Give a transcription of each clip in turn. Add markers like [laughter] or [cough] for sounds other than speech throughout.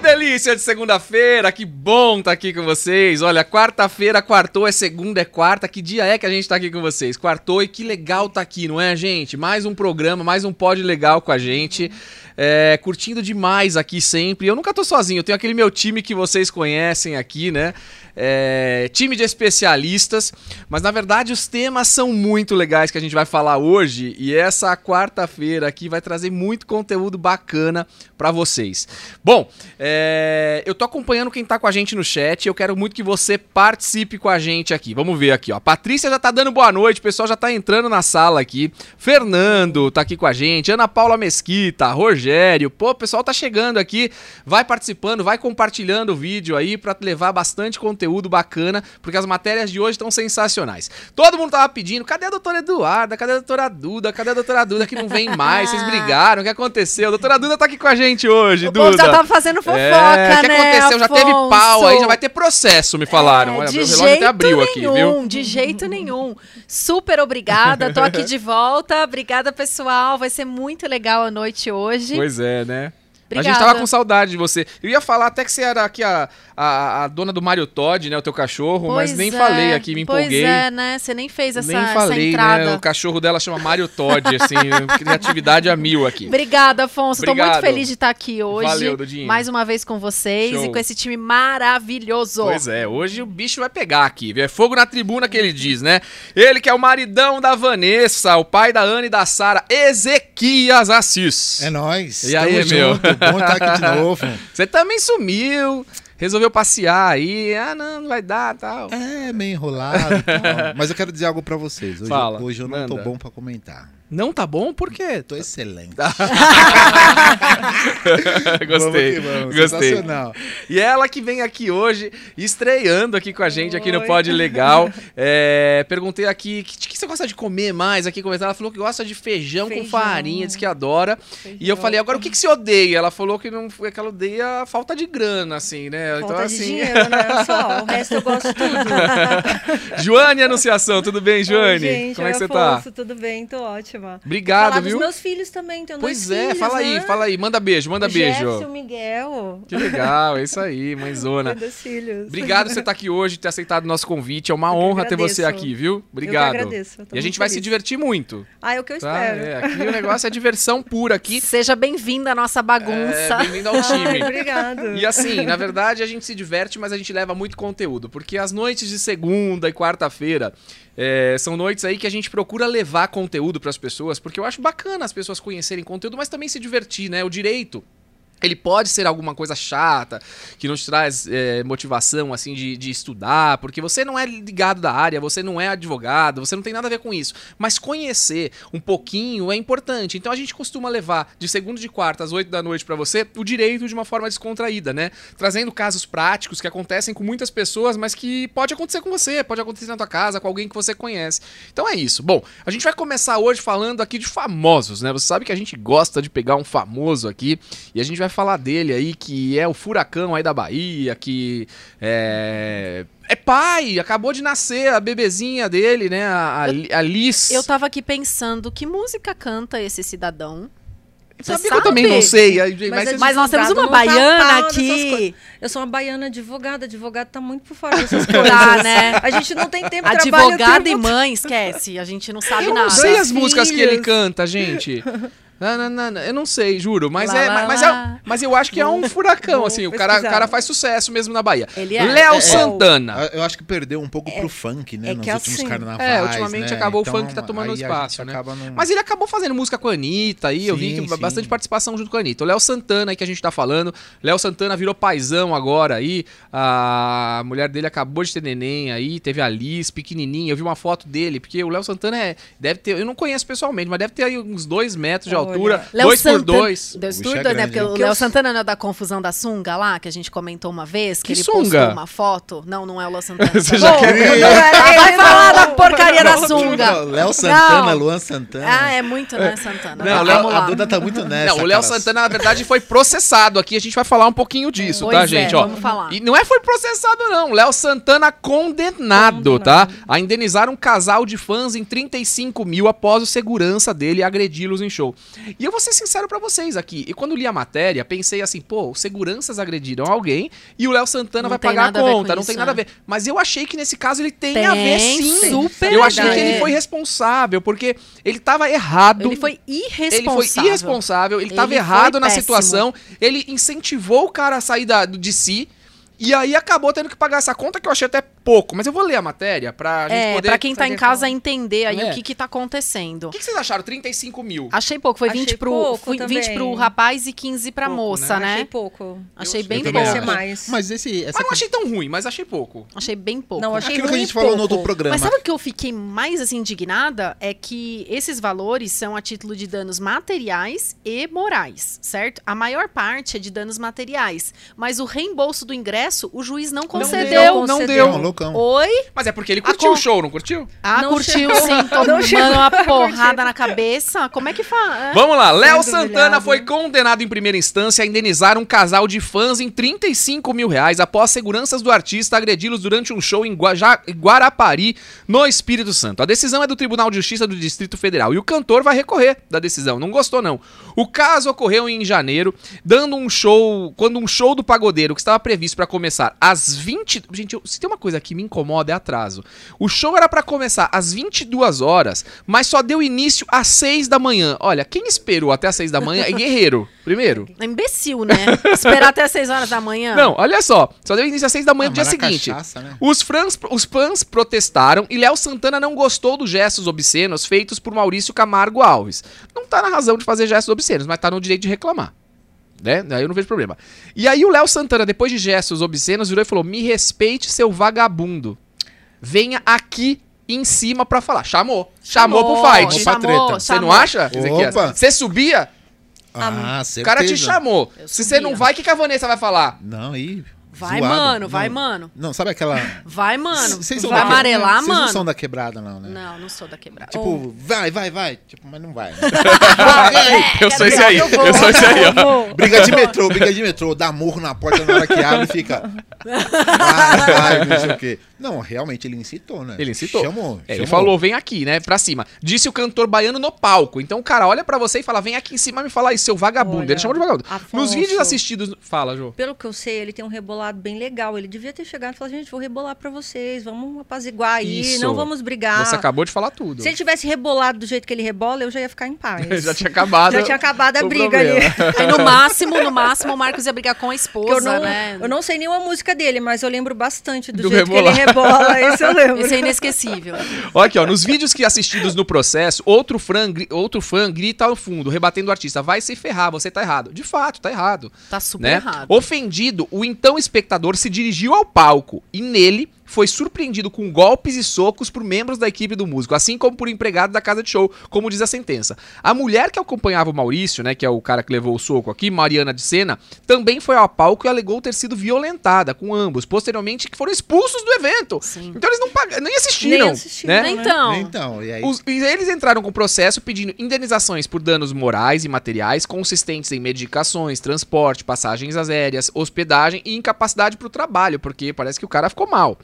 delícia de segunda-feira, que bom tá aqui com vocês. Olha, quarta-feira, quartou, é segunda, é quarta. Que dia é que a gente tá aqui com vocês? Quartou e que legal tá aqui, não é, gente? Mais um programa, mais um pod legal com a gente. É, curtindo demais aqui sempre. Eu nunca tô sozinho, eu tenho aquele meu time que vocês conhecem aqui, né? É, time de especialistas, mas na verdade os temas são muito legais que a gente vai falar hoje e essa quarta-feira aqui vai trazer muito conteúdo bacana pra vocês. Bom, é, eu tô acompanhando quem tá com a gente no chat. Eu quero muito que você participe com a gente aqui. Vamos ver aqui, ó. Patrícia já tá dando boa noite, o pessoal já tá entrando na sala aqui. Fernando tá aqui com a gente, Ana Paula Mesquita, Rogério. Pô, o pessoal tá chegando aqui. Vai participando, vai compartilhando o vídeo aí pra levar bastante conteúdo bacana, porque as matérias de hoje estão sensacionais. Todo mundo tava pedindo, cadê a doutora Eduarda? Cadê a doutora Duda? Cadê a doutora Duda que não vem mais? Vocês brigaram, o que aconteceu? A doutora Duda tá aqui com a gente hoje, O Duda. povo já tava fazendo fofoca, É, o que né, aconteceu? Já teve Afonso? pau aí, já vai ter processo, me falaram. É, Olha, de meu relógio jeito até abriu nenhum, aqui, viu? de jeito nenhum. Super obrigada, tô aqui de volta. Obrigada, pessoal. Vai ser muito legal a noite hoje. Pois é, né? obrigada. A gente tava com saudade de você. Eu ia falar até que você era aqui a, a, a dona do Mario Todd, né? O teu cachorro, mas Pois nem é, falei aqui, me empolguei. Pois é, né? Você nem fez essa, nem essa falei, entrada. né? O cachorro dela chama Mario Todd, assim, [laughs] criatividade a mil aqui. Obrigada, Afonso. Tô Obrigado. muito feliz de estar aqui hoje. Valeu, Dudinho. Mais uma vez com vocês Show. e com esse time maravilhoso. Pois é, hoje o bicho vai pegar aqui, viu? É fogo na tribuna que ele diz, né? Ele que é o maridão da Vanessa, o pai da Ana e da Sara, Ezequias Assis. É nóis. E aí, Tamo meu? junto. Bom estar [laughs] aqui de novo. Você também sumiu, resolveu passear aí, ah não, não vai dar, tal. É, meio enrolado e tal. [laughs] Mas eu quero dizer algo pra vocês. Hoje, Fala, hoje eu não tô manda. bom pra comentar. Não tá bom, por quê? Tô excelente. [laughs] gostei, Vamos que vamos. gostei. Sensacional. E ela que vem aqui hoje, estreando aqui com a gente, aqui no Oi. Pod Legal. É, perguntei aqui, o que, que você gosta de comer mais aqui? Conversar. Ela falou que gosta de feijão, com Feijão. farinha, diz que adora. E eu falei, agora o que, que você odeia? Ela falou que, não, que ela odeia a falta de grana, assim, né? Falta de dinheiro, né? Só, o resto eu [laughs] gosto tudo. Joane Anunciação, tudo bem, Joane? Oi, gente, Como é que oi, você tá? Afonso, Tudo bem, tô ótima. Obrigado, Falar viu? dos meus filhos também, tenho dois Pois é, filhos, fala aí, né? fala aí, manda beijo, manda O beijo. Jefferson, o Miguel, Que legal, é isso aí, tenho [laughs] mãezona. dois filhos. Obrigado por você estar aqui hoje, ter aceitado o nosso convite. É uma que honra ter agradeço. você aqui, viu? Eu que Obrigado. agradeço. eu tô E a gente muito vai se feliz. divertir muito. Ah, é o que eu Tá? espero. É, aqui o negócio é diversão pura aqui. Seja bem-vindo à nossa É, bagunça. Bem-vindo ao Ai, [laughs] time. obrigado. E assim, na verdade, a gente se diverte, mas a gente leva muito conteúdo. Porque as noites de segunda e quarta-feira é, são noites aí que a gente procura levar conteúdo pras pessoas, porque eu acho bacana as pessoas conhecerem conteúdo, mas também se divertir, né? O direito. Ele pode ser alguma coisa chata, que não te traz é, motivação, assim, de, de estudar, porque você não é ligado da área, você não é advogado, você não tem nada a ver com isso. Mas conhecer um pouquinho é importante. Então a gente costuma levar de segunda de quarta às oito da noite pra você o direito de uma forma descontraída, né? Trazendo casos práticos que acontecem com muitas pessoas, mas que pode acontecer com você, pode acontecer na tua casa, com alguém que você conhece. Então é isso. Bom, a gente vai começar hoje falando aqui de famosos, né? Você sabe que a gente gosta de pegar um famoso aqui e a gente vai falar dele aí, que é o furacão aí da Bahia, que é. É pai, acabou de nascer a bebezinha dele, né? A, a, Li- a Liz. Eu tava aqui pensando que música canta esse cidadão. Sabe Você que eu também sabe? não sei. aí- Mas, Mas é vocês- Mas nós temos Advogado uma não tá pau baiana nessas aqui. Eu sou uma baiana advogada, advogado tá muito por [laughs] fora dessas coisas. Tá, né? A gente não tem tempo, trabalho Advogada e tempo... mãe, esquece. A gente não sabe eu nada. não sei as Ah, Filhos. músicas que ele canta, gente. [laughs] Na, na, na, na, eu não sei, juro. Mas, Lá, é, lá, mas, lá. é- mas eu acho que é um furacão, vou assim. O cara, o pesquisar. cara faz sucesso mesmo na Bahia. Ele é. Léo É. Santana. Eu acho que perdeu um pouco pro funk, né? é nos que últimos assim- carnavais. É, ultimamente né? acabou o Então, funk tá tomando aí a gente espaço, né? acaba num- Mas ele acabou fazendo música com a Anitta aí, eu vi Sim, que sim. bastante participação junto com a Anitta. O Léo Santana aí que a gente tá falando. Léo Santana virou paizão agora aí. A mulher dele acabou de ter neném aí, teve a Liz, pequenininha. Eu vi uma foto dele, porque o Léo Santana é, deve ter, eu não conheço pessoalmente, mas deve ter aí uns dois metros de Olha. altura, Léo dois por Santana- dois. Dois O por bicho é dois, né? grande, Porque hein? o Que eu Léo s- Santana não é da confusão da sunga lá, que a gente comentou uma vez, que, Que ele sunga? postou uma foto. Não, não é o Léo Santana. [laughs] Você tá já bom? quer Não, ganhar. ela Vai falar da porcaria da Não, sunga. Léo Santana, Não. Luan Santana. Ah, é muito, né, Santana? Não, a, Tá, Léo- vamos a lá. Duda tá muito nessa. Não, o Léo cara. Santana, na verdade, foi processado aqui. A gente vai falar um pouquinho disso, Pois tá, é, gente? Ó, vamos falar. E não é foi processado, não. Léo Santana condenado, tá? A indenizar um casal de fãs em 35 mil após o segurança dele agredi-los em show. E eu vou ser sincero pra vocês aqui. E quando li a matéria, pensei assim, pô, os seguranças agrediram alguém e o Léo Santana Não vai tem pagar a nada a ver com conta, não isso, tem nada a né? ver. Mas eu achei que nesse caso ele tem, a ver sim. super Eu achei que verdade. ele foi responsável, porque ele tava errado. Ele foi irresponsável. Ele foi irresponsável, ele Ele estava foi errado na péssimo. situação, ele incentivou o cara a sair da- de si. E aí acabou tendo que pagar essa conta que eu achei até pouco. Mas eu vou ler a matéria pra gente É, poder. pra quem tá em casa entender aí É. o que que tá acontecendo. O que, que vocês acharam? 35 mil. Achei pouco, foi 20 Achei pro, pouco fui- 20 também. pro rapaz e 15 pra Pouco, moça, né? Achei pouco. Achei Eu bem também Podia ser acho. pouco. mais. Mas esse, essa Mas não achei tão ruim, mas achei pouco. Achei bem pouco. Não, achei Aquilo que a ruim gente e falou no pouco. outro programa. Mas sabe o que eu fiquei mais assim indignada? É que esses valores são a título de danos materiais e morais, certo? A maior parte é de danos materiais, mas o reembolso do ingresso o juiz não concedeu. deu, não É deu. um loucão. Oi? Mas é porque ele curtiu con- o show, não curtiu? Ah, Não curtiu chegou. sim, Não chegou. tomando uma porrada Curtiu. na cabeça. Como é que fala? Vamos lá, Léo Sendo Santana humilhado. né? foi condenado em primeira instância a indenizar um casal de fãs em 35 mil reais após seguranças do artista agredi-los durante um show em Guaja- Guarapari, no Espírito Santo. A decisão é do Tribunal de Justiça do Distrito Federal e o cantor vai recorrer da decisão. Não gostou, não. O caso ocorreu em janeiro, dando um show. Quando um show do pagodeiro que estava previsto para começar às 20. Gente, eu- se tem uma coisa que me incomoda é atraso. O show era pra começar às 22 horas, mas só deu início às 6 da manhã. Olha, quem esperou até às 6 da manhã é guerreiro, primeiro. É imbecil, né? [laughs] Esperar até as 6 horas da manhã. Não, olha só, só deu início às 6 da manhã Ah, do dia mas na seguinte. cachaça, né? Os fãs, os fãs protestaram e Léo Santana não gostou dos gestos obscenos feitos por Maurício Camargo Alves. Não tá na razão de fazer gestos obscenos, mas tá no direito de reclamar. Né? Aí eu não vejo problema. E aí o Léo Santana, depois de gestos obscenos, virou e falou: Me respeite, seu vagabundo. Venha aqui em cima pra falar. Chamou. Chamou, pro fight. Chamou pra treta. Você não acha? Ezequias? Opa. Você subia, Ah, o certeza. cara te chamou. Eu Se subia. você não vai, o que, que a Vanessa vai [laughs] falar? Não, e Vai, zoado. mano, vai, Não. mano. Não, sabe aquela... Vai, mano. Vocês são vai da que- amarelar, Vocês mano. não são da quebrada, não, né? Não, Oh. não sou da quebrada. Tipo, Ou- vai, vai, vai. Tipo, mas não vai. Eu sou esse aí. vou, Eu sou esse aí, ó. vou. [laughs] briga de metrô, briga de metrô. Dá murro na porta na hora que abre e fica... Vai, vai, não sei o quê. Não, realmente, ele incitou, né? Ele incitou. Chamou. É, ele chamou. falou, vem aqui, né? Pra cima. Disse o cantor baiano no palco. Então o cara olha pra você e fala, vem aqui em cima me falar isso, seu vagabundo. Olha, ele chamou de vagabundo. Nos Afonso. vídeos assistidos. Fala, Jô. Pelo que eu sei, ele tem um rebolado bem legal. Ele devia ter chegado e falado, gente, vou rebolar pra vocês, vamos apaziguar aí, Isso. não vamos brigar. Você acabou de falar tudo. Se ele tivesse rebolado do jeito que ele rebola, eu já ia ficar em paz. [laughs] Já tinha acabado. Já tinha acabado a o briga problema. ali. [laughs] Aí no máximo, no máximo, o Marcos ia brigar com a Que esposa, eu, não, né? eu não sei nenhuma música dele, mas eu lembro bastante do, Do jeito que ele rebola. Isso eu lembro. Esse é inesquecível. Olha aqui, ó. Nos vídeos que assistidos no processo, outro fã, gri- outro fã grita ao fundo, rebatendo o artista, vai se ferrar, você tá errado. De fato, tá errado. Tá super né? errado. Ofendido, o então espectador se dirigiu ao palco e nele foi surpreendido com golpes e socos por membros da equipe do músico, assim como por empregado da casa de show, como diz a sentença. A mulher que acompanhava o Maurício, né, que é o cara que levou o soco aqui, Mariana de Sena, também foi ao palco e alegou ter sido violentada com ambos, posteriormente que foram expulsos do evento. Sim. Então eles não pagaram, nem assistiram, Nem assistiram, né? né? Então, Então, e aí... Os- e eles entraram com processo pedindo indenizações por danos morais e materiais consistentes em medicações, transporte, passagens aéreas, hospedagem e incapacidade para o trabalho, porque parece que o cara ficou mal.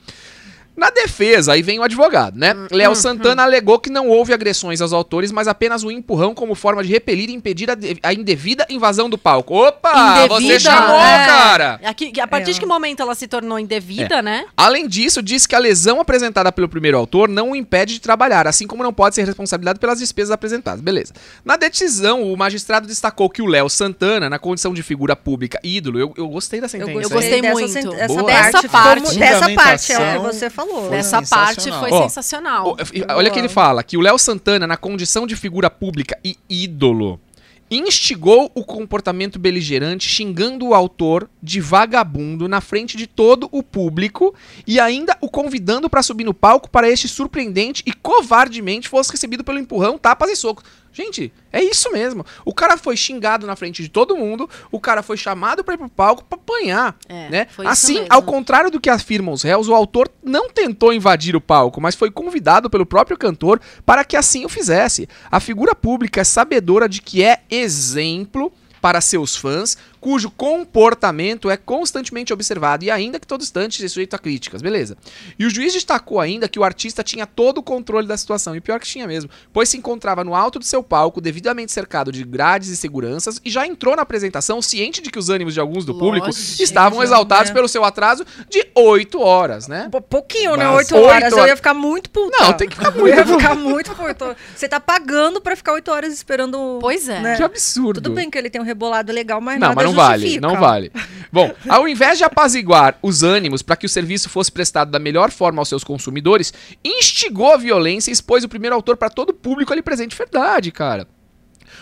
Na defesa, aí vem o advogado, né? Léo Santana alegou que não houve agressões aos autores, mas apenas um empurrão como forma de repelir e impedir a, de- a indevida invasão do palco. Opa! indevida. você chamou, né? cara! Aqui, a partir É. de que momento ela se tornou indevida, É. né? Além disso, diz que a lesão apresentada pelo primeiro autor não o impede de trabalhar, assim como não pode ser responsabilizado pelas despesas apresentadas. Beleza. Na decisão, o magistrado destacou que o Léo Santana, na condição de figura pública ídolo, eu, eu gostei da sentença. Eu gostei. hein? dessa muito. sen- Essa Boa. parte, Dessa parte. como- dessa parte, é, Fundamentação. você falou. Foi Essa parte sensacional. foi Ó, sensacional. O- é, e- Olha que ele fala que o Léo Santana, na condição de figura pública e ídolo, instigou o comportamento beligerante, xingando o autor de vagabundo na frente de todo o público e ainda o convidando para subir no palco para este surpreendente e covardemente fosse recebido pelo empurrão, tapas e socos. Gente, é isso mesmo. O cara foi xingado na frente de todo mundo, o cara foi chamado para ir pro palco para apanhar. É, Né? foi isso Assim, mesmo. ao contrário do que afirmam os réus, o autor não tentou invadir o palco, mas foi convidado pelo próprio cantor para que assim o fizesse. A figura pública é sabedora de que é exemplo para seus fãs cujo comportamento é constantemente observado e ainda que todo instante é sujeito a críticas. Beleza. E o juiz destacou ainda que o artista tinha todo o controle da situação, e pior que tinha mesmo, pois se encontrava no alto do seu palco, devidamente cercado de grades e seguranças, e já entrou na apresentação ciente de que os ânimos de alguns do público Lógico, estavam né? exaltados pelo seu atraso de 8 horas, né? Pou- Pouquinho, né? Mas Oito oito horas. Eu horas- ia ficar muito puta. Não, tem que ficar [laughs] Eu ia muito. ficar muito puta. Você tá pagando pra ficar oito horas esperando. Pois é. Né? Que absurdo. Tudo bem que ele tem um rebolado legal, mas Não, nada mas não vale, justifica. não vale. Bom, ao invés de apaziguar os ânimos para que o serviço fosse prestado da melhor forma aos seus consumidores, instigou a violência e expôs o primeiro autor para todo o público ali presente. Verdade, cara.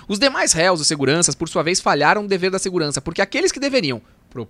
Os demais réus, os seguranças, por sua vez, falharam o dever da segurança, porque aqueles que deveriam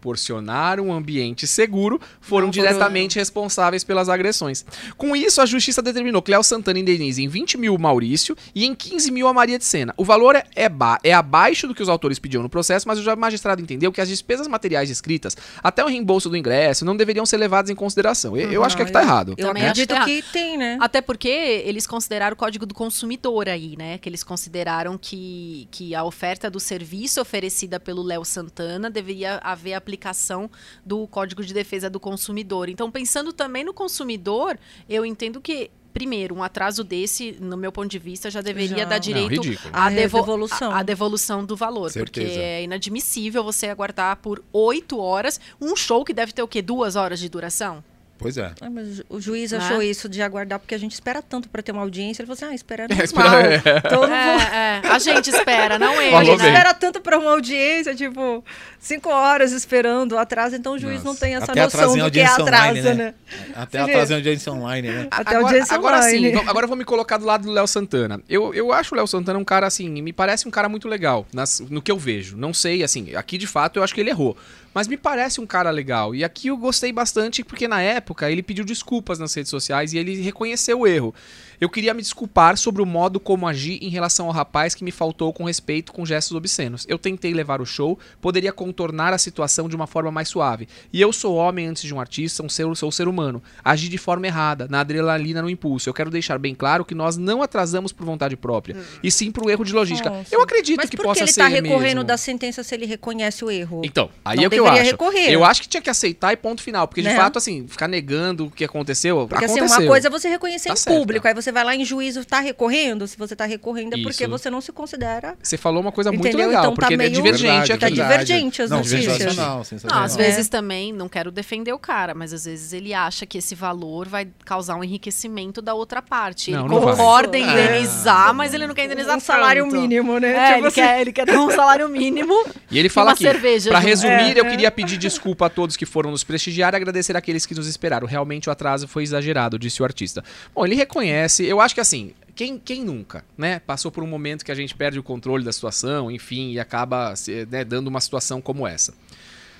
proporcionar um ambiente seguro foram Não foram. diretamente responsáveis pelas agressões. Com isso, a justiça determinou Cléo Santana indenize em 20 mil o Maurício e em 15 mil a Maria de Sena. O valor é, é, ba- é abaixo do que os autores pediam no processo, mas o magistrado entendeu que as despesas materiais descritas, até o reembolso do ingresso, não deveriam ser levadas em consideração. Eu, eu Uhum, acho que é que tá errado. Eu Também acredito acho que tem, né? Até porque eles consideraram o código do consumidor aí, né? Que eles consideraram que, que a oferta do serviço oferecida pelo Léo Santana deveria haver aplicação do Código de Defesa do Consumidor. Então, pensando também no consumidor, eu entendo que, primeiro, um atraso desse, no meu ponto de vista, já deveria dar Já. Não, Não, direito ridículo. a, A devo- É, devolução. a- a devolução do valor. Porque Certeza. é inadmissível você aguardar por oito horas um show que deve ter o quê? Duas horas de duração? Pois é. Ah, mas o ju- o juiz Né? achou isso de aguardar, porque a gente espera tanto pra ter uma audiência. Ele falou assim: ah, espera É, normal. espera- Então eu não vou- É, é, a gente espera, não ele. A Falou gente bem. né? espera tanto pra uma audiência, tipo, cinco horas esperando atraso, então o juiz Nossa. não tem essa Até noção atrasa em do que é audiência atrasa, online, né? né? Até Você ela vê? trazer audiência online, né? Até a audiência agora online. sim, vam- agora eu vou me colocar do lado do Léo Santana. Eu, eu acho o Léo Santana um cara assim, me parece um cara muito legal nas- no que eu vejo. Não sei, assim, aqui de fato eu acho que ele errou. Mas me parece um cara legal. E aqui eu gostei bastante porque na época ele pediu desculpas nas redes sociais e ele reconheceu o erro. Eu queria me desculpar sobre o modo como agi em relação ao rapaz que me faltou com respeito com gestos obscenos. Eu tentei levar o show, poderia contornar a situação de uma forma mais suave. E eu sou homem antes de um artista, um ser, sou ser humano. Agi de forma errada, na adrenalina, no impulso. Eu quero deixar bem claro que nós não atrasamos por vontade própria, e sim por erro de logística. Nossa. Eu acredito Mas que por possa que ele ser tá recorrendo mesmo. da sentença se ele reconhece o erro? Então, aí Não é o que eu acho. deveria recorrer. Eu acho que tinha que aceitar e ponto final, porque de Né? fato assim, ficar negando o que aconteceu, Porque assim, aconteceu. uma coisa é você reconhecer Tá em certo, público, aí você vai lá em juízo, tá recorrendo? Se você tá recorrendo é porque Isso. você não se considera. Você falou uma coisa muito Entendeu? legal, Então tá porque é meio- divergente aqui. Tá divergente as não, notícias. Sensacional, Não, sensacional. às É. vezes também, não quero defender o cara, mas às vezes ele acha que esse valor vai causar um enriquecimento da outra parte. Não, ele não vai. concorda em Ah. indenizar, mas ele não quer indenizar um salário tanto. mínimo, né? É, Tipo ele, assim, quer, ele quer ter um [laughs] salário mínimo E ele e uma fala aqui, cerveja. um Pra junto. resumir, É, eu né? queria pedir desculpa a todos que foram nos prestigiar e agradecer àqueles que nos esperaram. Realmente o atraso foi exagerado, disse o artista. Bom, ele reconhece, eu acho que assim. Quem, quem nunca, né? Passou por um momento que a gente perde o controle da situação, enfim, e acaba se, né, dando uma situação como essa.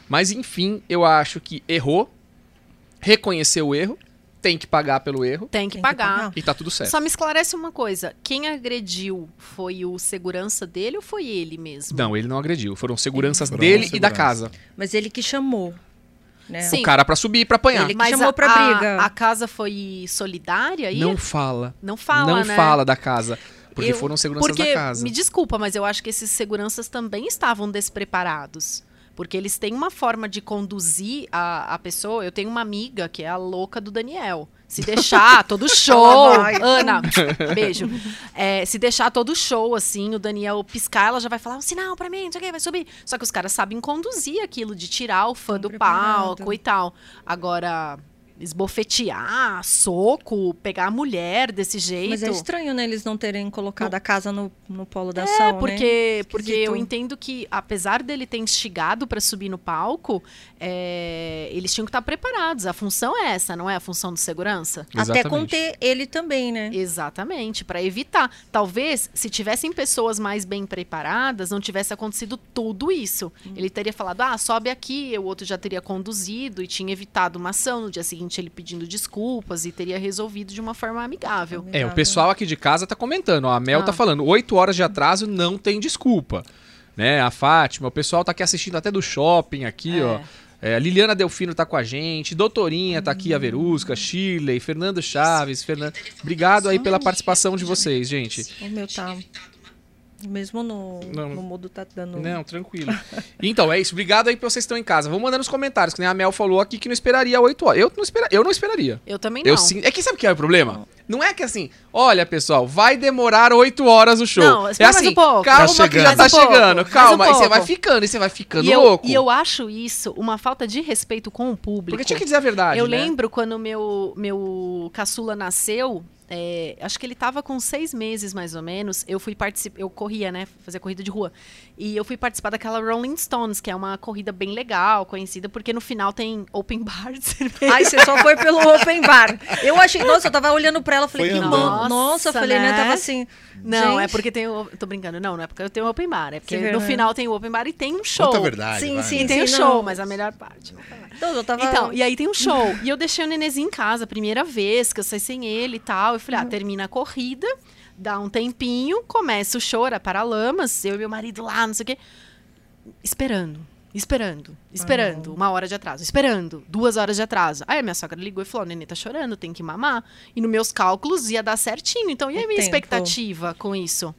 Mas, enfim, eu acho que errou, reconheceu o erro, tem que pagar pelo erro Tem que Tem que pagar. pagar. e tá tudo certo. Só me esclarece uma coisa: quem agrediu foi o segurança dele ou foi ele mesmo? Não, ele não agrediu. Foram seguranças Foram dele e da seguranças. casa. Mas ele que chamou. Né? Sim. O cara pra subir e pra apanhar. Ele- que chamou pra a- briga. A casa foi solidária aí? Não fala. não fala, não né? fala da casa. Porque Eu- foram seguranças Porque, da casa. me desculpa, mas eu acho que esses seguranças também estavam despreparados. Porque eles têm uma forma de conduzir a, a pessoa. Eu tenho uma amiga que é a louca do Daniel. Se [laughs] deixar todo show. Ela vai. Ana, beijo. É, se deixar todo show, assim, o Daniel piscar, ela já vai falar um sinal pra mim, não sei o que, vai subir. Só que os caras sabem conduzir aquilo, de tirar o fã do Estão preparados. palco e tal. Agora, esbofetear, soco, pegar a mulher desse jeito. Mas é estranho, né? Eles não terem colocado a casa no, no polo da É, ação. né? porque, porque eu Esquisito. entendo que, apesar dele ter instigado para subir no palco, é, eles tinham que estar preparados. A função é essa, não é a função do segurança? Até Exatamente. conter ele também, É. né? Exatamente, para evitar. Talvez, se tivessem pessoas mais bem preparadas, não tivesse acontecido tudo isso. Uhum. Ele teria falado, ah, sobe aqui, o outro já teria conduzido e tinha evitado uma ação. No dia seguinte, ele pedindo desculpas e teria resolvido de uma forma amigável. É, o pessoal aqui de casa tá comentando. ó, a Mel Ah. tá falando, 8 horas de atraso não tem desculpa. Né, a Fátima, o pessoal tá aqui assistindo até do shopping aqui, É. ó. É, a Liliana Delfino tá com a gente, Doutorinha tá Hum. aqui, a Verusca, Shirley, Fernando Chaves, Fernando. Obrigado aí pela participação de vocês, gente. O meu tá. Mesmo no, Não. no modo tá dando. Não, tranquilo. [laughs] Então, é isso. Obrigado aí pra vocês que estão em casa. Vou mandar nos comentários, que nem a Mel falou aqui que não esperaria 8 horas. Eu não, espera... eu não esperaria. Eu também não. Eu sim... É que sabe o que é o problema? Não é que assim, olha pessoal, vai demorar 8 horas o show. Não, é espera mais assim, um pouco. calma Tá que já chegando. tá Mais um pouco, chegando, mais um calma. e você pouco. vai ficando, e você vai ficando E eu, louco. e eu acho isso uma falta de respeito com o público. Porque tinha que dizer a verdade. Eu né? lembro quando meu, meu caçula nasceu, é, acho que ele tava com seis meses mais ou menos. Eu fui participar, eu corria, né? Fazia corrida de rua. E eu fui participar daquela Rolling Stones, que é uma corrida bem legal, conhecida, porque no final tem open bar de [laughs] cerveja. Ai, você só foi pelo open bar. Eu achei, nossa, eu tava olhando pra ela, falei, Foi que andando. mo- nossa, Nossa, eu falei, né? né? Tava assim. Não, gente, é porque tem o. Tô brincando, não, não é porque eu tenho open bar. É porque Que no vergonha. final tem o open bar e tem um show. Puta verdade. Sim, vai. É sim. E tem o não. show, mas a melhor parte. Então, eu tava. Então, e aí tem um show. [laughs] e eu deixei o nenenzinho em casa, a primeira vez que eu saí sem ele e tal. Eu Uhum. falei, ah, termina a corrida, dá um tempinho, começa o show, era para lamas, eu e meu marido lá, não sei o quê. Esperando, esperando, Ah. esperando. Uma hora de atraso, esperando, duas horas de atraso. Aí a minha sogra ligou e falou, o nenê tá chorando, tem que mamar. E nos meus cálculos ia dar certinho. Então, e a É minha tempo. expectativa com isso?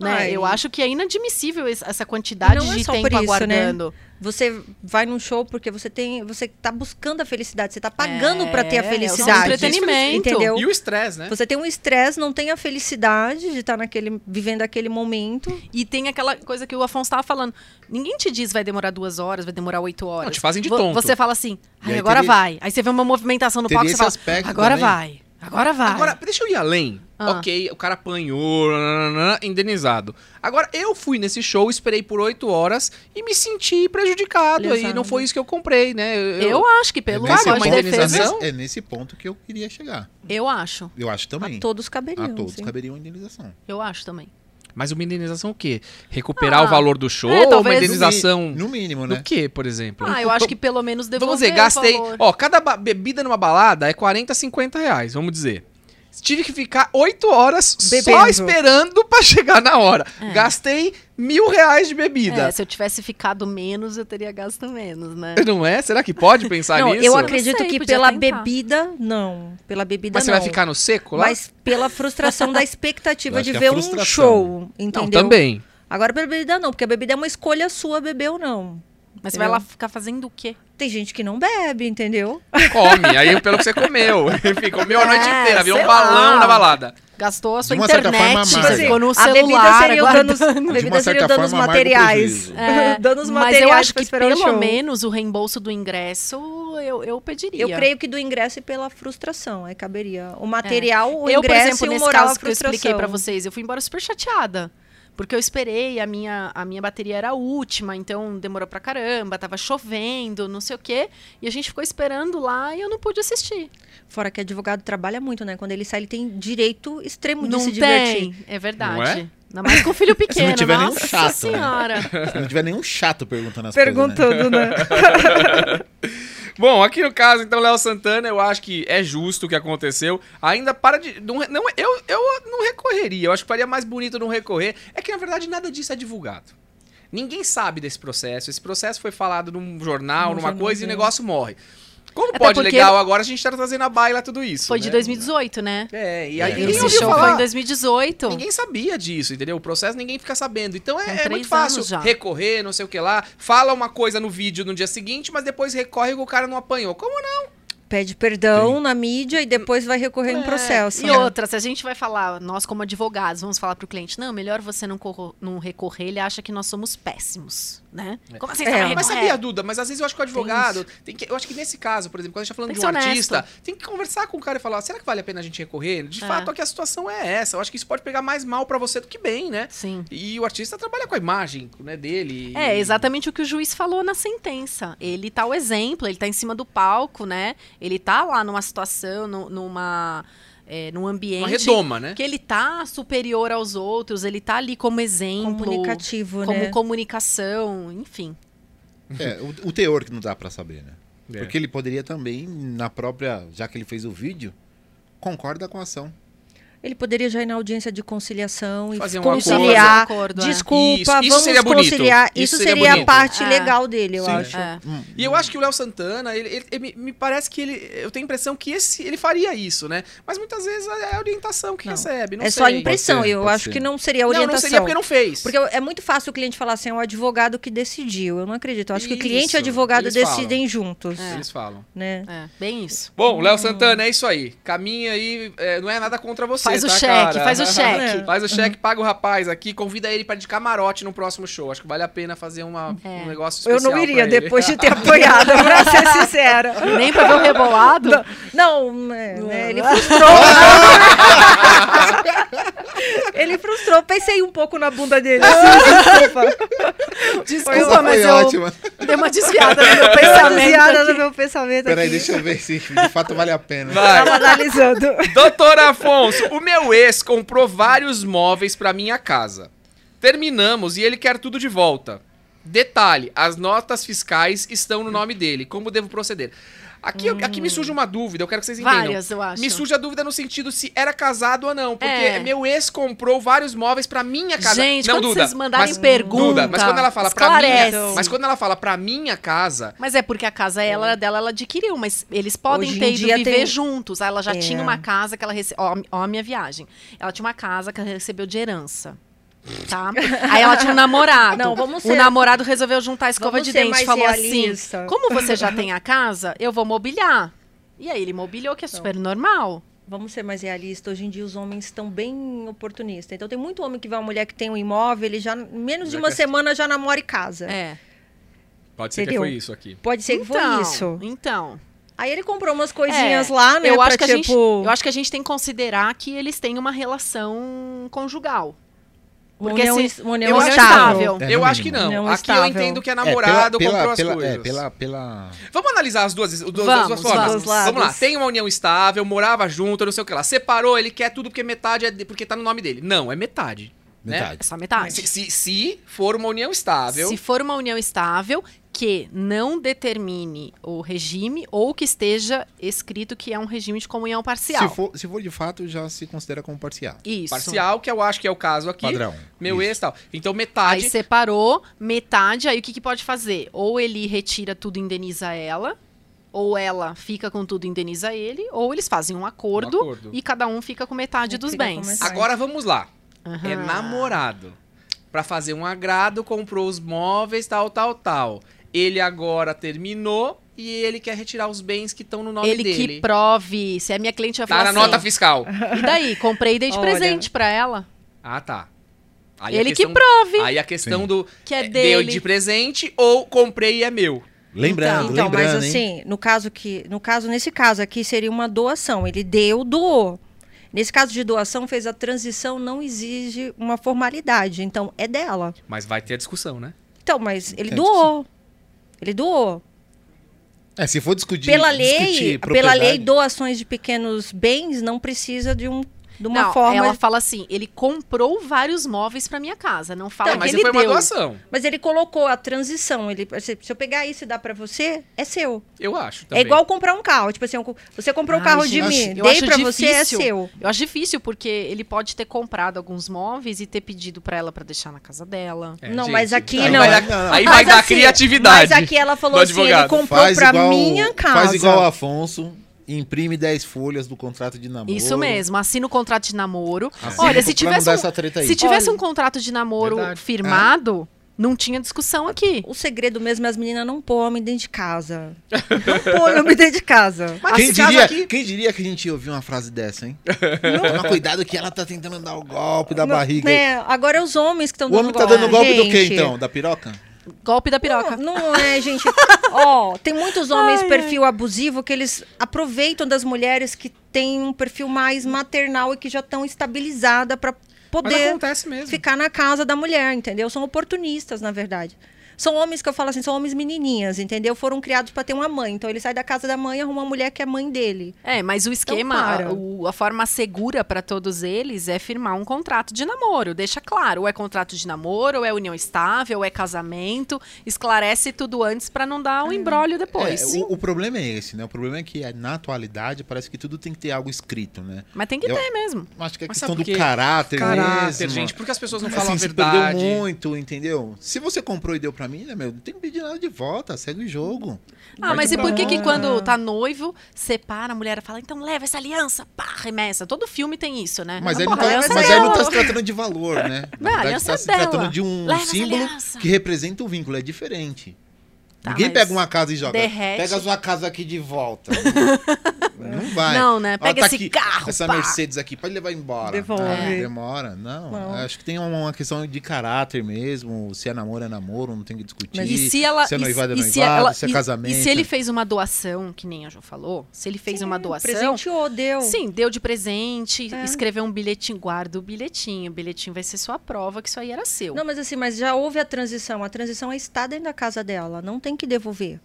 Né? Ai. Eu acho que é inadmissível es- essa quantidade Não é de só tempo por isso, né? aguardando. Você vai num show porque você tem. Você tá buscando a felicidade, você tá pagando pra ter a É, é um felicidade. entretenimento. Entendeu? E o estresse, né? Você tem um estresse, não tem a felicidade de estar naquele, vivendo aquele momento. E tem aquela coisa que o Afonso tava falando. Ninguém te diz vai demorar duas horas, vai demorar oito horas. te fazem de Vo- tonto. Você fala assim, E "Ai, aí agora teria- vai. Aí você vê uma movimentação no teria palco e você esse fala, aspecto agora também. vai, agora vai. Agora, deixa eu ir além. Ah. Ok, o cara apanhou, nananana, indenizado. Agora, eu fui nesse show, esperei por oito horas e me senti prejudicado. E Lesado. não foi isso que eu comprei, né? eu, acho que pelo nesse código de momento- defesa, indenização? É nesse ponto que eu queria chegar. eu acho. Eu acho também. A todos A caberiam. todos sim. caberia uma indenização. Eu acho também. Mas uma indenização o quê? Recuperar Ah, o valor do show é, ou uma talvez- indenização No [laughs] mínimo, do né? quê, por exemplo? Ah, eu acho que pelo menos devolver Vamos dizer, o gastei. valor. Ó, cada ba- bebida numa balada é 40, 50 reais, vamos dizer. Tive que ficar 8 horas só Bebendo. esperando pra chegar na hora. Gastei mil reais de bebida. É, se eu tivesse ficado menos, eu teria gasto [laughs] menos, né? Não é? Será que pode pensar Não, nisso? eu acredito sei, que podia pela tentar. bebida, não. Pela bebida, Mas você não. vai ficar no seco lá? Mas pela [laughs] frustração da Eu expectativa acho de que é ver um frustração. show, entendeu? não, também. Agora pela bebida não, porque a bebida é uma escolha sua beber ou não. Mas você vai Eu- lá ficar fazendo o quê? Tem gente que não bebe, entendeu? Come, aí pelo que você comeu. [laughs] Enfim, comeu a noite É, inteira, virou um sei balão lá. na balada. Gastou a sua De uma certa forma, internet, amarga. ficou no Tipo assim, a bebida celular, tá- seria o guardando- danos, a bebida uma seria certa o danos forma, amarga o materiais. prejuízo. [laughs] É, mas danos eu materiais acho pra que esperar o pelo show. menos o reembolso do ingresso eu, eu pediria. Eu creio que do ingresso e pela frustração, aí caberia. O material, o eu, por ingresso exemplo, e o nesse moral, caso a que eu frustração. expliquei pra vocês, eu fui embora super chateada. Porque eu esperei, a minha, a minha bateria era a última, então demorou pra caramba, tava chovendo, não sei o quê. E a gente ficou esperando lá e eu não pude assistir. Fora que advogado trabalha muito, né? Quando ele sai, ele tem direito extremo de não se divertir. tem, é verdade. Não é? Ainda mais com [laughs] o filho pequeno, tiver nenhum nossa chato, né? senhora. Se não tiver nenhum chato perguntando as coisas. Perguntando, né? [laughs] Bom, aqui no caso, então, Léo Santana, eu acho que é justo o que aconteceu. Ainda para de. Não, re- não- eu, eu não recorreria. Eu acho que faria mais bonito não recorrer. É que, na verdade, nada disso é divulgado. Ninguém sabe desse processo. Esse processo foi falado num jornal, Num numa coisa, e o jornalzinho. negócio morre. Como é. Até pode porque- legal agora a gente tá trazendo a baila tudo [laughs] isso? Foi de né? 2018, né? É, e aí É, ninguém Esse ouviu show foi em falar. 2018. Ninguém sabia disso, entendeu? O processo ninguém fica sabendo. Então São é, é muito três fácil anos já. recorrer, não sei o que lá. Fala uma coisa no vídeo no dia seguinte, mas depois recorre que o cara não apanhou. Como não? Pede perdão na mídia e depois vai recorrer no Assim, processo. É, E né? outra, se a gente vai falar, nós como advogados, vamos falar pro cliente, não, melhor você não, corro- não recorrer, ele acha que nós somos péssimos, né? Como assim? você É, vai mas Mas recorrer? sabia, Duda, mas às vezes eu acho que o advogado. Tem que, eu acho que nesse caso, por exemplo, quando a gente tá falando Tem de que um ser honesto. artista, tem que conversar com o cara e falar: será que vale a pena a gente recorrer? De É. fato, aqui a situação é essa. Eu acho que isso pode pegar mais mal pra você do que bem, né? Sim. E o artista trabalha com a imagem né, dele. É exatamente o que o juiz falou na sentença. Ele tá o exemplo, ele tá em cima do palco, né? Ele tá lá numa situação, nu- numa, é, num Uma ambiente redoma, né? que ele tá superior aos outros, ele tá ali como exemplo, Comunicativo, como né? comunicação, enfim. É, o, o teor que não dá pra saber, né? É. Porque ele poderia também, na própria. Já que ele fez o vídeo, concorda com a ação. Ele poderia já ir na audiência de conciliação e Fazer um conciliar. acordo, é. Desculpa, Isso, isso vamos seria bonito. conciliar. Isso Isso, seria seria, bonito. a parte É. legal dele, eu Sim. acho. É. E eu acho que o Léo Santana, ele, ele- ele- me- me parece que ele. Eu tenho a impressão que esse, ele faria isso, né? Mas muitas vezes é a orientação que Não. recebe. Não é sei. só a impressão. Pode ser, eu pode acho ser. que não seria a Não, orientação. não seria porque não fez. Porque é muito fácil o cliente falar assim, é o advogado que decidiu. Eu não acredito. Eu acho que o cliente e Isso, o advogado eles falam. decidem juntos, É. Eles falam. né? É, bem isso. Bom, Léo Santana, é isso aí. Caminha aí, é, não é nada contra você, Faz o tá, cheque, cara? [laughs] faz o cheque. Faz o cheque, paga o rapaz aqui, convida ele pra ir de camarote no próximo show. Acho que vale a pena fazer uma- um negócio É. Eu especial não iria pra ele. depois de [laughs] ter apanhado, pra ser sincera. Nem pra ver o rebolado. Não, é, né, ele frustrou. [laughs] ele frustrou. Pensei um pouco na bunda dele. assim, [laughs] desculpa. Desculpa, Essa mas foi eu ótima. dei uma desviada no meu Foi pensamento. baseada no meu pensamento Peraí, aqui. deixa eu ver se de fato vale a pena. É, Vai. Tava analisando. Doutor Afonso, o meu ex comprou vários móveis pra minha casa. Terminamos e ele quer tudo de volta. Detalhe, as notas fiscais estão no nome dele. Como devo proceder? Aqui, eu- aqui me surge uma dúvida, eu quero que vocês entendam. Várias, eu acho. Me surge a dúvida no sentido se era casado ou não, porque É. meu ex comprou vários móveis pra minha casa. Gente, não, quando Duda, vocês mandarem mas, pergunta, Duda, mas quando ela fala pra minha, esclarece. mas quando ela fala pra minha casa, Mas é porque a casa ela era dela, ela adquiriu, mas eles podem Hoje em ter ido dia viver tem- juntos. Ah, Ela já É. tinha uma casa que ela recebeu. Ó, ó a minha viagem. Ela tinha uma casa que ela recebeu de herança. Tá? Aí ela tinha um namorado. Não, vamos O ser- namorado resolveu juntar a escova Vamos de ser dente. mais Falou realista. assim: Como você já tem a casa, eu vou mobiliar. E aí ele mobiliou, Então. que é super normal. Vamos ser mais realistas. Hoje em dia os homens estão bem oportunistas. Então tem muito homem que vê uma mulher que tem um imóvel, ele já, menos de Já uma quer- semana, já namora e casa. É. pode ser Entendeu? que foi isso aqui. Pode ser que então, foi isso. Então. Aí ele comprou umas coisinhas É, lá, né? Eu pra, acho, que a gente, tipo, eu acho que a gente tem que considerar que eles têm uma relação conjugal. uma porque união, assim, es- uma união eu acho estável. É, eu no acho que mínimo. não. Não aqui eu estável. entendo que é É, pela- namorado pela- comprou pela- as coisas. É, pela, pela... Vamos analisar as duas, as duas, as duas Vamos, formas. vamos. Dos lados. lá, tem uma união estável, morava junto, não sei o que lá. Separou, ele quer tudo porque metade é de- porque tá no nome dele. Não, é metade. Né? Metade. É só metade. Se, se- se for uma união estável. Se for uma união estável, que não determine o regime ou que esteja escrito que é um regime de comunhão parcial. Se for, se for de fato, já se considera como parcial. Isso. Parcial, que eu acho que é o caso aqui. Padrão. Meu Isso. ex tal. Então, Aí metade. separou metade, aí o que, que pode fazer? Ou ele retira tudo e indeniza ela, ou ela fica com tudo e indeniza ele, ou eles fazem um acordo, acordo. e cada um fica com metade Fica dos com bens. metade. Agora vamos lá. Aham. É namorado. Pra fazer um agrado, comprou os móveis, tal, tal, tal. Ele agora terminou e ele quer retirar os bens que estão no nome Ele dele. que prove. Se é minha cliente, vai Tá falar na assim, nota fiscal. E daí? Comprei [laughs] e dei de Olha. presente pra ela. Ah, tá. Aí a Ele questão- que prove Aí a questão Sim. do que é deu dele. de presente ou comprei e é meu. Lembrando, Então, lembrando, mas hein? assim, no caso que, no caso nesse caso aqui seria uma doação. Ele deu, doou. Nesse caso de doação, fez a transição, não exige uma formalidade. Então é dela. Mas vai ter discussão, né? Então, mas ele Entendi. doou. Ele doou. É, se for discutir... pela discutir lei, pela propriedade- lei, doações de pequenos bens não precisa de um de uma é não, forma. ela fala assim, ele comprou vários móveis pra minha casa. Não fala Então, Tá, mas que ele foi uma deu. doação, Mas ele colocou a transição. Ele, se se eu pegar isso e dar pra você, é seu. eu acho. Também. É igual comprar um carro. Tipo assim, eu co- você Ah, comprou um Ai, carro de gente, mim, eu dei acho pra você, é difícil. seu. Eu acho difícil, porque ele pode ter comprado alguns móveis e ter pedido pra ela pra deixar na casa dela. É, não, mas aqui aí não. Vai dar, Não, não. Aí Mas vai dar assim, criatividade. Mas aqui ela falou do assim: ele advogado. comprou Faz pra igual, minha casa. Faz igual o Afonso, imprime 10 folhas do contrato de namoro. Isso mesmo, assina o contrato de namoro. Assina Olha, se pra tivesse, mudar um, essa treta aí. É. se tivesse Olha. um contrato de namoro Verdade. firmado, não tinha discussão aqui. O segredo mesmo é as meninas não pôr homem dentro de casa. Não pôr homem dentro de casa. Mas Quem esse caso diria, aqui- quem diria que a gente ia ouvir uma frase dessa, hein? Toma cuidado que ela tá tentando dar o golpe [laughs] da barriga. aí. Né, Agora é os homens que estão O dando homem tá dando golpe do quê, gente. então? Da piroca? Golpe da piroca. Não, não é, gente. [laughs] Ó, tem muitos homens perfil abusivo que eles aproveitam das mulheres que têm um perfil mais maternal e que já estão estabilizada para Mas poder acontece mesmo. ficar na casa da mulher, entendeu? São oportunistas, na verdade. São homens que eu falo assim, são homens menininhas, entendeu? Foram criados para ter uma mãe. Então ele sai da casa da mãe e arruma uma mulher que é mãe dele. É, mas o esquema, para. a, o- a forma segura para todos eles é firmar um contrato de namoro. Deixa claro, ou é contrato de namoro, ou é união estável, ou é casamento. Esclarece tudo antes para não dar um embrólio É, depois. o, o problema é esse, né? O problema é que na atualidade parece que tudo tem que ter algo escrito, né? Mas tem que Eu- ter mesmo. Acho que é Mas questão sabe do por quê? caráter, Caráter, mesmo. gente. Por que as pessoas não Assim, falam a se verdade? perdeu muito, entendeu? Se você comprou e deu pra mim, né, meu? Não tem que pedir nada de volta, segue o jogo. Ah, mas e por que, que embora. quando ah. tá noivo, separa a mulher fala, então leva essa aliança, pá, remessa. Todo filme tem isso, né? Mas, Ah, aí, porra, não a tá, aliança mas é aí não dela. tá se tratando de valor, né? Não, Na verdade, aliança tá se dela. tratando de um Leva essa símbolo aliança. que representa o vínculo, é diferente. Tá, Ninguém mas pega uma casa e joga. derrete. Pega a sua casa aqui de volta. [laughs] não vai. Não, né? Ó, Pega tá esse aqui, carro, Essa pá. Mercedes aqui, pode levar embora. Devolve. Ah, demora. Não, Não. acho que tem uma- uma questão de caráter mesmo. Se é namoro, é namoro, não tem que discutir. E se ela se é e- noivado, é e noivado. se ela- se é e- casamento. E se ele fez uma doação, que nem a Jo falou, se ele fez uma doação, Presenteou, deu. Sim, deu de presente, um É. escreveu um bilhetinho, guarda o bilhetinho. O bilhetinho vai ser sua prova que isso aí era seu. Não, mas assim, mas já houve a transição. A transição é estar dentro da casa dela. Não tem que devolver.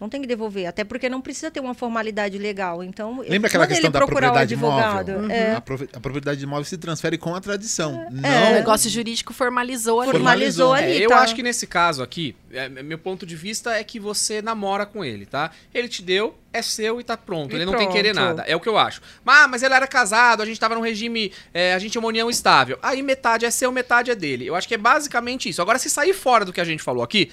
Não tem que devolver. Até porque não precisa ter uma formalidade legal. Então, Lembra aquela manda ele questão da procurar o propriedade advogado. imóvel? É. um A, profe- a propriedade imóvel se transfere com a tradição. Não. O negócio jurídico formalizou ali. Formal- Formalizou Hum. Formalizou. ali. É, eu tá. acho que nesse caso aqui, é, meu ponto de vista é que você namora com ele, tá? Ele te deu, é seu e tá pronto. E ele não tem que pronto. querer nada. É o que eu acho. Mas, mas ele era casado, a gente tava num regime, é, a gente é uma união estável. Aí metade é seu, metade é dele. Eu acho que é basicamente isso. Agora, se sair fora do que a gente falou aqui.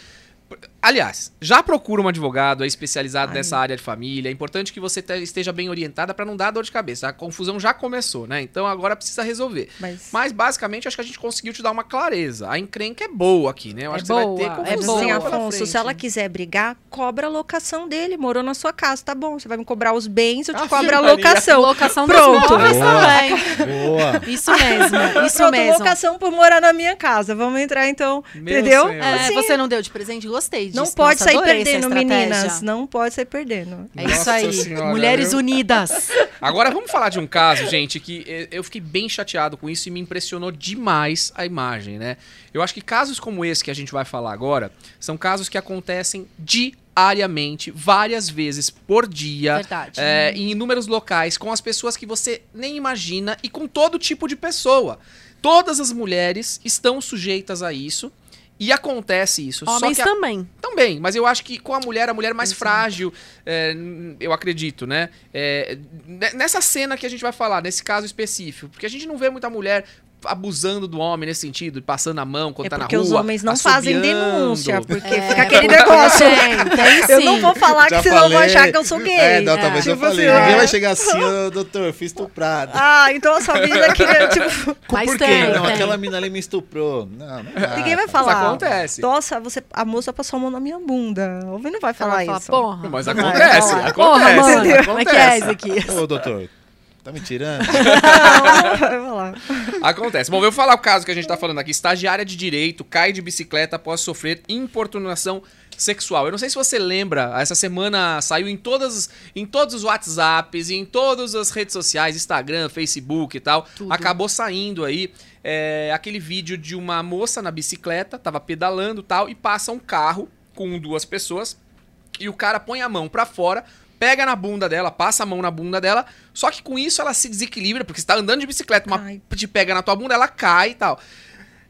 p- Aliás, já procura um advogado é especializado Ai. nessa área de família. É importante que você te- esteja bem orientada pra não dar dor de cabeça. A confusão já começou, né? Então agora precisa resolver. Mas, Mas basicamente acho que a gente conseguiu te dar uma clareza. A encrenca é boa aqui, né? Eu É acho boa, que você vai ter é confusão boa. assim, pela Afonso, se frente. né? ela quiser brigar, cobra a locação dele. Morou na sua casa, tá bom. Você vai me cobrar os bens, eu te Ave cobro a Maria. Ah, [laughs] locação. Locação Pronto. dos tá móveis Boa. também. Boa. [laughs] Isso mesmo, isso Pronto, mesmo. locação por morar na minha casa. Vamos entrar então, Meu entendeu? senhor. É, Assim, você não deu de presente? Gostei disso. não pode Nossa, sair adorei essa perdendo, estratégia. meninas. Não pode sair perdendo. É Nossa isso aí. senhora, Mulheres viu? unidas. Agora vamos falar de um caso, gente, que eh, eu fiquei bem chateado com isso e me impressionou demais a imagem, né? Eu acho que casos como esse que a gente vai falar agora são casos que acontecem diariamente, várias vezes por dia. Verdade. é, em inúmeros locais, com as pessoas que você nem imagina e com todo tipo de pessoa. Todas as mulheres estão sujeitas a isso e acontece isso. Homens Só que a- também. também, mas eu acho que com a mulher, a mulher mais Exato. frágil, é, n- eu acredito, né? É, n- nessa cena que a gente vai falar, nesse caso específico, porque a gente não vê muita mulher abusando do homem nesse sentido, passando a mão quando É tá na porque rua. os homens não fazem assobiando. denúncia, porque É, fica aquele porque negócio. Tem, tem sim. Eu não vou falar Já que senão vão falei. achar que eu sou gay. É, não, talvez Tipo eu falei. assim, Ninguém é. vai chegar assim, ô, doutor, fui estuprado. Ah, [laughs] então a sua vida que tipo, Mas Por quê? tem, não, tem. aquela mina ali me estuprou. Não, não dá. ninguém vai Mas falar. Ah. acontece. Nossa, você, a moça passou a mão na minha bunda. O Vini não vai falar Ela fala, isso. Porra. Mas Vai, acontece, vai lá. acontece, Porra, mano, entendeu? Como é que é, Acontece. Ezequias? Ô, doutor, tá me tirando? [laughs] Não, vai falar. Acontece. Bom, eu falar o caso que a gente tá falando aqui. Estagiária de direito cai de bicicleta após sofrer importunação sexual. Eu não sei se você lembra, essa semana saiu em todas em todos os WhatsApps, em todas as redes sociais, Instagram, Facebook e tal. Tudo. Acabou saindo aí é, aquele vídeo de uma moça na bicicleta, tava pedalando e tal, e passa um carro com duas pessoas e o cara põe a mão pra fora, pega na bunda dela, passa a mão na bunda dela, só que com isso ela se desequilibra, porque você tá andando de bicicleta, uma Cai. p- te pega na tua bunda, ela cai e tal.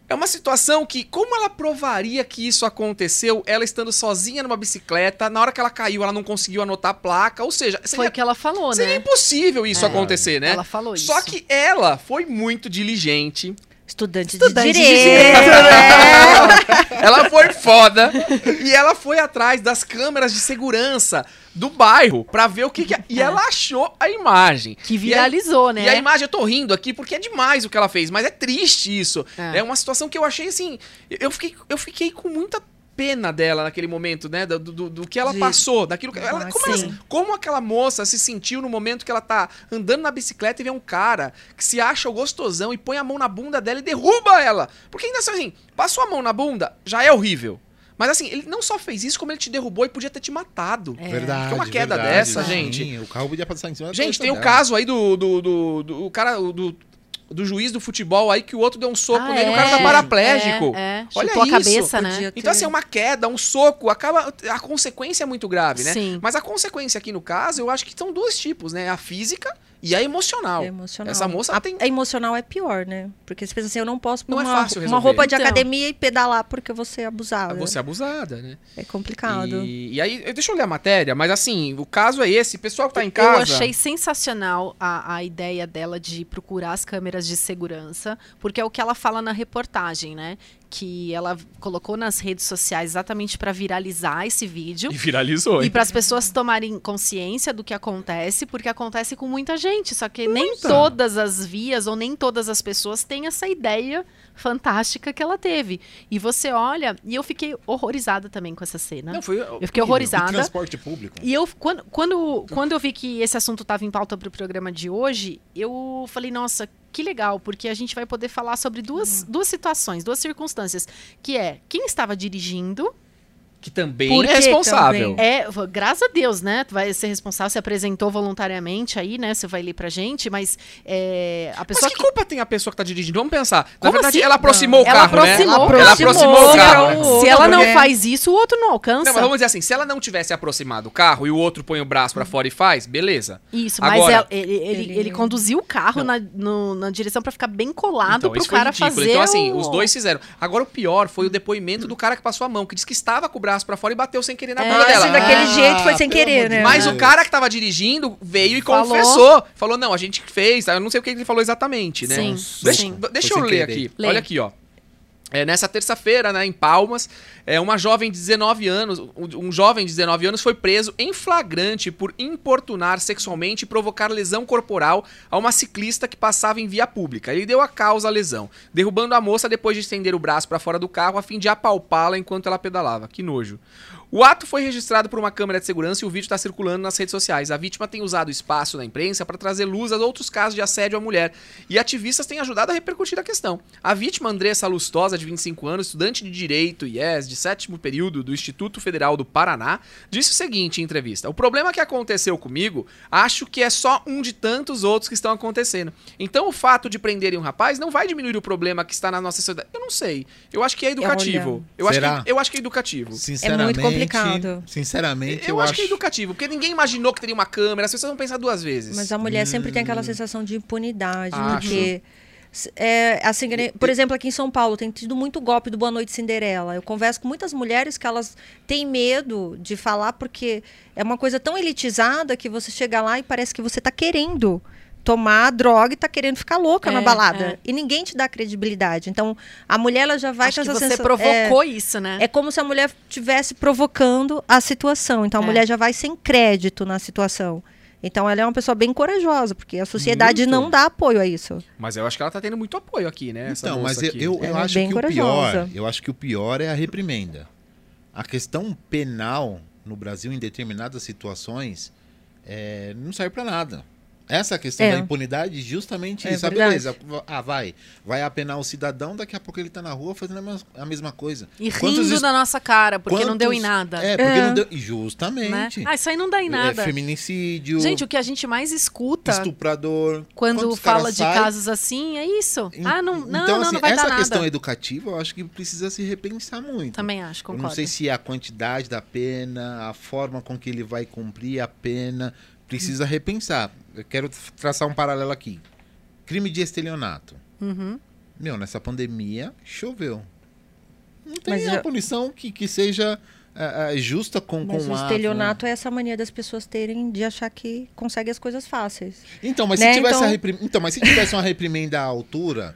É uma situação que, como ela provaria que isso aconteceu, ela estando sozinha numa bicicleta, na hora que ela caiu, ela não conseguiu anotar a placa, ou seja, Foi seria, o que ela falou, seria né? impossível isso É. acontecer, né? Ela falou isso. Só que ela foi muito diligente, Estudante, Estudante de de direito. direito, É. né? [laughs] Ela foi foda e ela foi atrás das câmeras de segurança do bairro pra ver o que, que é. E ela achou a imagem. Que viralizou, E né? a imagem, eu tô rindo aqui porque é demais o que ela fez, mas é triste isso. É. É, uma situação que eu achei assim. Eu fiquei, eu fiquei com muita pena dela naquele momento, né? Do, do, do que ela De- passou, daquilo que. Ela, Ah, como, ela- sim. como aquela moça se sentiu no momento que ela tá andando na bicicleta e vê um cara que se acha o gostosão e põe a mão na bunda dela e derruba ela. Porque ainda assim, passou a mão na bunda, já é horrível. Mas assim, ele não só fez isso, como ele te derrubou e podia ter te matado. É. Verdade. Porque uma queda verdade, dessa, sim. gente. O carro podia passar em cima da Gente, um cabeça tem o dela. caso aí do. do, do, do- o cara. o Do, do juiz do futebol aí que o outro deu um soco Ah, nele, o é, cara tá paraplégico. É, é. Olha Chutou isso. a cabeça, né? Podia Então, ter- assim, é uma queda, um soco, acaba. A consequência é muito grave, né? Sim. Mas a consequência aqui no caso, eu acho que são dois tipos, né? A física e a emocional. É emocional. Essa moça tem. A emocional é pior, né? Porque você pensa assim, eu não posso pôr Não é uma, fácil uma resolver. roupa de Então. academia e pedalar porque eu vou ser abusada. Você é abusada, né? É complicado. E, e aí, eu- deixa eu ler a matéria, mas assim, o caso é esse. O pessoal que tá em Eu casa. achei sensacional a, a ideia dela de procurar as câmeras de segurança, porque é o que ela fala na reportagem, né? Que ela colocou nas redes sociais exatamente para viralizar esse vídeo. E viralizou, E hein? para as pessoas tomarem consciência do que acontece, porque acontece com muita gente, só que nem todas as vias ou nem todas as pessoas têm essa ideia fantástica que ela teve. E você olha, e eu fiquei horrorizada também com essa cena. foi. eu fiquei horrorizada. transporte público. E eu, quando, quando, quando eu vi que esse assunto estava em pauta para o programa de hoje, eu falei, nossa, que legal, porque a gente vai poder falar sobre duas, duas situações, duas circunstâncias, que é quem estava dirigindo, Que também Por é que responsável. também? é, v- graças a Deus, né, tu vai ser responsável, se apresentou voluntariamente aí, né, você vai ler pra gente, mas é, a pessoa Mas que culpa tem a pessoa que tá dirigindo? Vamos pensar. Na Como verdade, assim? ela aproximou o Ela carro, né? aproximou. Ela aproximou o carro. Era né? o Se ela não Porque- faz isso, o outro não alcança. Não, mas vamos dizer assim, se ela não tivesse aproximado o carro e o outro põe o braço pra Uhum. fora e faz, beleza. Isso, Agora- mas ela- ele, ele, Ele- ele conduziu o carro na, no- na direção pra ficar bem colado pro isso foi cara ridículo. fazer. Então, assim, o- os dois fizeram. Agora, o pior foi o depoimento do cara que passou a mão, que disse que estava com o braço pra fora e bateu sem querer na É, bunda dela. É. assim, daquele jeito foi sem Ah, pelo querer, amor de né? Mas Deus. o cara que tava dirigindo veio e É. Falou. confessou. Falou, não, a gente que fez. tá? Eu não sei o que ele falou exatamente, né? Sim, Deixa, sim. deixa Foi eu sem ler querer. aqui. Lê. Olha aqui, ó. É, nessa terça-feira, né, em Palmas, é, uma jovem de 19 anos, um- um jovem de 19 anos foi preso em flagrante por importunar sexualmente e provocar lesão corporal a uma ciclista que passava em via pública. Ele deu a causa à lesão, derrubando a moça depois de estender o braço para fora do carro a fim de apalpá-la enquanto ela pedalava. Que nojo. O ato foi registrado por uma câmera de segurança e o vídeo está circulando nas redes sociais. A vítima tem usado o espaço na imprensa para trazer luz a outros casos de assédio à mulher. E ativistas têm ajudado a repercutir a questão. A vítima, Andressa Lustosa, de 25 anos, estudante de Direito IES, de sétimo período do Instituto Federal do Paraná, disse o seguinte em entrevista: O problema que aconteceu comigo, acho que é só um de tantos outros que estão acontecendo. Então o fato de prenderem um rapaz não vai diminuir o problema que está na nossa sociedade. Eu não sei. Eu acho que é educativo. Eu acho Será? que, eu acho que é educativo. Sinceramente, complicado. Sinceramente, Eu, acho que é educativo, porque ninguém imaginou que teria uma câmera, as pessoas vão pensar duas vezes. Hum. Mas é um a mulher sempre tem aquela sensação de impunidade, Acho. porque. s- é, assim, que nem- por exemplo, aqui em São Paulo tem tido muito golpe do Boa Noite Cinderela. Eu converso com muitas mulheres que elas têm medo de falar porque é uma coisa tão elitizada que você chega lá e parece que você está querendo tomar droga e está querendo ficar louca na É, balada. é. E ninguém te dá credibilidade. Então, a mulher ela já vai Acho com que essa você sensa- é, provocou isso, né? é como se a mulher estivesse provocando a situação. Então a É. mulher já vai sem crédito na situação. Então ela é uma pessoa bem corajosa, porque a sociedade Muito. não dá apoio a isso. Mas eu acho que ela tá tendo muito apoio aqui, né? essa Então, moça mas eu, aqui. eu, eu Ela é acho bem que corajosa. o pior, eu acho que o pior é a reprimenda. A questão penal no Brasil em determinadas situações é, não serve para nada. Essa questão É. da impunidade, justamente É isso. Ah, verdade. beleza. Ah, vai. Vai apenar o cidadão, daqui a pouco ele tá na rua fazendo a mes- a mesma coisa. E rindo Quantos es- na nossa cara, porque não deu em quantos- nada. É, porque É. não deu. e né? Justamente. Ah, isso aí não dá em nada. É, feminicídio, Gente, o que tá? a gente mais escuta estuprador. quando quantos caras fala de saem? casos assim é isso. En- Ah, não, não, então, não, assim, não vai essa dar nada. questão educativa, eu acho que precisa se repensar muito. Também acho, Eu concordo. não sei se é a quantidade da pena, a forma com que ele vai cumprir a pena. Precisa repensar. Eu quero f- traçar um paralelo aqui. Crime de estelionato. Uhum. Meu, nessa pandemia, choveu. Não tem Mas a eu- punição que, que seja ah, ah, justa com, Mas com né? o a- estelionato é essa mania das pessoas terem de achar que consegue as coisas fáceis. Então, mas Né, se tivesse então- a reprim- então, mas se tivesse uma reprimenda à altura,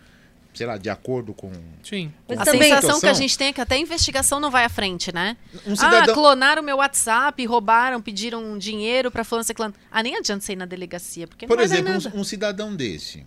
sei lá, de acordo com um Sim. Mas A também- sensação que a Situação? gente tem é que até a investigação não vai à frente, né? um Ah, cidadão. clonaram meu WhatsApp, roubaram, pediram um dinheiro pra fulano ciclano. Ah, nem adianta você ir na delegacia, porque Por é não exemplo, vai dar nada. um, um cidadão desse.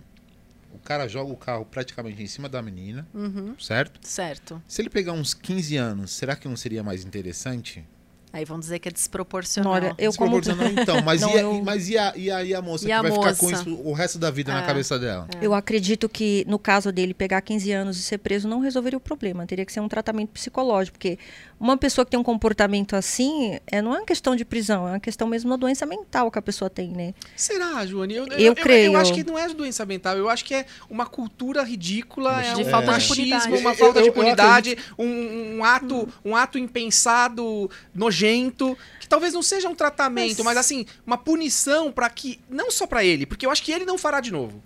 O cara joga o carro praticamente em cima da menina, Uhum, certo? certo. Se ele pegar uns 15 anos, será que não seria mais interessante? Aí vão dizer que é desproporcional. Olha, eu como, Desproporcional, [laughs] então. Mas, Não, e, a, eu- mas e, a, e, a, e a E moça que a vai ficar com moça? isso o resto da vida É. na cabeça dela? eu acredito que no caso dele pegar 15 anos e ser preso não resolveria o problema. Teria que ser um tratamento psicológico, porque uma pessoa que tem um comportamento assim, é, não é uma questão de prisão, é uma questão mesmo da doença mental que a pessoa tem, né? Será, Joane? Eu, Eu creio. acho que não é doença mental, eu acho que é uma cultura ridícula, é De um falta de machismo, impunidade. uma Eu- falta eu- de eu impunidade, um, um ato, um ato impensado, nojento, que talvez não seja um tratamento, mas, assim, uma punição para que não só para ele, porque eu acho que ele não fará de novo.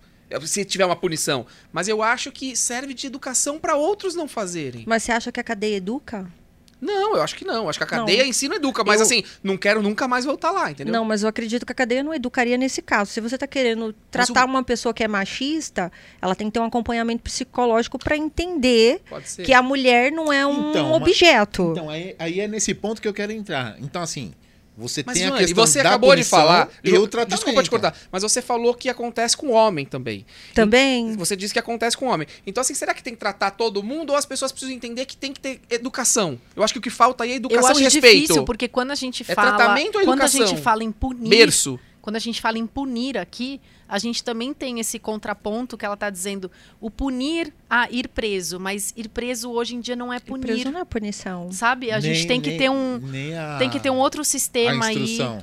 Se tiver uma punição, mas eu acho que serve de educação para outros não fazerem. Mas você acha que a cadeia educa? Não, eu acho que não. Acho que a Não. cadeia ensina e educa, mas Eu- assim, não quero nunca mais voltar lá, entendeu? Não, mas eu acredito que a cadeia não educaria nesse caso. Se você está querendo tratar uma pessoa que é machista, ela tem que ter um acompanhamento psicológico para entender Pode ser. que a mulher não é um Então, mas- objeto. Então, aí, aí é nesse ponto que eu quero entrar. Então, assim, você Mas, tem a Vani, questão você da acabou punição de falar. e o Ju- tratamento. desculpa te cortar, mas você falou que acontece com homem também. então, Também. Você disse que acontece com homem. Então, assim, será que tem que tratar todo mundo ou as pessoas precisam entender que tem que ter educação? Eu acho que o que falta aí é Eu educação acho e respeito. difícil, porque quando a gente É fala. tratamento ou quando a educação? gente fala em punir. Berço. Quando a gente fala em punir aqui, a gente também tem esse contraponto que ela está dizendo. O punir a ir preso, mas ir preso hoje em dia não é punir. Preso não é punição. Sabe? A gente Nem- tem que nem- ter um. nem a- Tem que ter um outro sistema a aí. instrução.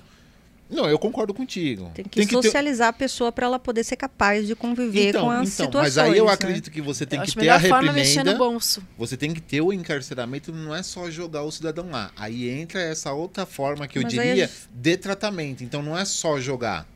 Não, eu concordo contigo. Tem que ter- socializar a pessoa para ela poder ser capaz de conviver então, com as então, situações. Mas aí eu né? acredito que você tem Eu que acho ter a melhor forma é mexer no reprimenda. bolso. Você tem que ter o encarceramento, não é só jogar o cidadão lá. Aí entra essa outra forma que eu Mas aí a diria gente- de tratamento. Então não é só jogar,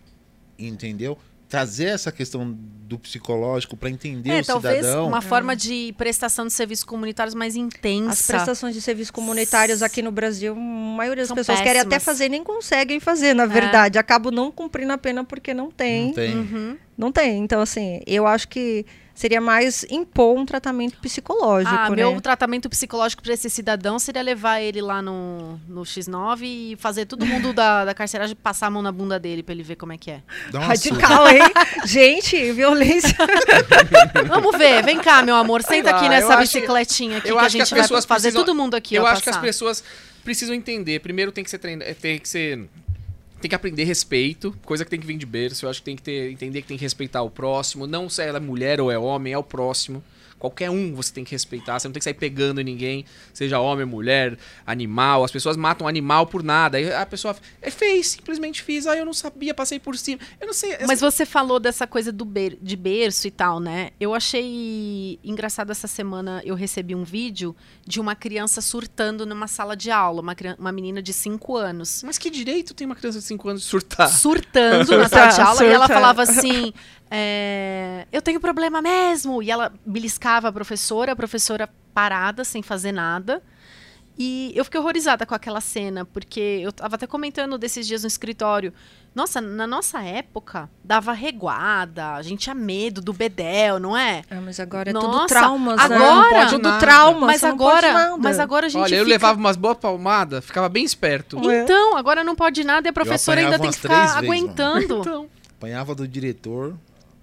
entendeu? Trazer essa questão do psicológico para entender É, o talvez um cidadão. uma forma de prestação de serviços comunitários mais intensa. As prestações de serviços comunitários aqui no Brasil, a maioria das São pessoas querem até péssimas. fazer e nem conseguem fazer, na verdade. Acabo não cumprindo a pena porque não tem. Não tem. Uhum. Não tem. Então, assim, eu acho que seria mais impor um tratamento psicológico, ah, né? meu tratamento psicológico para esse cidadão seria levar ele lá no, no X9 e fazer todo mundo da, da carceragem passar a mão na bunda dele para ele ver como é que é. Dá uma surra. Radical, hein? [laughs] Gente, violência. Vamos ver, vem cá, meu amor, senta lá, aqui eu nessa acho- bicicletinha aqui eu que a acho que gente as vai pessoas fazer precisam- todo mundo aqui. eu ó, acho que as passar. pessoas precisam entender. Primeiro tem que ser treinado, tem que ser tem que aprender respeito, coisa que tem que vir de berço. Eu acho que tem que ter, entender que tem que respeitar o próximo, não se ela é mulher ou é homem, é o próximo. Qualquer um você tem que respeitar, você não tem que sair pegando em ninguém, seja homem, mulher, animal. As pessoas matam um animal por nada. Aí a pessoa é, fez, simplesmente fiz, ah, eu não sabia, passei por cima. Eu não sei. assim, Mas você falou dessa coisa do ber- de berço e tal, né? Eu achei engraçado essa semana eu recebi um vídeo de uma criança surtando numa sala de aula, uma, crian- uma menina de 5 anos. mas que direito tem uma criança de 5 anos de surtar? surtando na sala de Surtar, aula e ela surtar. falava assim: é, eu tenho problema mesmo. E ela beliscava a professora, a professora parada, sem fazer nada. E eu fiquei horrorizada com aquela cena, porque eu tava até comentando desses dias no escritório. Nossa, na nossa época, dava reguada, a gente tinha medo do bedel, não é? [laughs] Ah, mas agora é Nossa, tudo traumas, né? agora- Não pode Tudo tudo trauma, trauma, mas agora, mas agora a gente Olha, eu fica- levava umas boas palmadas, ficava bem esperto. Ué. Então, agora não pode nada e a professora ainda apanhava tem umas que ficar três vezes, mano. aguentando. Apanhava do diretor,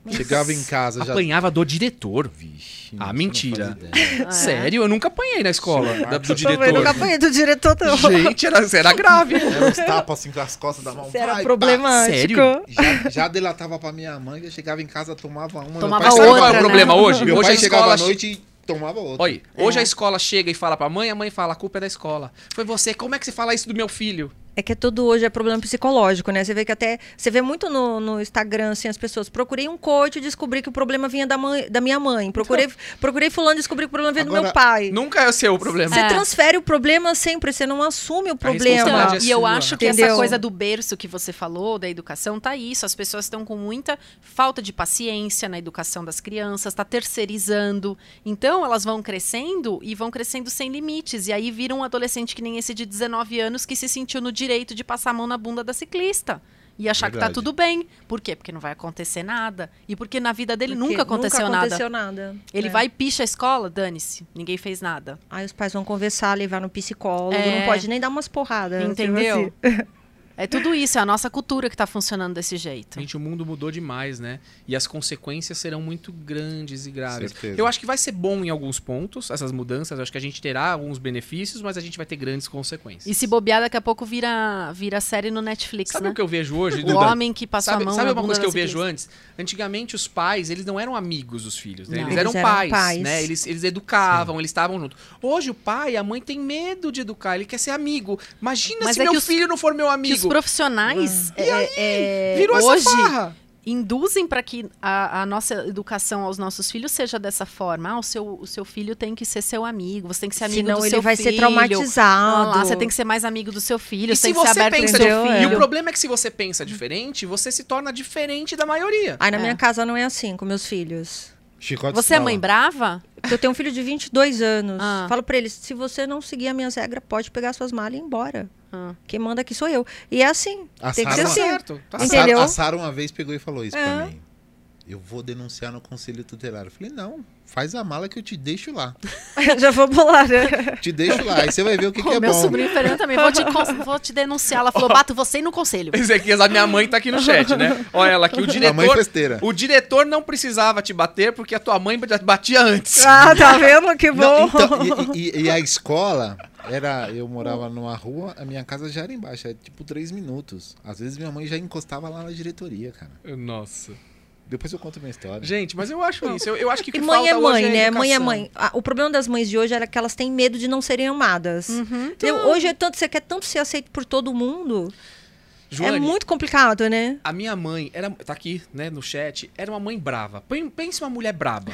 chegava em casa já. Apanhava do diretor. Vixe, Ah, você não mentira. faz ideia. É. Sério? Eu nunca apanhei na escola Sim. da- do Também nunca diretor. apanhei do diretor, não. Gente, era, era grave. Era uns tapas assim com as costas da mão. Isso era vai, pá. problemático. tá Sério? Já, já delatava pra minha mãe, já chegava em casa, tomava uma. meu Tomava pai Mas sabe chegava- qual é o né? problema hoje? Meu hoje pai a chegava escola. à noite e tomava outra. Olha, hoje É. a escola chega e fala pra mãe, a mãe fala, a culpa é da escola. Foi você, como é que você fala isso do meu filho? É que tudo hoje é problema psicológico, né? Você vê que até. Você vê muito no, no Instagram, assim, as pessoas. Procurei um coach e descobri que o problema vinha da, mãe, da minha mãe. Procurei, procurei fulano e descobri que o problema vinha do meu Agora, pai. Nunca é o seu problema. Você É. transfere o problema sempre, você não assume o responsabilidade problema. é Então, e eu sua. acho que essa Então, Entendeu? coisa do berço que você falou, da educação, tá isso. As pessoas estão com muita falta de paciência na educação das crianças, tá terceirizando. Então, elas vão crescendo e vão crescendo sem limites. E aí vira um adolescente que nem esse de 19 anos que se sentiu no direito de passar a mão na bunda da ciclista. E achar que tá Verdade. tudo bem. Por quê? Porque não vai acontecer nada. E porque na vida dele Porque nunca aconteceu, nunca nada. aconteceu nada. Ele É. vai e picha a escola, dane-se. Ninguém fez nada. Aí os pais vão conversar, levar no psicólogo, É. não pode nem dar umas porradas. Entendeu? Tipo É, assim. [laughs] É tudo isso, é a nossa cultura que está funcionando desse jeito. Gente, o mundo mudou demais, né? E as consequências serão muito grandes e graves. Certeza. Eu acho que vai ser bom em alguns pontos, essas mudanças. Eu acho que a gente terá alguns benefícios, mas a gente vai ter grandes consequências. E se bobear, daqui a pouco vira, vira série no Netflix, Sabe né? o que eu vejo hoje, O Duda? homem que passou Sabe, a mão sabe na uma bunda coisa que eu das vejo crianças. antes? Antigamente, os pais, eles não eram amigos dos filhos, né? Não. Eles, eram, pais, né? pais. Eles, eles educavam, eles estavam juntos. Hoje, o pai, a mãe tem medo de educar, ele quer ser amigo. Imagina Mas se é que meu os- filho não for meu Que os amigo. Ah. profissionais é, é, Virou hoje essa farra. induzem para que a, a nossa educação aos nossos filhos seja dessa forma. Ah, o seu, o seu filho tem que ser seu amigo, você tem que ser amigo Senão do ele seu vai filho. ser traumatizado. Ah lá, você tem que ser mais amigo do seu filho, E você se tem que ser você aberto pro pensa de- seu entendeu? E o filho. problema é que se você pensa diferente, você se torna diferente da maioria. Aí na É. minha casa não é assim com meus filhos. Chicote Você é fala. mãe brava? Eu tenho um filho de 22 anos. Ah. Falo pra ele, se você não seguir as minhas regras, pode pegar suas malas e ir embora. Ah. Quem manda aqui sou eu. E é assim. [laughs] A tem que Tá ser Sarah- assim. certo. Tá é A certo. Entendeu? Sara, a Sara uma vez pegou e falou isso pra É. mim. Eu vou denunciar no conselho tutelar. Eu falei, não, faz a mala que eu te deixo lá. Já vou [laughs] pular. né? Te deixo lá, aí você vai ver o que, que o é meu bom. sobrinho Fernando também, vou te, con- vou te [laughs] denunciar. Ela falou, bato você no conselho. Ezequias, a minha mãe tá aqui no chat, [laughs] né? Olha ela aqui, o A mãe diretor. festeira. O diretor não precisava te bater porque a tua mãe já te batia antes. ah, tá vendo? Que Não, bom. então, e, e- e a escola era. Eu morava numa rua, a minha casa já era embaixo, era tipo três minutos. Às vezes minha mãe já encostava lá na diretoria, cara. Nossa. Depois eu conto minha história. Gente, mas eu acho isso. Eu, eu acho que o que E mãe é falta hoje mãe, né? Mãe é educação. mãe. Ah, O problema das mães de hoje é que elas têm medo de não serem amadas. Entendeu? Hoje é tanto, você quer tanto ser aceito por todo mundo. Joane, É muito complicado, né? a minha mãe era tá aqui, né, no chat, era uma mãe brava. Pen- Pensa uma mulher braba.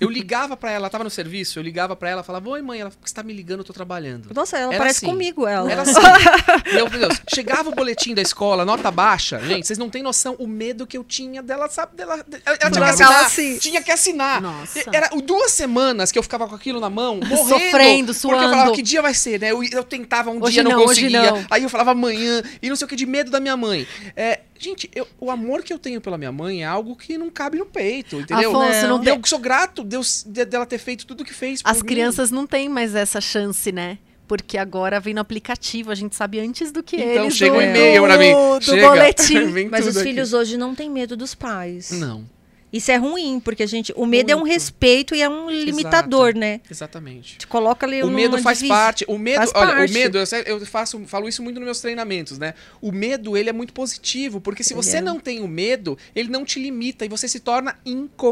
Eu ligava pra ela, ela tava no serviço, eu ligava pra ela, falava: "Oi, mãe, ela, por que você tá me ligando? Eu tô trabalhando". Nossa, ela Era parece assim. comigo, ela. [laughs] Era assim. Meu Deus, chegava o boletim da escola, nota baixa. Gente, vocês não têm noção o medo que eu tinha dela, sabe? Dela, ela ela tinha que Não. assinar. Ela se- Tinha que assinar. Nossa. Era duas semanas que eu ficava com aquilo na [laughs] mão, morrendo. Sofrendo, Porque eu suando. falava, que dia vai ser, né? Eu, eu tentava um Hoje dia, não, não, hoje conseguia. não. Aí eu falava amanhã, e não sei o que, de medo da minha mãe. É, gente, eu- o amor que eu tenho pela minha mãe é algo que não cabe no peito, entendeu? Afonso, não E tem- eu sou grato Deus, de- dela ter feito tudo que fez tipo por As mim. crianças não têm mais essa chance, né? Porque agora vem no aplicativo, a gente sabe antes do que Então, eles. chega do, um e-mail pra do- mim. Do Chega. boletim. [laughs] Vem Mas tudo os aqui. filhos hoje não têm medo dos pais. Não. Isso é ruim, porque a gente, o medo é um Muito. respeito e é um limitador, né? Exatamente. Te coloca ali O numa medo faz divisa. parte. O medo, Faz olha, parte. o medo, eu, sei- eu faço, falo isso muito nos meus treinamentos, né? O medo, ele é muito positivo, porque se Ele você é. não tem o medo, ele não te limita e você se torna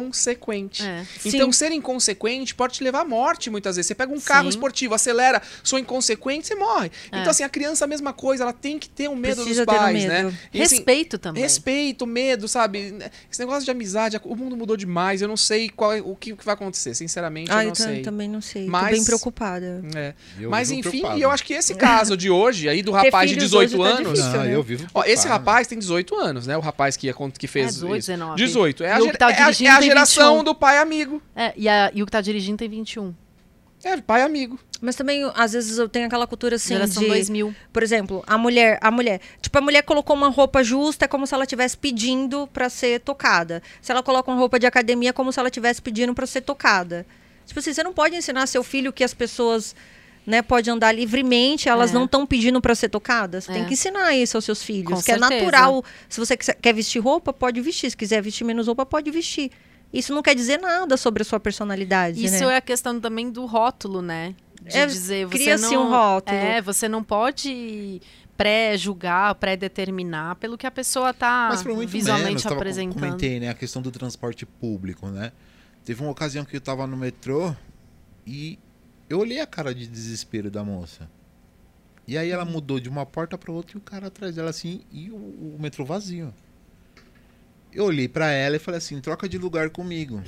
inconsequente. É. Então, Sim. ser inconsequente pode te levar à morte muitas vezes. Você pega um carro Sim. esportivo, acelera, sou inconsequente, você morre. Então, assim, a criança, a mesma coisa, ela tem que ter um medo É. Precisa dos ter um pais, medo. né? E, assim, Respeito também. Respeito, medo, sabe? Esse negócio de amizade, o mundo mudou demais. Eu não sei qual é- o que o que vai acontecer, sinceramente, Ah, eu eu não tam- sei. também não sei. Tô Mas- bem preocupada. É. E eu Mas vivo enfim, preocupado. eu acho que esse caso de hoje, aí do Ter rapaz de filhos 18 hoje tá anos. difícil, Não, né? eu vivo. Ó, esse preocupado. rapaz tem 18 anos, né? O rapaz que, acon- que Ah, fez É, dois, isso. 19. 18. É a, E o ger- que tá é a- é a dirigindo tem geração 21. do pai amigo. É, e, a- e o que tá dirigindo tem 21. É, pai amigo. Mas também, às vezes, eu tenho aquela cultura assim geração de... 2000. Por exemplo, a mulher, a mulher, tipo, a mulher colocou uma roupa justa, é como se ela estivesse pedindo pra ser tocada. Se ela coloca uma roupa de academia, é como se ela estivesse pedindo pra ser tocada. Tipo assim, você não pode ensinar seu filho que as pessoas, né, pode andar livremente, elas É. não estão pedindo pra ser tocadas. Você É. Tem que ensinar isso aos seus filhos, Com que certeza. é natural. Se você quiser- quer vestir roupa, pode vestir, se quiser vestir menos roupa, pode vestir. Isso não quer dizer nada sobre a sua personalidade, Isso né? é a questão também do rótulo, né? De É, dizer, você cria-se não, um rótulo. É, você não pode pré-julgar, pré-determinar pelo que a pessoa tá Mas por muito visualmente menos, tava- apresentando. Comentei, né? A questão do transporte público, né? Teve uma ocasião que eu tava no metrô e eu olhei a cara de desespero da moça. E aí ela mudou de uma porta pra outra e o cara atrás dela assim e o, o metrô vazio. Eu olhei pra ela e falei assim: troca de lugar comigo.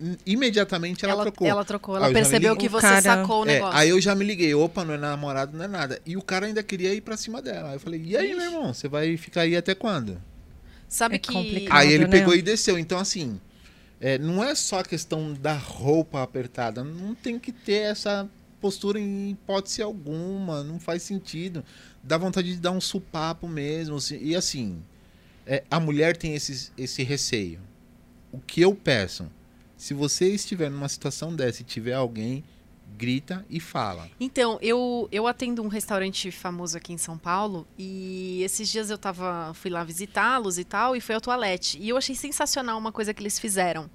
I- Imediatamente ela, ela trocou. Ela trocou, Ah, ela eu já me percebeu liguei. que O você cara- sacou o É, negócio. aí eu já me liguei, opa, não é namorado, não é nada. E o cara ainda queria ir pra cima dela. Aí eu falei, e aí, meu irmão, você vai ficar aí até quando? Sabe É que complicado. Aí ele né? pegou e desceu. Então, assim, é, não é só a questão da roupa apertada. Não tem que ter essa postura em hipótese alguma. Não faz sentido. Dá vontade de dar um supapo mesmo. assim. E, assim, é, a mulher tem esse, esse receio. O que eu peço? Se você estiver numa situação dessa e tiver alguém, grita e fala. Então, eu, eu atendo um restaurante famoso aqui em São Paulo e esses dias eu tava, fui lá visitá-los e tal, e foi ao toalete. E eu achei sensacional uma coisa que eles fizeram.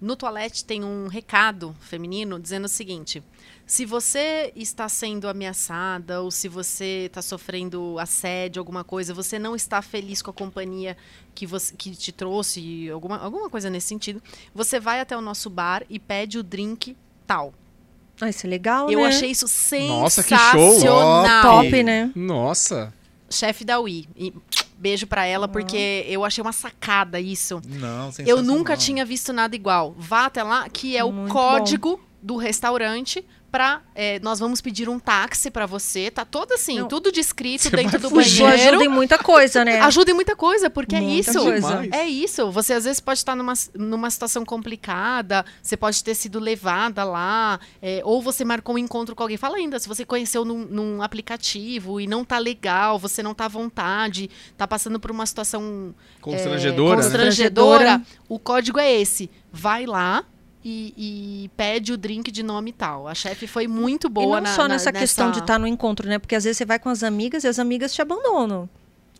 No toalete tem um recado feminino dizendo o seguinte: se você está sendo ameaçada ou se você está sofrendo assédio, alguma coisa, você não está feliz com a companhia que, você, que te trouxe, alguma, alguma coisa nesse sentido, você vai até o nosso bar e pede o drink tal. Ah, isso é legal, Eu né? achei isso sensacional. Nossa, que show! top, né? Nossa. Chefe da UI. E beijo pra ela, porque eu achei uma sacada isso. Não, Eu sensacional. nunca tinha visto nada igual. Vá até lá, que é o Muito código do restaurante pra. é, nós vamos pedir um táxi pra você. Tá todo assim, Não. tudo descrito Você dentro vai do Fugir ajuda banheiro. em muita coisa, [laughs] né? Ajuda em muita coisa, porque é Muita isso. coisa. Demais. É isso, você às vezes pode estar numa, numa situação complicada, você pode ter sido levada lá, é, ou você marcou um encontro com alguém. Fala ainda, se você conheceu num, num aplicativo e não tá legal, você não tá à vontade, tá passando por uma situação É, Constrangedora. né? constrangedora, Constrangedora. o código é esse. Vai lá e, e pede o drink de nome e tal. A chefe foi muito boa e não na- só na- nessa questão de nessa- estar no encontro, né? Porque às vezes você vai com as amigas e as amigas te abandonam.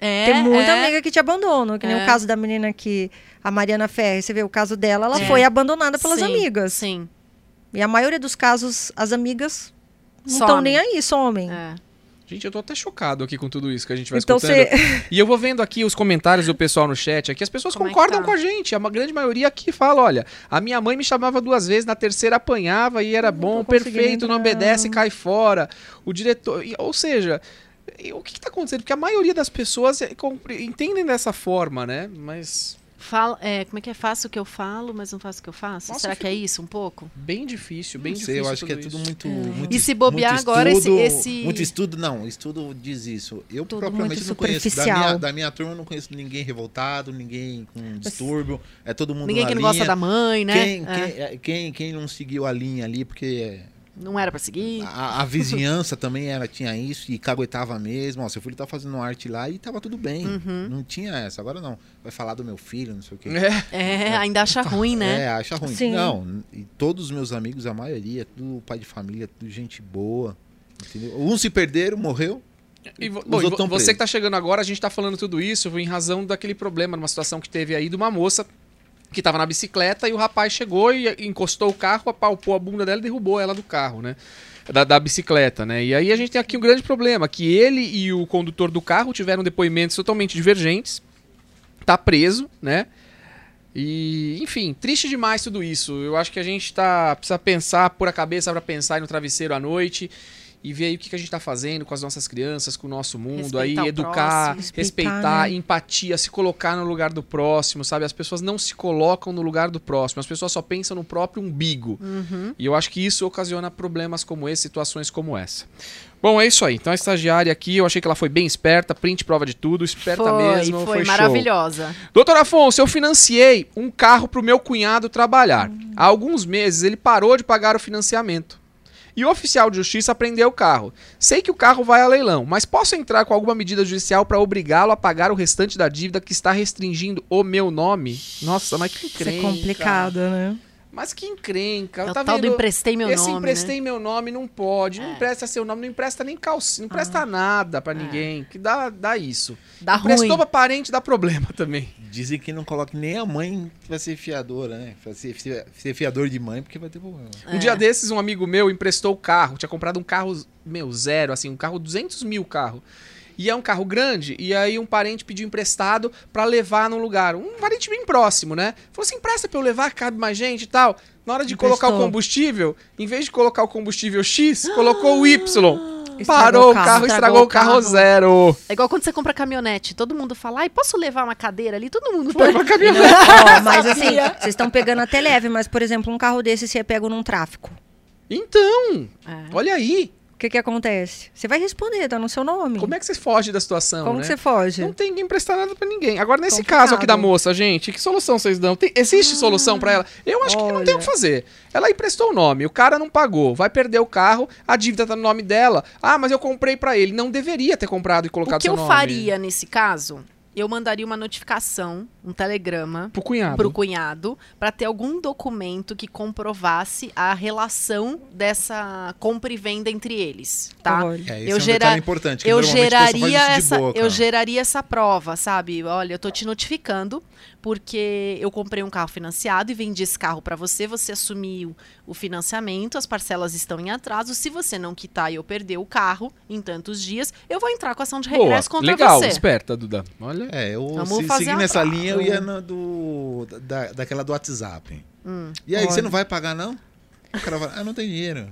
É, Tem muita é. amiga que te abandona, que nem É. o caso da menina que a Mariana Ferri, você vê o caso dela, ela É. foi abandonada pelas Sim, amigas. Sim. E a maioria dos casos, as amigas não Somem. estão nem aí, somem. é. Gente, eu tô até chocado aqui com tudo isso que a gente vai Então escutando. você. E eu vou vendo aqui os comentários do pessoal no chat aqui. As pessoas Como é que concordam tá? com a gente. A ma- grande maioria aqui fala: olha, a minha mãe me chamava duas vezes, na terceira apanhava e era Não bom, tô conseguindo perfeito, não entrar. obedece, cai fora. O diretor. e- Ou seja. e- O que, que tá acontecendo? Porque a maioria das pessoas é, compre- entendem dessa forma, né? Mas Fala, é, como é que é? Faço o que eu falo, mas não faço o que eu faço? Nossa, Será eu que é isso um pouco? bem difícil, bem Não sei, difícil. eu acho que é tudo isso. muito, muito. E se bobear muito agora, esse- estudo- esse- Muito estudo, não. Estudo diz isso. Eu Tudo propriamente muito não conheço. Da superficial. minha, da minha turma, eu não conheço ninguém revoltado, ninguém com distúrbio. É todo mundo Ninguém na que não linha. gosta da mãe, né? Quem, É, quem, é, quem, quem não seguiu a linha ali, porque não era pra seguir. a, a vizinhança [laughs] também era, tinha isso e caguetava mesmo. Ó, seu filho tá fazendo arte lá e tava tudo bem. Uhum. Não tinha essa. Agora não. Vai falar do meu filho, não sei o quê. [laughs] É, É, ainda acha ruim, né? Ah. [laughs] É, acha ruim. Sim. Não, e todos os meus amigos, a maioria, é tudo pai de família, tudo gente boa. Entendeu? Uns se perderam, morreu. E vo- Os bom, e outros vo- tão você presos. que tá chegando agora, a gente tá falando tudo isso em razão daquele problema, numa situação que teve aí de uma moça que tava na bicicleta e o rapaz chegou e encostou o carro, apalpou a bunda dela e derrubou ela do carro, né? Da, da bicicleta, né? E aí a gente tem aqui um grande problema, que ele e o condutor do carro tiveram depoimentos totalmente divergentes, tá preso, né? E, enfim, triste demais tudo isso. Eu acho que a gente tá precisa pensar por a cabeça pra pensar e no travesseiro à noite e ver aí o que, que a gente tá fazendo com as nossas crianças, com o nosso mundo Respeitar aí, o educar, próximo. respeitar, Respeitar, né? empatia, se colocar no lugar do próximo, sabe? As pessoas não se colocam no lugar do próximo, as pessoas só pensam no próprio umbigo. Uhum. E eu acho que isso ocasiona problemas como esse, situações como essa. Bom, é isso aí. Então a estagiária aqui, eu achei que ela foi bem esperta, print prova de tudo, esperta foi, tá mesmo, foi, foi show. maravilhosa. Doutor Afonso, eu financiei um carro pro meu cunhado trabalhar. Há alguns meses ele parou de pagar o financiamento. E o oficial de justiça prendeu o carro. Sei que o carro vai a leilão, mas posso entrar com alguma medida judicial para obrigá-lo a pagar o restante da dívida que está restringindo o meu nome? Nossa, mas que Isso encrenca. é complicado, né? Mas que encrenca. é o tá tal do vendo? emprestei meu Esse nome. né? emprestei meu nome não pode, não É. Ah. empresta seu nome, não empresta nem calcinha, não empresta nada pra ninguém, que dá, dá isso. Né? Dá ruim. Emprestou pra parente, dá problema [laughs] também. Dizem que não coloque nem a mãe pra ser fiadora, né? Pra ser, fi- ser fiador de mãe, porque vai ter problema. Um dia desses, um amigo meu emprestou o carro. Tinha comprado um carro, meu, zero, assim, um carro 200 mil carro. E é um carro grande, e aí um parente pediu emprestado pra levar num lugar. Um parente bem próximo, né? Falou assim: empresta pra eu levar, cabe mais gente e tal. Na hora de colocar o Emprestou. combustível, em vez de colocar o combustível X, colocou o Y. Estragou Parou o carro, carro. estragou o carro zero. [laughs] É igual quando você compra caminhonete, todo mundo fala, ai, posso levar uma cadeira ali? Todo mundo [laughs] Foi É. pra E caminhonete. não- ó, mas assim, vocês estão pegando até leve, mas, por exemplo, um carro desse você é pego num tráfico. Então, É. olha aí. O que, que acontece? Você vai responder, tá no seu nome. Como é que você foge da situação? Como né? que você foge? Não tem que emprestar nada pra ninguém. Agora, nesse Complicado. caso aqui da moça, gente, que solução vocês dão? Tem- existe solução Ah, pra ela? Eu acho que não tem o que fazer. Ela emprestou o nome, o cara não pagou, vai perder o carro, a dívida tá no nome dela. Ah, mas eu comprei pra ele. Não deveria ter comprado e O colocado que seu eu nome. faria nesse caso? eu mandaria uma notificação, um telegrama Pro cunhado. pro cunhado, para ter algum documento que comprovasse a relação dessa compra e venda entre eles, tá? Olha. É, Eu um gera- detalhe importante. que eu normalmente o pessoal faz geraria isso de né? essa boa, eu cara. geraria essa prova sabe olha eu tô te notificando porque eu comprei um carro financiado e vendi esse carro para você você assumiu o financiamento as parcelas estão em atraso se você não quitar e eu perder o carro em tantos dias eu vou entrar com ação de Boa, regresso contra legal, você esperta, Duda. Olha. É, eu Vamos se, fazer seguir uma um- nessa prova. linha, eu ia na do, da, daquela do WhatsApp. Hum, e aí, Olha. você não vai pagar, não? O cara fala, ah, não tem dinheiro.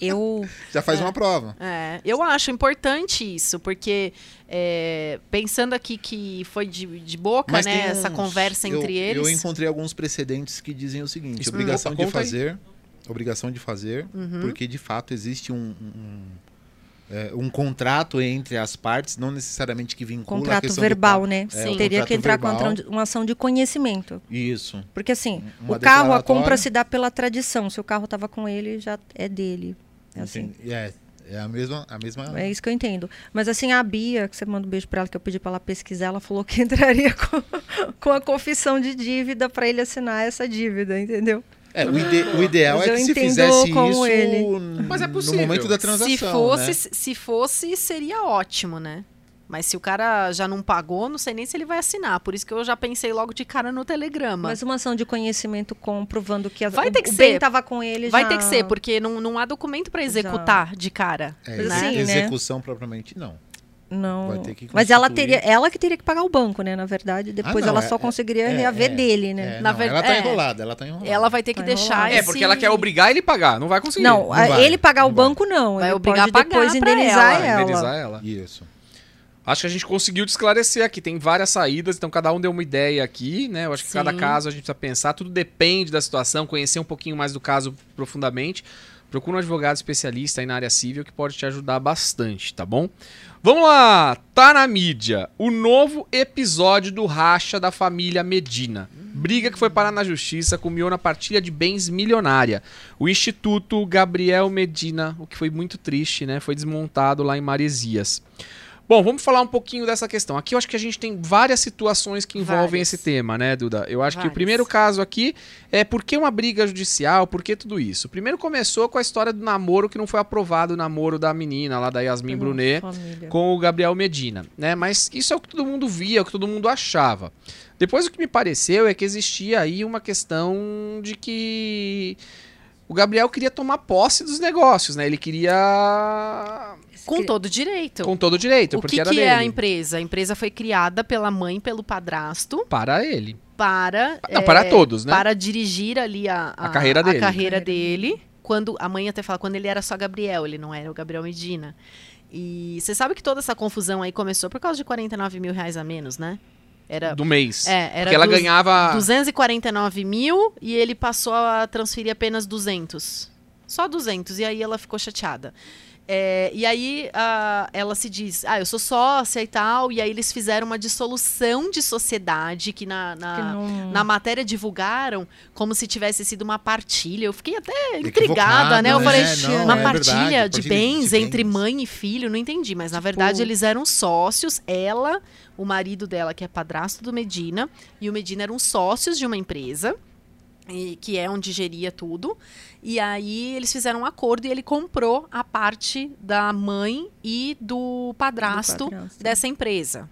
Eu Já faz uma prova. É, eu acho importante isso, porque é, pensando aqui que foi de, de boca, Mas né, tem essa uns- conversa eu- entre Eu eles. é encontrei alguns precedentes que dizem o seguinte: Explica. obrigação Opa, de um conta aí. fazer, obrigação de fazer, uhum. Uhum. porque de fato existe um, um, é, um contrato entre as partes, não necessariamente que vincula a contrato questão do verbal, pago. né? É, um Teria que contrato entrar com verbal. uma, tra- uma ação de conhecimento. Isso. Porque assim, Uma o carro, a declaratória. compra se dá pela tradição. Se o carro estava com ele, já é dele. É assim. Entendi. É, é a mesma. A mesma É isso que eu entendo. Mas assim, a Bia, que você manda um beijo pra ela, que eu pedi pra ela pesquisar, ela falou que [laughs] entraria com, com a confissão de dívida pra ele assinar essa dívida, entendeu? É, o, ide- o ideal Mas é eu que se entendo fizesse como isso ele. n- Mas é no possível. momento da transação. Se fosse, né? se fosse, seria ótimo, né? Mas se o cara já não pagou, não sei nem se ele vai assinar. Por isso que eu já pensei logo de cara no telegrama. Mas uma ação de conhecimento comprovando que a, Vai o, ter que o bem ser. tava com ele vai já- ter que ser, porque não, não há documento pra executar de cara. É, Mas né? assim, exe- né? execução propriamente não. Não. Vai ter que Mas ela constituir. teria, ela que teria que pagar o banco, né? Na verdade, depois não, ela é- só conseguiria é- reaver é- dele, né? É, Na não, ver- Ela tá é. enrolada, ela tá enrolada. Ela vai ter que Vai deixar rolar. esse... É, porque ela quer obrigar ele a pagar, não vai conseguir. Não, a- vai, ele pagar o não vai. banco não. Vai ele obrigar pode a pagar depois pra indenizar ela. ela. Indenizar ela. Isso. Acho que a gente conseguiu esclarecer aqui. Tem várias saídas, então cada um deu uma ideia aqui, né? Eu acho que Sim. cada caso a gente precisa pensar. Tudo depende da situação, conhecer um pouquinho mais do caso profundamente. Procura um advogado especialista aí na área civil que pode te ajudar bastante, tá bom? Vamos lá! Tá na mídia o novo episódio do racha da família Medina. Briga que foi parar na justiça culminou na partilha de bens milionária. O Instituto Gabriel Medina, o que foi muito triste, né? Foi desmontado lá em Maresias. Bom, vamos falar um pouquinho dessa questão. Aqui eu acho que a gente tem várias situações que envolvem Várias. esse tema, né, Duda? Eu acho que o Várias. primeiro caso aqui é por que uma briga judicial, por que tudo isso? Primeiro começou com a história do namoro que não foi aprovado o namoro da menina lá da Uhum. Yasmin Brunet Família. com o Gabriel Medina, né? Mas isso é o que todo mundo via, é o que todo mundo achava. Depois o que me pareceu é que existia aí uma questão de que o Gabriel queria tomar posse dos negócios, né? Ele queria Com todo direito. com todo direito, Então, o porque que, era que dele. é a empresa? A empresa foi criada pela mãe e pelo padrasto Para ele. para... Não, é, para todos, né? para dirigir ali a, A carreira dele. Carreira carreira dele. dele. Quando a mãe até fala, quando ele era só Gabriel, ele não era o Gabriel Medina. E você sabe que toda essa confusão aí começou por causa de 49 mil reais a menos, né? Era, Do mês. é, era porque ela du- ganhava. 249 mil e ele passou a transferir apenas 200. Só 200. E aí ela ficou chateada. É, e aí a- ela se diz, ah, eu sou sócia e tal. E aí eles fizeram uma dissolução de sociedade que na, na- Que não- na matéria divulgaram como se tivesse sido uma partilha. Eu fiquei até intrigada, Equivocado, né? Eu né? falei, Não, uma é partilha verdade, de partilha bens entre bens. mãe e filho, não entendi. Mas na verdade Tipo- eles eram sócios. Ela, o marido dela, que é padrasto do Medina, e o Medina eram sócios de uma empresa. e- que é onde geria tudo. E aí eles fizeram um acordo e ele comprou a parte da mãe e do padrasto, Do padrasto. dessa empresa.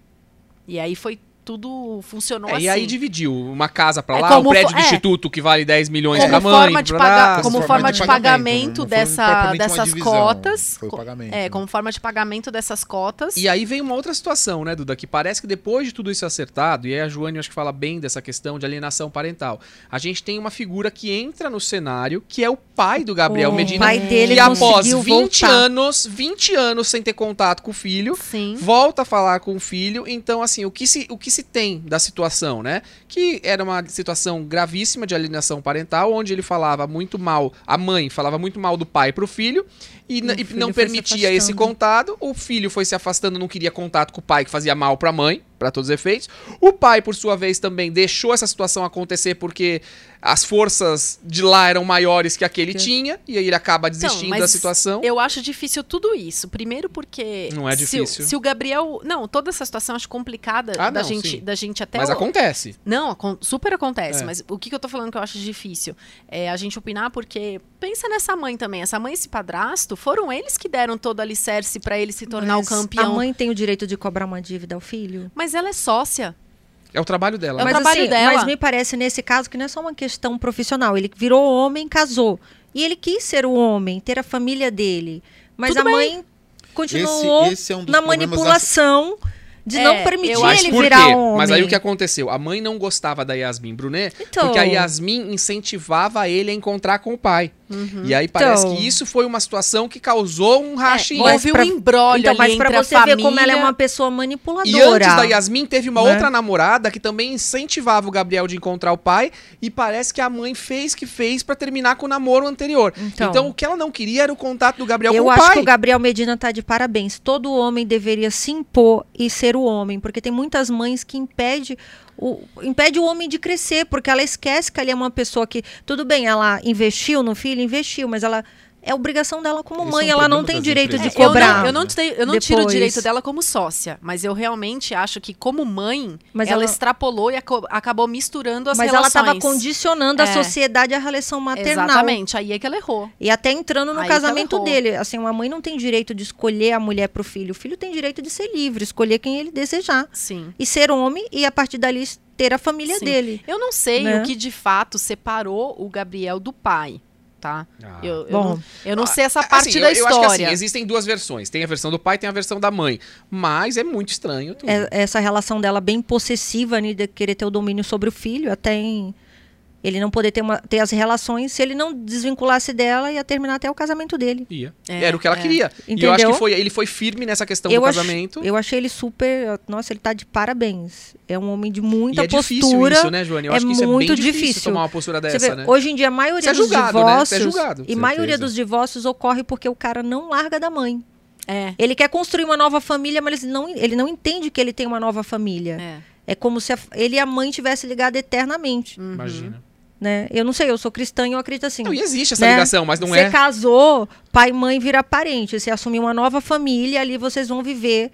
E aí foi tudo funcionou É, assim. e aí dividiu uma casa pra É lá, um como prédio fo- do é. instituto que vale 10 milhões como pra mãe. forma de pra pagar- lá. como forma de pagamento não foi dessa- propriamente uma dessas divisão, cotas. Foi o Co- pagamento. né? É, como forma de pagamento dessas cotas. E aí vem uma outra situação, né, Duda? Que parece que depois de tudo isso acertado, e aí a Joane eu acho que fala bem dessa questão de alienação parental, a gente tem uma figura que entra no cenário, que é o pai do Gabriel O Medina. pai dele e após conseguiu 20 voltar. anos, 20 anos sem ter contato com o filho, Sim. volta a falar com o filho. Então, assim, o que se, o que se tem da situação, né? Que era uma situação gravíssima de alienação parental, onde ele falava muito mal, a mãe falava muito mal do pai pro filho e, n- o e filho não foi se permitia esse afastando. contato. O filho foi se afastando, não queria contato com o pai que fazia mal pra mãe. para todos os efeitos. O pai, por sua vez, também deixou essa situação acontecer porque as forças de lá eram maiores que aquele tinha, e aí ele acaba desistindo Então, mas da situação. Eu acho difícil tudo isso. Primeiro porque... Não é se o- difícil. Se, o Gabriel... Não, toda essa situação eu acho complicada Ah, da, não, gente, sim. da gente até... Mas o- acontece. Não, acon- super acontece, É. mas o que, que eu tô falando que eu acho difícil? É a gente opinar porque pensa nessa mãe também. Essa mãe e esse padrasto foram eles que deram todo o alicerce pra ele se tornar Mas o campeão. A mãe tem o direito de cobrar uma dívida ao filho? Mas ela é sócia. É o trabalho dela. É o né? mas, trabalho assim, dela. mas me parece nesse caso que não é só uma questão profissional. Ele virou homem, casou. E ele quis ser o homem, ter a família dele. Mas Tudo a mãe continuou Esse- esse é um dos na problemas da- manipulação de É, não eu permitir Mas ele por virar um quê? homem. Mas aí o que aconteceu? A mãe não gostava da Yasmin Brunet, Então. porque a Yasmin incentivava ele a encontrar com o pai. E aí parece Então. que isso foi uma situação que que causou um rachinho. É, mas Houve pra- um embrólio Então, ali mas entre pra você a família... ver como ela é uma pessoa E manipuladora. antes da Yasmin, teve uma Né? outra namorada que também incentivava o Gabriel de encontrar o pai. E parece que a mãe fez que fez pra terminar com o namoro anterior. Então, Então. o que ela não queria era o contato do Gabriel Eu com o acho pai. que o Gabriel Medina tá de parabéns. Todo homem deveria se impor e ser o homem, porque tem muitas mães que impede o, impede o homem de crescer, porque ela esquece que ali é uma pessoa que, tudo bem, ela investiu no filho, investiu, mas ela é obrigação dela como Esse mãe, é um ela não problema tem das direito de empresas. Eu cobrar. não, eu não, te- eu não tiro o Depois. direito dela como sócia, mas eu realmente acho que como mãe, Mas ela, ela- extrapolou e aco- acabou misturando as mas ela relações. estava condicionando É. a sociedade à relação maternal. Exatamente, aí é que ela errou. E até entrando no Aí tá que ela casamento errou. dele. Assim, uma mãe não tem direito de escolher a mulher pro filho. O filho tem direito de ser livre, escolher quem ele desejar. Sim. e ser homem e a partir dali ter a família Sim. dele. Eu não sei Né? o que de fato separou o Gabriel do pai, tá? Eu, eu Bom. não, eu não sei essa Ah. Assim, parte eu- da eu acho que, história. assim, existem duas versões. Tem a versão do pai, tem a versão da mãe. Mas é muito estranho tudo. É- Essa relação dela bem possessiva né, de querer ter o domínio sobre o filho, até em ele não poder ter, uma- ter as relações, se ele não desvinculasse dela, ia terminar até o casamento dele. Ia. É, Era o que ela é. queria. E eu acho que Entendeu? foi, ele foi firme nessa questão do ach- casamento. eu achei ele super. Nossa, ele tá de parabéns. É um homem de muita e é difícil postura. isso, né, Joane? Eu é acho que isso é muito bem difícil, difícil. tomar uma postura Você dessa, vê, né? Hoje em dia, a maioria Isso é dos julgado, né? divórcios. Isso é julgado. E Certeza. maioria dos divórcios ocorre porque o cara não larga da mãe. É, Ele quer construir uma nova família, mas ele não, ele não entende que ele tem uma nova família. é. É como se a- ele e a mãe tivessem ligado eternamente, Uhum. Imagina. né? Eu não sei, eu sou cristã e eu acredito assim. Não, e existe essa Né? ligação, mas não você é. casou, pai e mãe vira parente. Você assumir uma nova família, ali vocês vão viver.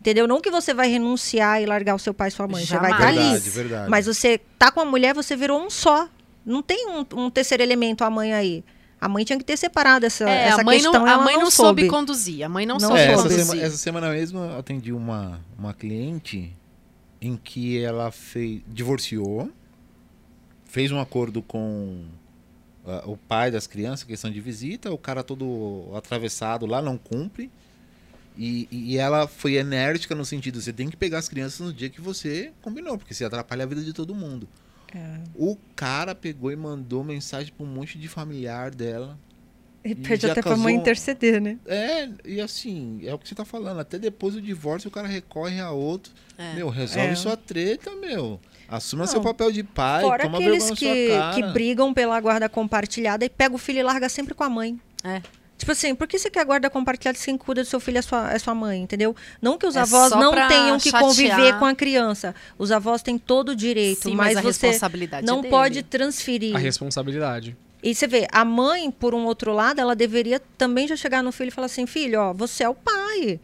Entendeu? Não que você vai renunciar e largar o seu pai e sua mãe. Você vai estar Jamais. ali. Verdade, verdade. Mas você tá com a mulher, você virou um só. Não tem um, um terceiro elemento a mãe aí. A mãe tinha que ter separado essa, É, essa a mãe questão. não, a ela mãe não, não soube conduzir, a mãe não, Não soube soube É, essa, conduzir. sema- conduzir. essa semana mesmo eu atendi uma, uma cliente em que ela fez, divorciou, fez um acordo com ah, o pai das crianças, questão de visita, o cara todo atravessado lá não cumpre. E, e ela foi enérgica no sentido, você tem que pegar as crianças no dia que você combinou, porque você atrapalha a vida de todo mundo. O cara pegou e mandou mensagem para um monte de familiar dela, E pede pede já até pra mãe casou- interceder, né? é, e assim, é o que você tá falando. Até depois do divórcio, o cara recorre a outro. É. Meu, resolve É. sua treta, meu. Assuma Não. seu papel de pai, Fora toma aqueles vergonha que, na sua que cara. brigam pela guarda compartilhada e pega o filho e larga sempre com a mãe. É. Tipo assim, por que você quer guarda compartilhada se quem cuida do seu filho é sua, é sua mãe, entendeu? Não que os É avós só não pra tenham que chatear. conviver com a criança. Os avós têm todo o direito, Sim, mas, mas a você responsabilidade é não dele. pode transferir. A responsabilidade. E você vê, a mãe, por um outro lado, ela deveria também já chegar no filho e falar assim: filho, ó, você é o pai.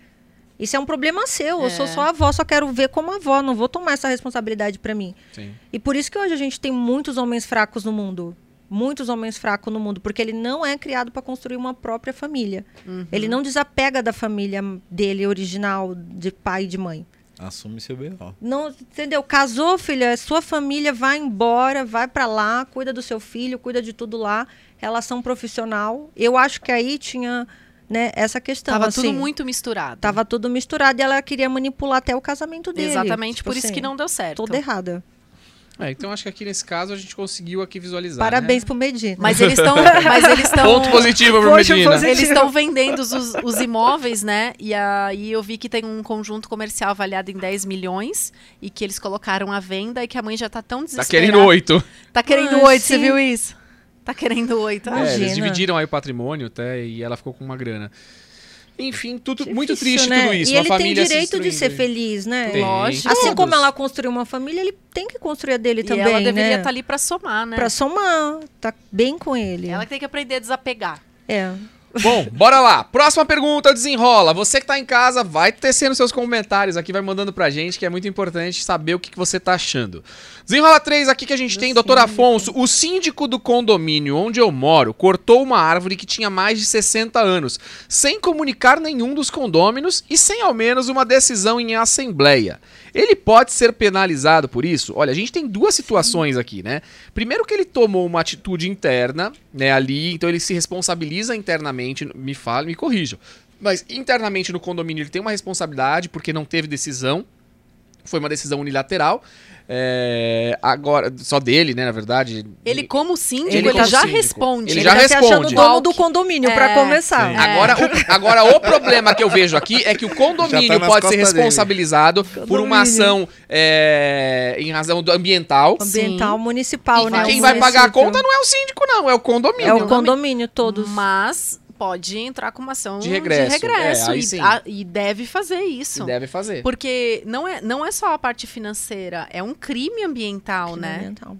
Isso é um problema seu. Eu sou É. só avó, só quero ver como avó. Não vou tomar essa responsabilidade pra mim. Sim. E por isso que hoje a gente tem muitos homens fracos no mundo. Muitos homens fracos no mundo, porque ele não é criado para construir uma própria família. Ele não desapega da família dele original, de pai e de mãe. Assume seu B.O. Não, entendeu? Casou, filha, é sua família vai embora, vai para lá, cuida do seu filho, cuida de tudo lá, relação profissional. Eu acho que aí tinha, né, essa questão Tava assim. tudo muito misturado. tava tudo misturado e ela queria manipular até o casamento dele. Exatamente, Tipo por isso assim, que não deu certo. toda errada. É, então acho que aqui nesse caso a gente conseguiu aqui visualizar. Parabéns Então, né? pro Medina. Mas eles estão. mas eles estão. Ponto positivo né? pro Ponto Medina. positivo. Eles estão vendendo os, os imóveis, né? E aí eu vi que tem um conjunto comercial avaliado em 10 milhões e que eles colocaram à venda e que a mãe já tá tão Tá desesperada. querendo oito. Tá querendo Ah, oito, você sim. viu isso? Tá querendo oito. É, Ah, eles Imagina. dividiram aí o patrimônio até e ela ficou com uma grana. Enfim, tudo muito Difícil, triste né? tudo isso. E uma ele tem família se direito de ser destruindo. feliz, né? Tem. Lógico. Assim como Todos. ela construiu uma família, ele tem que construir a dele E também, ela deveria né? estar ali pra somar, né? Pra somar, tá bem com ele. Ela que tem que aprender a desapegar. É. Bom, bora lá. Próxima pergunta, desenrola. Você que tá em casa, vai tecendo seus comentários aqui, vai mandando pra gente, que é muito importante saber o que, que você tá achando. Desenrola 3 aqui que a gente tem, doutor Afonso. O síndico do condomínio onde eu moro cortou uma árvore que tinha mais de 60 anos, sem comunicar nenhum dos condôminos e sem ao menos uma decisão em assembleia. Ele pode ser penalizado por isso? Olha, a gente tem duas situações aqui, né? Primeiro que ele tomou uma atitude interna, né, ali, então ele se responsabiliza internamente, me fala, me corrijam. Mas internamente no condomínio ele tem uma responsabilidade porque não teve decisão. Foi uma decisão unilateral. é, agora, só dele, né, na verdade. Ele, como síndico, ele, Ele como já síndico. responde. Ele né? já tá se achando responde. dono do condomínio, pra É. começar. Sim. Agora, o, agora o problema que eu vejo aqui é que o Já condomínio tá nas pode ser costas dele. responsabilizado por uma Condomínio. ação é, em razão do ambiental. Ambiental, municipal, E né? E quem O vai pagar a município. conta não é o síndico, não, é o condomínio. É o condomínio, todos. Mas pode entrar com uma ação De regresso, de regresso é, aí e, sim. a- e deve fazer que isso. deve fazer. Porque não é, não é só a parte financeira, é um crime ambiental, né? Ambiental.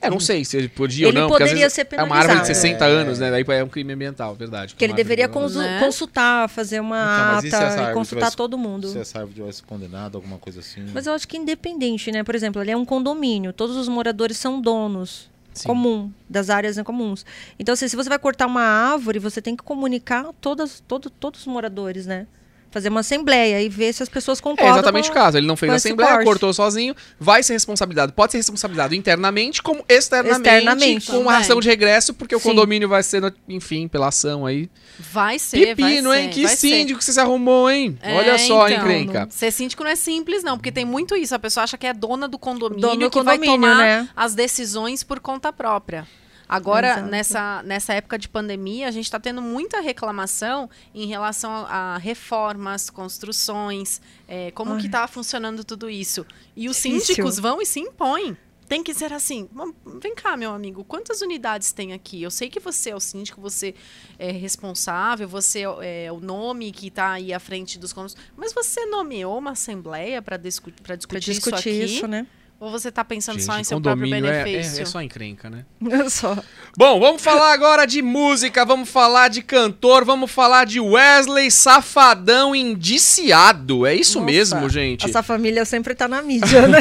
É, não sei se ele podia Ele ou não, porque às poderia vezes ser é penalizado. uma árvore de É. 60 anos, né? Daí é um crime ambiental, verdade. Porque ele Uma árvore deveria de- consu- Né? consultar, fazer uma Então, mas e se essa ata, árvore consultar tivesse- todo mundo. Se essa árvore tivesse condenado, alguma coisa assim. Mas eu acho que independente, né? Por exemplo, ele é um condomínio, todos os moradores são donos. Sim. comum, das áreas né, comuns. Então, assim, se você vai cortar uma árvore, você tem que comunicar todas, todo, todos os moradores, né? Fazer uma assembleia e ver se as pessoas É concordam. exatamente com- o caso. Ele não fez com a esse assembleia, corte. cortou sozinho, vai ser responsabilizado. Pode ser responsabilizado internamente como externamente, Externamente, com uma também. ação de regresso, porque o Sim. condomínio vai ser, no- enfim, pela ação aí. Vai ser, vai Pepino, ser. hein? é? Que vai ser. síndico que você se arrumou, hein? É, Olha só, hein, então, Crenca. Ser síndico não é simples, não, porque tem muito isso. A pessoa acha que é dona do condomínio, Dono do que vai condomínio, tomar né? as decisões por conta própria. Agora, Exato. nessa, nessa época de pandemia, a gente está tendo muita reclamação em relação a, a reformas, construções, é, como Ai. que está funcionando tudo isso. E os Difícil. síndicos vão e se impõem. Tem que ser assim, "Mam, vem cá, meu amigo, quantas unidades tem aqui? Eu sei que você é o síndico, você é responsável, você é o- é o nome que está aí à frente dos cômodos, mas você nomeou uma assembleia para discutir, pra Pra discutir isso discutir aqui? isso, [laughs] né? Ou você está pensando só em Gente, seu próprio condomínio é, é, benefício? é só encrenca, né? Só. Bom, vamos falar agora de música, vamos falar de cantor, vamos falar de Wesley Safadão indiciado. É isso Nossa, mesmo, gente. [laughs] Essa família sempre tá na mídia, [laughs] né?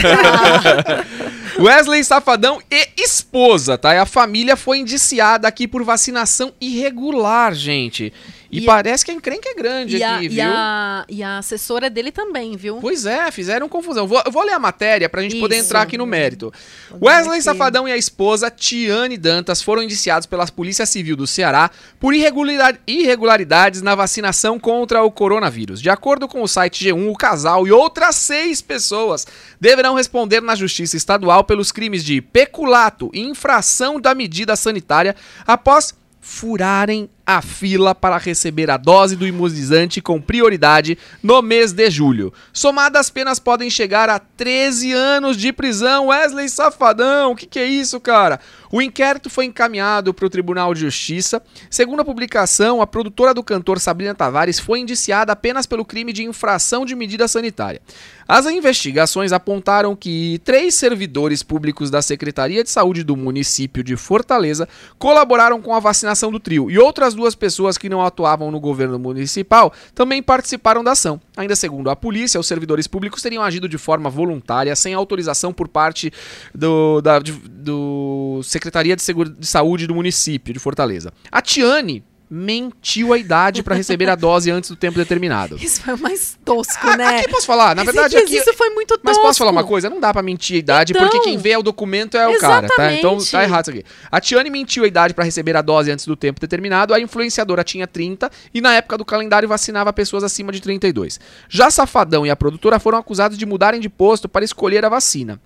Wesley Safadão e esposa, tá? E a família foi indiciada aqui por vacinação irregular, gente. E, E a- parece que a encrenca é grande E a, aqui, e viu? a- e a assessora é dele também, viu? Pois é, fizeram confusão. Vou, eu vou ler a matéria pra gente poder Isso. entrar aqui no mérito. Vamos Wesley aqui. Safadão e a esposa Tiane Dantas foram indiciados pela Polícia Civil do Ceará por irregulari- irregularidades na vacinação contra o coronavírus. De acordo com o site G1, o casal e outras seis pessoas deverão responder na Justiça Estadual pelos crimes de peculato e infração da medida sanitária após furarem a fila para receber a dose do imunizante com prioridade no mês de julho. Somadas penas podem chegar a 13 anos de prisão. Wesley Safadão, o que, que é isso, cara? O inquérito foi encaminhado para o Tribunal de Justiça. Segundo a publicação, a produtora do cantor Sabrina Tavares foi indiciada apenas pelo crime de infração de medida sanitária. As investigações apontaram que três servidores públicos da Secretaria de Saúde do município de Fortaleza colaboraram com a vacinação do trio e outras duas pessoas que não atuavam no governo municipal também participaram da ação. Ainda segundo a polícia, os servidores públicos teriam agido de forma voluntária, sem autorização por parte do, da de- do Secretaria de, Seguro, de Saúde do município de Fortaleza. A Tiane mentiu a idade para receber a dose antes do tempo [laughs] determinado. Isso foi o mais tosco, A- né? Aqui posso falar, [laughs] na Esse- verdade aqui isso foi muito tosco. mas posso falar uma coisa? Não dá pra mentir a idade, Então, porque quem vê é o documento é o cara, tá? Então exatamente. tá errado isso aqui. A Tiane mentiu a idade pra receber a dose antes do tempo determinado, a influenciadora tinha 30 e na época do calendário vacinava pessoas acima de 32. Já Safadão e a produtora foram acusados de mudarem de posto para escolher a vacina.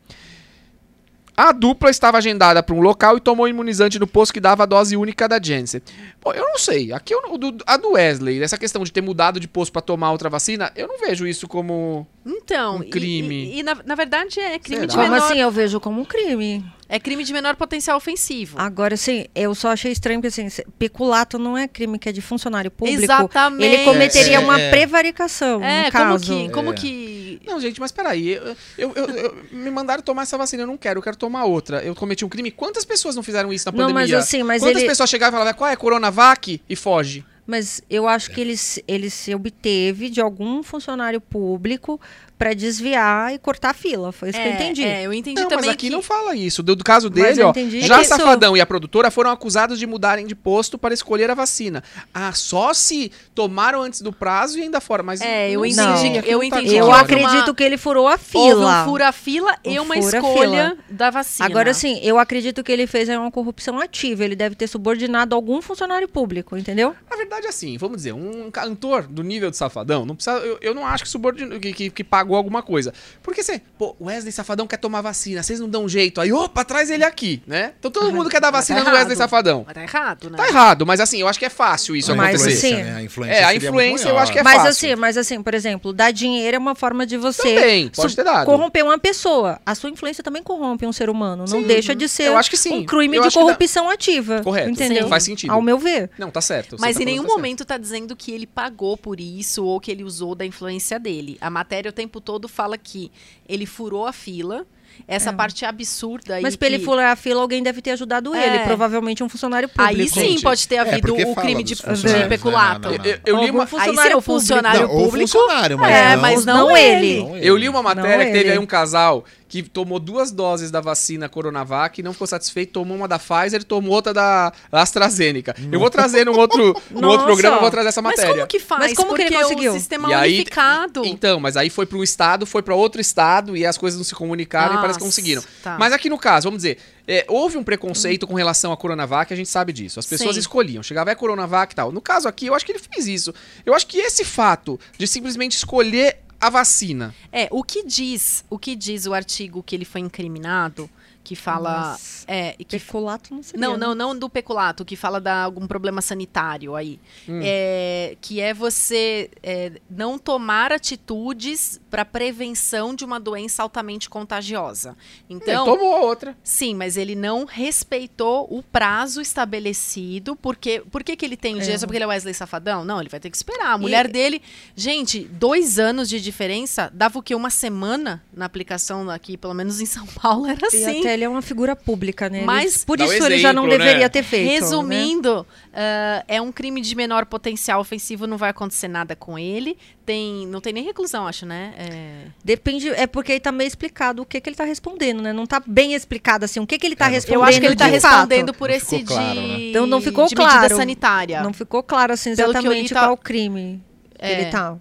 A dupla estava agendada para um local e tomou imunizante no posto que dava a dose única da Janssen. Bom, eu não sei. Aqui eu não- do- a do Wesley, essa questão de ter mudado de posto para tomar outra vacina, eu não vejo isso como. Então, Um e- crime. E, e na, na verdade é crime de Será? Como menor. assim? Eu vejo como um crime. É crime de menor potencial ofensivo. Agora, assim, eu só achei estranho que, assim, se- peculato não é crime que é de funcionário público. Exatamente. Ele cometeria É, uma é. um prevaricação, É, no como caso. que, como É. que Não, gente, mas peraí. Eu, eu- eu- eu- me mandaram tomar essa vacina, eu não quero, eu quero tomar outra. Eu cometi um crime. Quantas pessoas não fizeram isso na Não, pandemia? mas assim, mas Quantas ele- pessoas chegaram e falavam, qual é, Coronavac? E foge. Mas eu acho que ele, se- ele se obteve de algum funcionário público para desviar e cortar a fila. Foi isso que eu entendi. É, eu entendi não, também mas aqui que não fala isso. Do, do caso Mas dele, eu ó, entendi. já É que isso- Safadão e a produtora foram acusados de mudarem de posto para escolher a vacina. Ah, só se tomaram antes do prazo e ainda fora. Mas É, eu não entendi, sei, eu aqui não tá entendi. Eu claro. houve acredito uma- que ele furou a houve fila. um assim, fura-fila e Um uma fura-fila. escolha da vacina. Agora sim, eu acredito que ele fez aí uma corrupção ativa. Ele deve ter subordinado algum funcionário público, entendeu? Na verdade, assim, vamos dizer, um cantor do nível de Safadão, não precisa, eu, eu não acho que, subordino, que, que- que pagou alguma coisa. Porque você, pô, Wesley Safadão quer tomar vacina, vocês não dão jeito. Aí, opa, traz ele aqui, né? Então todo Ah, mundo quer dar mas vacina tá no Wesley errado. Safadão. Mas tá errado, né? Tá errado, mas assim, eu acho que é fácil isso A Mas, acontecer. influência, assim, né? A influência é, a seria influência muito eu acho que é mas fácil. assim, mas assim, por exemplo, dar dinheiro é uma forma de você Também, pode su- ter dado. corromper uma pessoa. A sua influência também corrompe um ser humano. Não Sim, deixa de ser eu acho que sim. um crime Eu de acho que dá- corrupção ativa. Correto, entendeu? sim, faz sentido. Ao meu ver. Não, tá certo. você Mas tá falando, em nenhum tá certo. momento tá dizendo que ele pagou por isso ou que ele usou da influência dele. A matéria o tempo todo fala que ele furou a fila. Essa parte absurda aí É. Mas pra ele que- furar a fila, alguém deve ter ajudado É. ele. Provavelmente um funcionário público. Aí sim Gente, pode ter havido porque o fala crime dos de, de funcionários, né? peculato. Não, não, não. Eu, eu li Algum uma, Aí funcionário se é o público. funcionário Não, ou público. funcionário, mas é, não- mas não, não ele. ele. Eu li uma matéria Não é que teve ele. aí um casal que tomou duas doses da vacina Coronavac e não ficou satisfeito, tomou uma da Pfizer e tomou outra da AstraZeneca. Eu vou trazer num outro, num Nossa. outro programa, eu vou trazer essa Mas matéria. como que faz? Mas como que Porque é ele conseguiu? o sistema E aí- unificado. Então, mas aí foi para um estado, foi para outro estado e as coisas não se comunicaram e parece que Nossa, conseguiram. tá. Mas aqui no caso, vamos dizer, é, houve um preconceito com relação à Coronavac, a gente sabe disso. As pessoas Hum. Sim. escolhiam, chegava é Coronavac e tal. No caso aqui, eu acho que ele fez isso. Eu acho que esse fato de simplesmente escolher a vacina. É, o que diz, o que diz o artigo que ele foi incriminado, que fala Nossa. é, e que Peculato não seria. Não, né? não, não do peculato, que fala de algum problema sanitário aí. Hum. É, que é você é, não tomar atitudes para prevenção de uma doença altamente contagiosa. É, Então, ele tomou a outra. sim, mas ele não respeitou o prazo estabelecido, porque por que que ele tem o dia? É. Só porque ele é Wesley Safadão? Não, ele vai ter que esperar. A mulher dele, gente, dois anos de diferença, dava o quê? Uma semana na aplicação aqui, pelo menos em São Paulo, era E assim. até ele é uma figura pública, né? Ele- Mas- por Dá o isso ele já não exemplo, né? deveria ter feito. né? Resumindo, ah, é um crime de menor potencial ofensivo, não vai acontecer nada com ele. Tem, não tem nem reclusão, acho, né? É, Depende, é porque aí tá meio explicado o que, que ele tá respondendo, né? Não tá bem explicado assim, o que, que ele tá É, não respondendo. eu acho que ele de tá fato. respondendo por Não esse ficou claro, de, né? Então não ficou de medida claro. sanitária. Não ficou claro assim Pelo que eu li, exatamente tá- qual o crime que ele tá.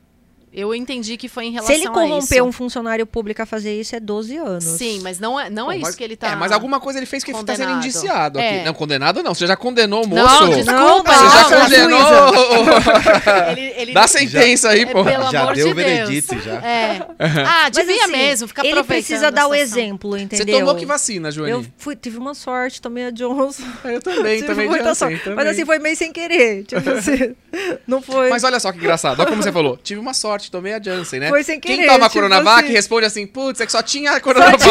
Eu entendi que foi em Se relação ele corrompeu um funcionário público a fazer isso, é 12 anos. isso. Sim, mas não é, não é Bom, mas- isso que ele tá. É, mas alguma coisa ele fez que ele tá sendo condenado. indiciado aqui. É. Não, condenado não. Você já condenou o moço. Não, Ah, Você desculpa. tá Desculpa, já é? Nossa, na condenou. ele, [laughs] ele- Dá sentença aí, É pô. pelo Já amor deu de o veredito, [laughs] Deus. já. É. Ah, Mas, devia assim, mesmo, ficar Ele precisa dar o exemplo, Você entendeu? tomou que vacina, Eu Joani? fui, tive uma sorte, tomei a Johnson. Eu, também, [laughs] tive também, muita Janssen, sorte. também. Mas assim, foi meio sem querer. Tipo assim, [laughs] não foi. Mas olha só que engraçado. Olha como você falou. Tive uma sorte, tomei a Janssen, né? Foi sem Quem querer, toma tipo Coronavac assim. responde assim, putz, é que só tinha a Coronavac.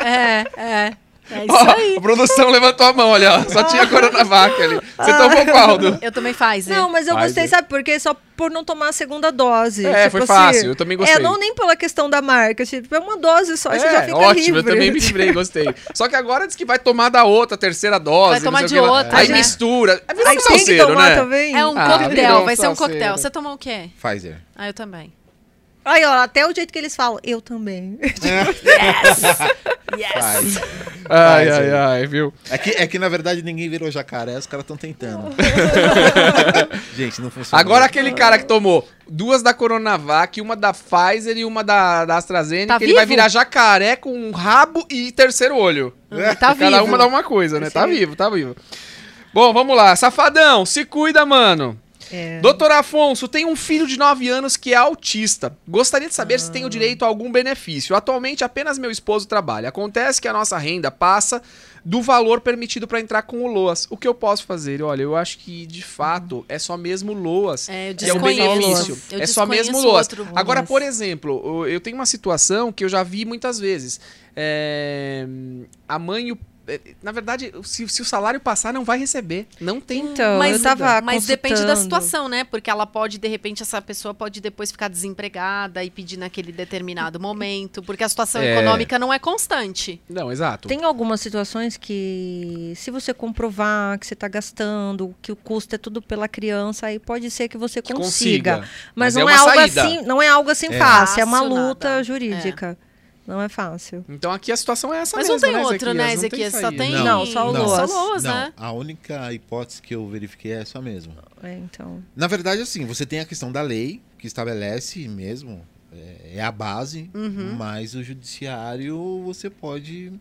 É, é. É isso Ó, a aí. produção levantou a mão, olha, ó, só tinha a Coronavac ali. Você tomou qual, Du? Eu também faz, né? Não, mas eu Pfizer. gostei, sabe por quê? Só por não tomar a segunda dose. tipo É, foi fácil, eu também gostei. É, não nem pela questão da marca, tipo, é uma dose [laughs] só, e você já fica ótimo, livre. eu também me [laughs] livrei, gostei. Só que agora diz que vai tomar da outra, a terceira dose. Vai não tomar sei o de que lá. outra, Aí né? mistura. É virou Aí um tem que salseiro, tomar né? também. É um Ah, virou coquetel, um vai ser um salseiro. coquetel. Você tomou o quê? Pfizer. Ah, eu também. Aí, ó, até o jeito que eles falam, eu [laughs] também. Pfizer. Ai, ai, ai, viu? É que, é que na verdade ninguém virou jacaré, os caras [laughs] estão tentando. Gente, não funciona. Agora aquele cara que tomou duas da Coronavac, uma da Pfizer e uma da, da AstraZeneca, Tá ele vai vivo? virar jacaré com um rabo e terceiro olho. Hum, Tá vivo. [laughs] [laughs] Cada uma dá uma coisa, né? Tá vivo, tá vivo. Bom, vamos lá. Safadão, se cuida, mano. É. Doutor Afonso, tem um filho de 9 anos que é autista. Gostaria de saber se Ah. tem o direito a algum benefício. Atualmente, apenas meu esposo trabalha. Acontece que a nossa renda passa do valor permitido para entrar com o LOAS. O que eu posso fazer? Olha, eu acho que, de fato, é só mesmo LOAS. Uhum. É, eu que é um desconheço. benefício. Eu é só desconheço mesmo LOAS. outro. Agora, Nossa. por exemplo, eu- eu tenho uma situação que eu já vi muitas vezes. É, A mãe e o. é, Na verdade, se, se o salário passar, não vai receber. Não tem. Então, mas eu tava mas depende da consultando. situação, né? Porque ela pode, de repente, essa pessoa pode depois ficar desempregada e pedir [laughs] naquele determinado momento, porque a situação É. econômica não é constante. Não, exato. Tem algumas situações que, se você comprovar que você está gastando, que o custo é tudo pela criança, aí pode ser que você consiga. Mas, não é, uma algo saída. assim, não é algo assim fácil, é uma Fácil luta nada. jurídica. Não é fácil. Então aqui a situação é essa Mas não mesmo, tem né, outro, né, Ezequias? Ezequias? Só saída. tem Não, só o não. Loas. Só o Loas, né? Não, a única hipótese que eu verifiquei é essa mesmo. É, então. Na verdade, assim, você tem a questão da lei, que estabelece mesmo, é, é a base, Uhum. mas o judiciário você pode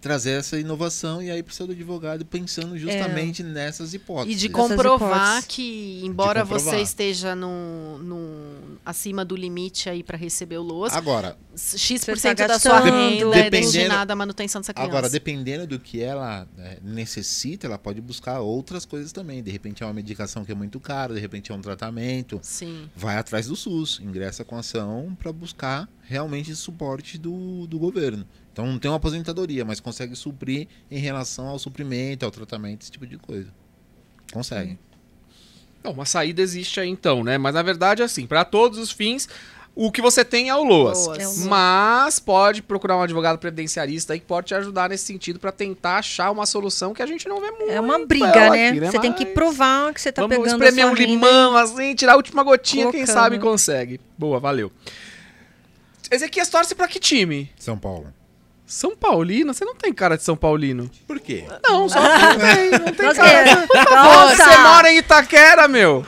trazer essa inovação e aí precisa do advogado pensando justamente nessas É. hipóteses. E de Essas comprovar hipóteses. que, embora comprovar. você esteja num, num- acima do limite aí para receber o LOAS, Ah. Agora, X% Você tá da sua gastando. renda é Dependendo- destinada à manutenção dessa criança. Agora, dependendo do que ela né, necessita, ela pode buscar outras coisas também. De repente é uma medicação que é muito cara, de repente é um tratamento. Sim. Vai atrás do SUS, ingressa com ação para buscar realmente esse suporte do, do governo. Então não tem uma aposentadoria, mas consegue suprir em relação ao suprimento, ao tratamento, esse tipo de coisa. Consegue. Bom, uma saída existe aí então, né? Mas na verdade, assim, para todos os fins, o que você tem é o Loas. Boas. É um- Mas pode procurar um advogado previdenciarista aí que pode te ajudar nesse sentido para tentar achar uma solução que a gente não vê muito. É uma briga, ela né? aqui, né? Você tem que Mas provar que você tá Vamos pegando a espremer sua um renda. limão, assim, tirar a última gotinha, quem Colocando. sabe consegue. Boa, valeu. Ezequias torce pra que time? São Paulo. São Paulino? Você não tem cara de São Paulino. Por quê? Não, só não tem, não tem Nossa, cara. Pô, é. Você Nossa! mora em Itaquera, meu.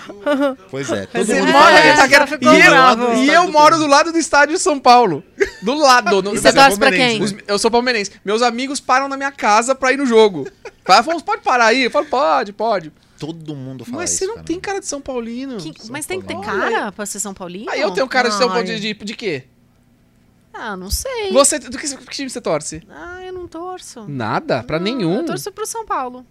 [laughs] Pois é, todo Você é, mundo mora já em Itaquera. ficou E bravo. eu, e eu moro do lado do estádio de São Paulo. Do lado. no- E Você é você torce pra quem? palmeirense, né? Os- eu sou palmeirense. Meus amigos param na minha casa pra ir no jogo. Fala, Afonso, pode parar aí? Eu falo, pode, pode. todo mundo fala Mas isso, você não cara. tem cara de Hum, São Paulino. Que- São mas tem que ter Paulo. cara pra ser São Paulino? Aí eu tenho cara de São Paulo de, Ai. de, de quê? Ah, não sei. Você, do que, que time você torce? Ah, eu não torço. Nada, pra Não, nenhum. Eu torço pro São Paulo.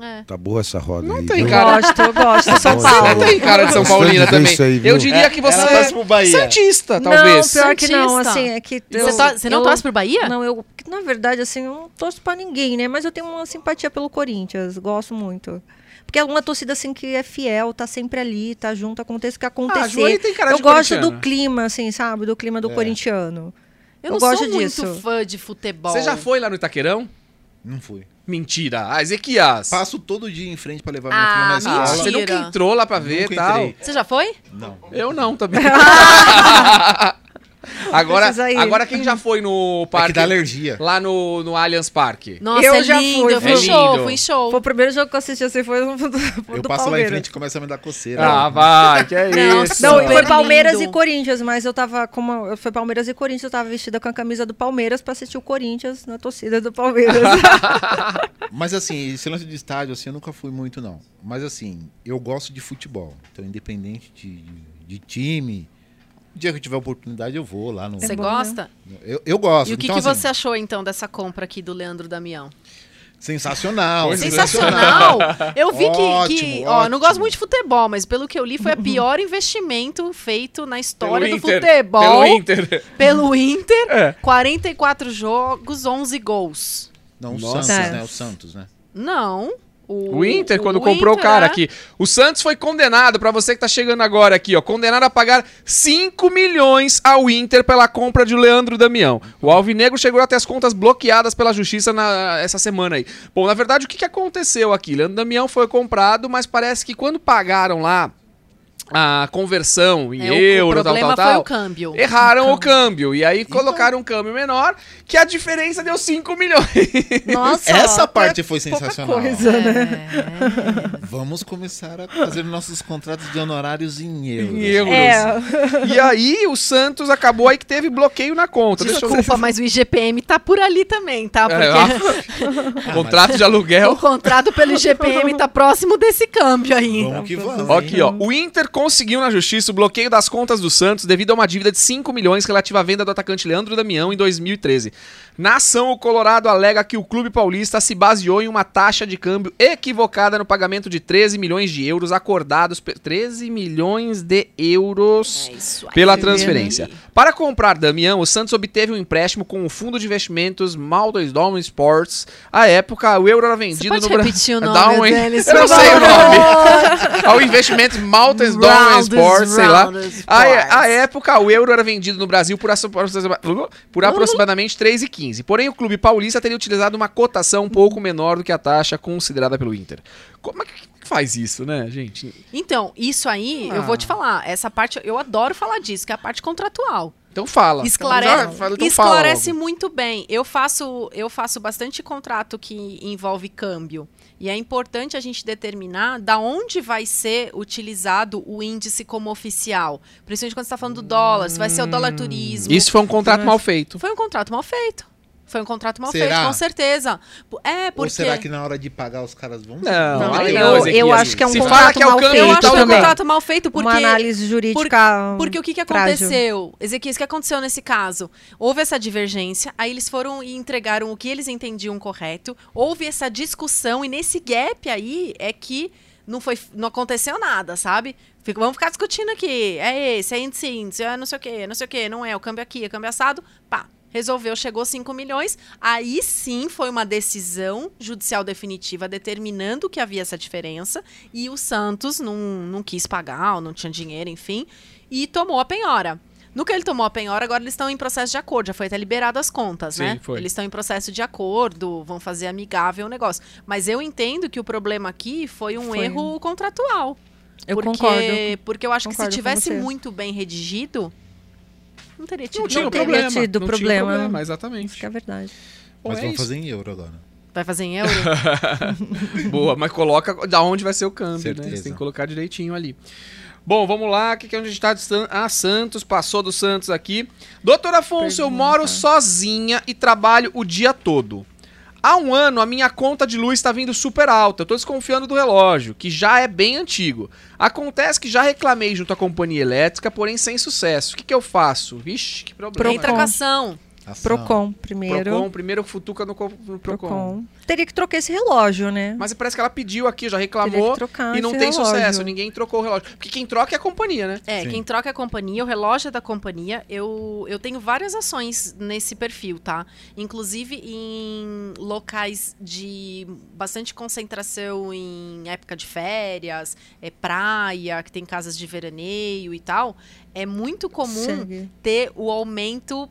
É. Tá boa essa roda Não aí. tem viu? Tá cara. Gosto, eu [laughs] gosto do São Nossa, Você Paulo. tem cara de São Gostei Paulina de ver também. isso aí, viu? eu diria que você Ela torce pro é Bahia. santista, Não, talvez. pior que não, Santista. assim, é que eu- Você, tor- você não eu- torce pro Bahia? Não, eu, na verdade, assim, eu não torço pra ninguém, né? Mas eu tenho uma simpatia pelo Corinthians, gosto muito. Porque é uma torcida, assim, que é fiel, tá sempre ali, tá junto, acontece o que Ah, Ju, aí acontecer. tem cara eu de gosto corintiano. do clima, assim, sabe? Do clima do É. corintiano. Eu eu não gosto sou muito disso. fã de futebol. Você já foi lá no Itaquerão? Não fui. Mentira. Ah, Ezequias. Passo todo dia em frente pra levar Ah, minha filha na Ah, escola. você nunca Mentira. entrou lá pra ver e Nunca tal? entrei. Você já foi? Não. É Eu não também. [laughs] agora, Precisa ir. agora quem já foi no É que parque dá alergia. lá no, no Allianz Parque? Nossa, Eu é já lindo. fui, Eu fui é em show, lindo. fui em show. Foi o primeiro jogo que eu assisti, assim, foi do, [laughs] Eu passo do lá em Palmeiras. frente e começa a me dar coceira. Ah, vai, que é Não, isso. Não, Super foi Palmeiras lindo. e Corinthians, mas eu tava com uma, foi Palmeiras e Corinthians, eu tava vestida com a camisa do Palmeiras pra assistir o Corinthians na torcida do Palmeiras. [laughs] Mas assim, esse lance de estádio, assim, eu nunca fui muito, não. Mas assim, eu gosto de futebol. Então, independente de, de- de time, o dia que eu tiver oportunidade, eu vou lá no. Você É bom, né? gosta? Eu, eu gosto. E o que, então, que assim, você achou, então, dessa compra aqui do Leandro Damião? Sensacional. assim, Pois é. Sensacional! Eu vi que, que Ótimo, ó, não gosto ótimo. muito de futebol, mas pelo que eu li, foi o pior investimento feito na história do Inter, futebol. Pelo Inter. Pelo Inter, É. 44 jogos, 11 gols. Não, o Nossa. Santos, né? O Santos, né? Não. O, O Inter, quando comprou o Inter, cara é. aqui. O Santos foi condenado, pra você que tá chegando agora aqui, ó. Condenado a pagar 5 milhões ao Inter pela compra de Leandro Damião. O Alvinegro chegou até as contas bloqueadas pela justiça na, essa semana aí. Bom, na verdade, o que, que aconteceu aqui? Leandro Damião foi comprado, mas parece que quando pagaram lá a conversão em É, o- o, euro, tal, problema tal, foi tal. o câmbio. Então Erraram o câmbio. E aí colocaram um câmbio menor, que a diferença deu 5 milhões. Nossa. Essa ó, parte foi pouca sensacional. coisa, né? Vamos começar a fazer nossos contratos de honorários em euros. Em euros. É, E aí o Santos acabou aí que teve bloqueio na conta. Deixa eu- Desculpa, mas o IGPM tá por ali também, tá? É, Porque ah, contrato de [laughs] aluguel. o contrato pelo IGPM tá próximo desse câmbio aí. Vamos que vamos. Ó Aqui, ó. O Inter conseguiu na justiça o bloqueio das contas do Santos devido a uma dívida de 5 milhões relativa à venda do atacante Leandro Damião em 2013. Na ação, o Colorado alega que o clube paulista se baseou em uma taxa de câmbio equivocada no pagamento de 13 milhões de euros acordados. pe- 13 milhões de euros. É isso aí. Pela transferência. Para comprar Damião, o Santos obteve um empréstimo com o fundo de investimentos Maldois Dome Sports. À época, o euro era Você vendido pode no Brasil. [laughs] repetir o Dá nome um, hein? deles? Eu não por sei o favor? ao investimento Mountains Dome Rounders, Sports, um sei lá. Ah, é, Rounders Sports. A, a época, o euro era vendido no Brasil por, asso- por aproxima- Uhum. por aproximadamente 3,15. Porém, o clube paulista teria utilizado uma cotação um pouco Uhum. menor do que a taxa considerada pelo Inter. Como é que que faz isso, né, gente? Então, isso aí, eu Ah. vou te falar. Essa parte, eu adoro falar disso, que é a parte contratual. Então fala. Esclare- Então, já fala- então fala Esclarece logo. muito bem. Eu faço, eu faço bastante contrato que envolve câmbio. E é importante a gente determinar da onde vai ser utilizado o índice como oficial. Principalmente quando você está falando do dólar, se vai ser o dólar turismo. Isso foi um né? contrato mal feito. Foi um contrato mal feito. Foi um contrato mal Será? feito, com certeza. P- É, porque. Ou será que na hora de pagar os caras vão... Não, Não, aí eu- não, Ezequias. eu acho que é um Se contrato fala que é o mal câmbio Eu feito e acho que tal foi um também. também. contrato mal feito porque. uma análise jurídica. Porque o que, que um frágil. aconteceu? Ezequias, o que aconteceu nesse caso? Houve essa divergência, aí eles foram e entregaram o que eles entendiam correto, houve essa discussão, e nesse gap aí é que não, foi, não aconteceu nada, sabe? Fica- vamos ficar discutindo aqui. É esse, é índice, índice, é não sei o quê, não sei o quê, não é, o câmbio aqui, é câmbio assado, pá. Resolveu, chegou 5 milhões. Aí sim foi uma decisão judicial definitiva determinando que havia essa diferença. E o Santos não, não quis pagar, ou não tinha dinheiro, enfim, e tomou a penhora. No que ele tomou a penhora, agora eles estão em processo de acordo, já foi até liberado as contas, Sim, né? foi. Eles estão em processo de acordo, vão fazer amigável o negócio. Mas eu entendo que o problema aqui foi um Foi. erro contratual. Eu porque, concordo. Porque eu acho que Concordo se com tivesse você. muito bem redigido, não teria tido Não tinha Não o teria problema. tido não problema. Tinha o problema, Isso que exatamente. é verdade. Bom, Mas é vamos isso. fazer em euro agora. Vai fazer em euro? [laughs] Boa, mas coloca da onde vai ser o câmbio, né? Certeza. Você tem que colocar direitinho ali. Bom, vamos lá. O que, que é onde a gente tá? de San- Ah, Santos. Passou do Santos aqui. Doutor Afonso, eu Pergunta. moro sozinha e trabalho o dia todo. Há um ano, a minha conta de luz está vindo super alta. Eu tô desconfiando do relógio, que já é bem antigo. Acontece que já reclamei junto à companhia elétrica, porém sem sucesso. O que, que eu faço? Vixe, que problema. Entra com a ação. Ação. Procon primeiro. Procon, primeiro futuca no, co- no Procon. Procon. Teria que trocar esse relógio, né? Mas parece que ela pediu aqui, já Teria reclamou. que trocar E não esse tem relógio. sucesso, ninguém trocou o relógio. Porque quem troca é a companhia, né? É, Sim. quem troca é a companhia, o relógio é da companhia. Eu, eu tenho várias ações nesse perfil, tá? Inclusive em locais de bastante concentração em época de férias, é praia, que tem casas de veraneio e tal. É muito comum Segue. ter o aumento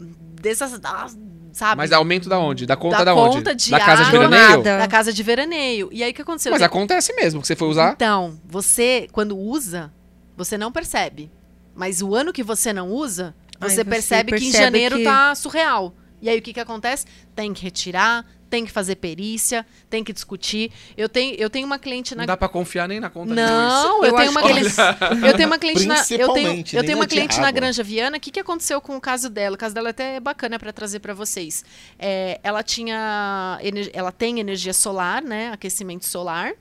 dessas. das- Sabe? Mas aumento da onde? Da conta da, Ah, Da onde? conta de da casa de água. veraneio? Jornada. da casa de veraneio. E aí o que aconteceu? Mas Eu acontece mesmo, que você foi usar. Então, você, quando usa, você não percebe. Mas o ano que você não usa, Aí você, você percebe, que em percebe janeiro que- tá surreal. E aí o que, que acontece? Tem que retirar, tem que fazer perícia, tem que discutir. Eu tenho, eu tenho uma cliente na. Não dá pra confiar nem na conta de luz. Não, eu, Eu tenho acho uma que- cliente. [laughs] Eu tenho uma cliente na. Eu tenho, Principalmente, eu nem tenho uma na de cliente na água. Granja Viana. O que, que aconteceu com o caso dela? O caso dela até é bacana pra trazer pra vocês. É, ela tinha. ener- Ela tem energia solar, né? Aquecimento solar.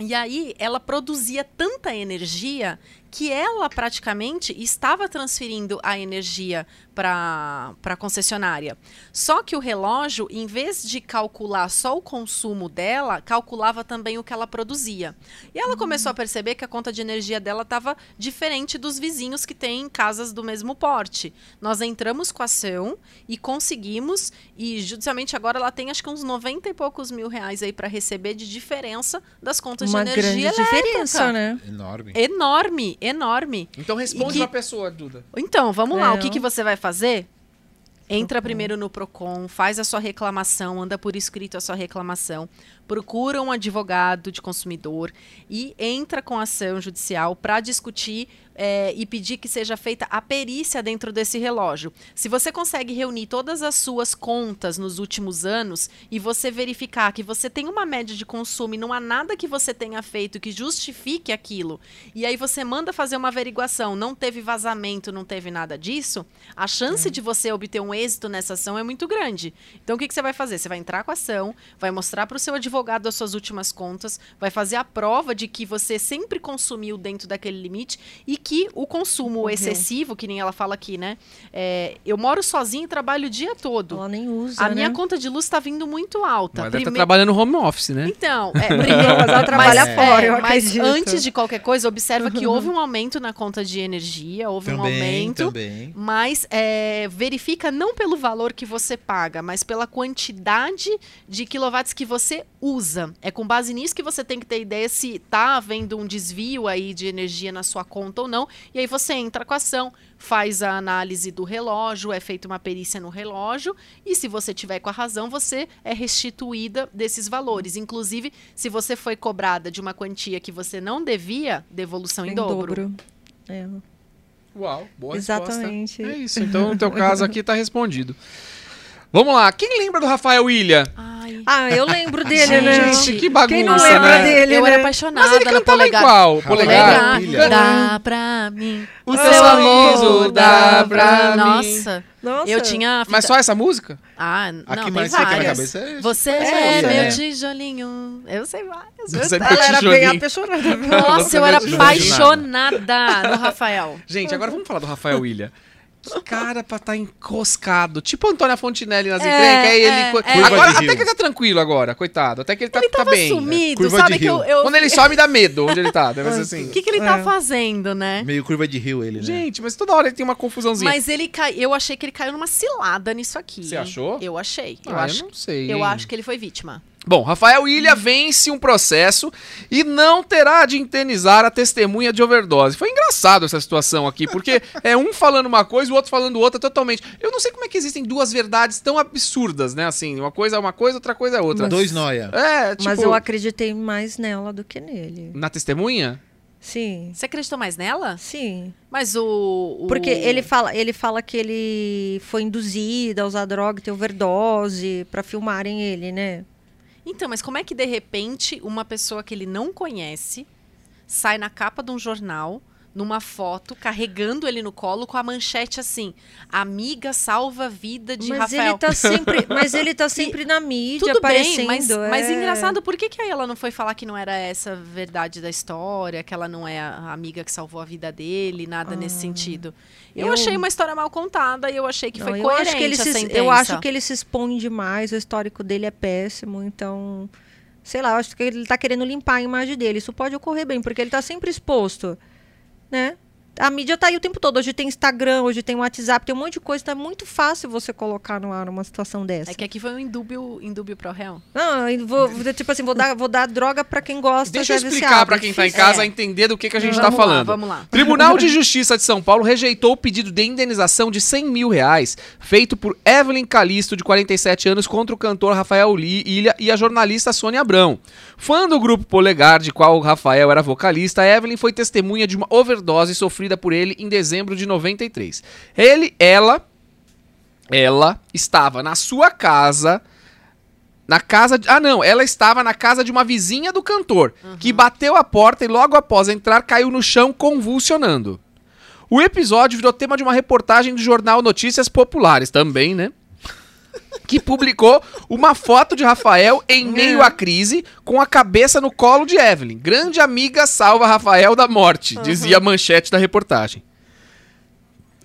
E aí ela produzia tanta energia que ela praticamente estava transferindo a energia para a concessionária. Só que o relógio, em vez de calcular só o consumo dela, calculava também o que ela produzia. E ela começou a perceber que a conta de energia dela estava diferente dos vizinhos que têm casas do mesmo porte. Nós entramos com a ação e conseguimos, e judicialmente agora ela tem acho que uns 90 e poucos mil reais aí para receber de diferença das contas Uma de grande energia elétrica. diferença, né? Enorme. Enorme, enorme. Então responde E que- pra pessoa, Duda. Então, vamos lá, o que, Não. que você vai fazer? Entra primeiro no PROCON, faz a sua reclamação, anda por escrito a sua reclamação, procura um advogado de consumidor e entra com ação judicial para discutir é, e pedir que seja feita a perícia dentro desse relógio. Se você consegue reunir todas as suas contas nos últimos anos e você verificar que você tem uma média de consumo e não há nada que você tenha feito que justifique aquilo, e aí você manda fazer uma averiguação, não teve vazamento, não teve nada disso, a chance de você obter um êxito nessa ação é muito grande. Então o que, que você vai fazer? Você vai entrar com a ação, vai mostrar para o seu advogado as suas últimas contas, vai fazer a prova de que você sempre consumiu dentro daquele limite e que o consumo Ocorreu. excessivo, que nem ela fala aqui, né? É, eu moro sozinha e trabalho o dia todo. Ela nem usa. A minha né? conta de luz está vindo muito alta. Mas deve tá estar Tá Prime- trabalhando home office, né? [laughs] Então, é, Não, mas ela trabalha mas, fora, é, eu mas acredito. Uhum. antes de qualquer coisa, observa que houve um aumento na conta de energia, houve um Também, aumento. também. Mas é, verifica não pelo valor que você paga, mas pela quantidade de quilowatts que você usa. É com base nisso que você tem que ter ideia se tá havendo um desvio aí de energia na sua conta ou não. E aí você entra com a ação, faz a análise do relógio, é feita uma perícia no relógio e se você tiver com a razão, você é restituída desses valores. Inclusive, se você foi cobrada de uma quantia que você não devia, devolução em, Em dobro. dobro. É, Uau, boa exatamente. É isso, então no teu caso aqui tá respondido. Vamos lá, quem lembra do Rafael Ilha? Ai. Ah, eu lembro dele, né? Gente, que Quem não bagunça, lembra né? dele, Eu né? era apaixonada Mas ele no cantava em polegar. qual? Rafael Polegar? Polegar, Polegar. Can- dá pra mim. O seu amor dá pra mim. Nossa, Nossa. eu tinha. fita- Mas só essa música? Ah, não, A que tem mais fica na várias. cabeça é essa. Você é, né? É, meu é. tijolinho. Eu sei várias. Você é Eu- meu Ela era bem tijolinho. [laughs] apaixonada. [laughs] Você Nossa, eu é era meu tijolinho. apaixonada no Rafael. Gente, agora vamos falar do [laughs] Rafael Ilha. Que cara pra tá encoscado. Tipo Antônia Fontinelli nas É, encrencas. aí ele... é, é. Agora, Curva de até rio. que ele tá tranquilo agora, coitado. Até que ele tá, tá Tava bem. sumido, Curva sabe de que eu. rio. eu- Quando ele sobe, dá medo onde ele tá. Deve ser assim. O que, que ele tá É. fazendo, né? Meio curva de rio ele, né? Gente, mas toda hora ele tem uma confusãozinha. Mas ele cai... eu achei que ele caiu numa cilada nisso aqui. Você achou? Eu achei. Ah, eu, acho... não sei. eu hein? acho que ele foi vítima. Bom, Rafael Ilha vence um processo e não terá de indenizar a testemunha de overdose. Foi engraçado essa situação aqui, [laughs] porque é um falando uma coisa, o outro falando outra totalmente. Eu não sei como é que existem duas verdades tão absurdas, né? Assim, uma coisa é uma coisa, outra coisa é outra. Dois noia. É, tipo, Mas eu acreditei mais nela do que nele. na testemunha? Sim. Você acreditou mais nela? Sim. Mas o. o- Porque ele fala, ele fala que ele foi induzido a usar droga, ter overdose, pra filmarem ele, né? Então, mas como é que de repente uma pessoa que ele não conhece sai na capa de um jornal, numa foto, carregando ele no colo com a manchete assim: Amiga salva a vida de mas Rafael. ele tá sempre, mas [laughs] ele tá sempre na mídia Tudo aparecendo. bem, mas, mas é. engraçado, por que, que aí ela não foi falar que não era essa a verdade da história, que ela não é a amiga que salvou a vida dele, nada nesse sentido? Eu, Ah. eu- achei uma história mal contada e eu achei que Não, foi eu coerente acho que ele a se, sentença. eu acho que ele se expõe demais, o histórico dele é péssimo, então sei lá, eu acho que ele tá querendo limpar a imagem dele. Isso pode ocorrer bem, porque ele tá sempre exposto, né? A mídia tá aí o tempo todo. Hoje tem Instagram, hoje tem WhatsApp, tem um monte de coisa. Tá muito fácil você colocar no ar uma situação dessa. É que aqui foi um indúbio, indúbio pro réu. Não, eu vou, vou- tipo assim, vou dar, vou dar droga pra quem gosta. Deixa eu já é explicar viciado. pra quem tá em Difícil. casa entender do que, que a gente tá Vamos lá, falando. vamos lá. Tribunal de Justiça de São Paulo rejeitou o pedido de indenização de 100 mil reais feito por Evelyn Calisto, de 47 anos, contra o cantor Rafael Li- Ilha e a jornalista Sônia Abrão. Fã do grupo Polegar, de qual o Rafael era vocalista, Evelyn foi testemunha de uma overdose sofrida por ele em dezembro de 93. Ele, ela, ela estava na sua casa. Na casa. De, ah, não. Ela estava na casa de uma vizinha do cantor, que bateu a porta e logo após entrar caiu no chão convulsionando. O episódio virou tema de uma reportagem do jornal Notícias Populares, também, né? Que publicou uma foto de Rafael em meio à crise, com a cabeça no colo de Evelyn. Grande amiga salva Rafael da morte, dizia a manchete da reportagem.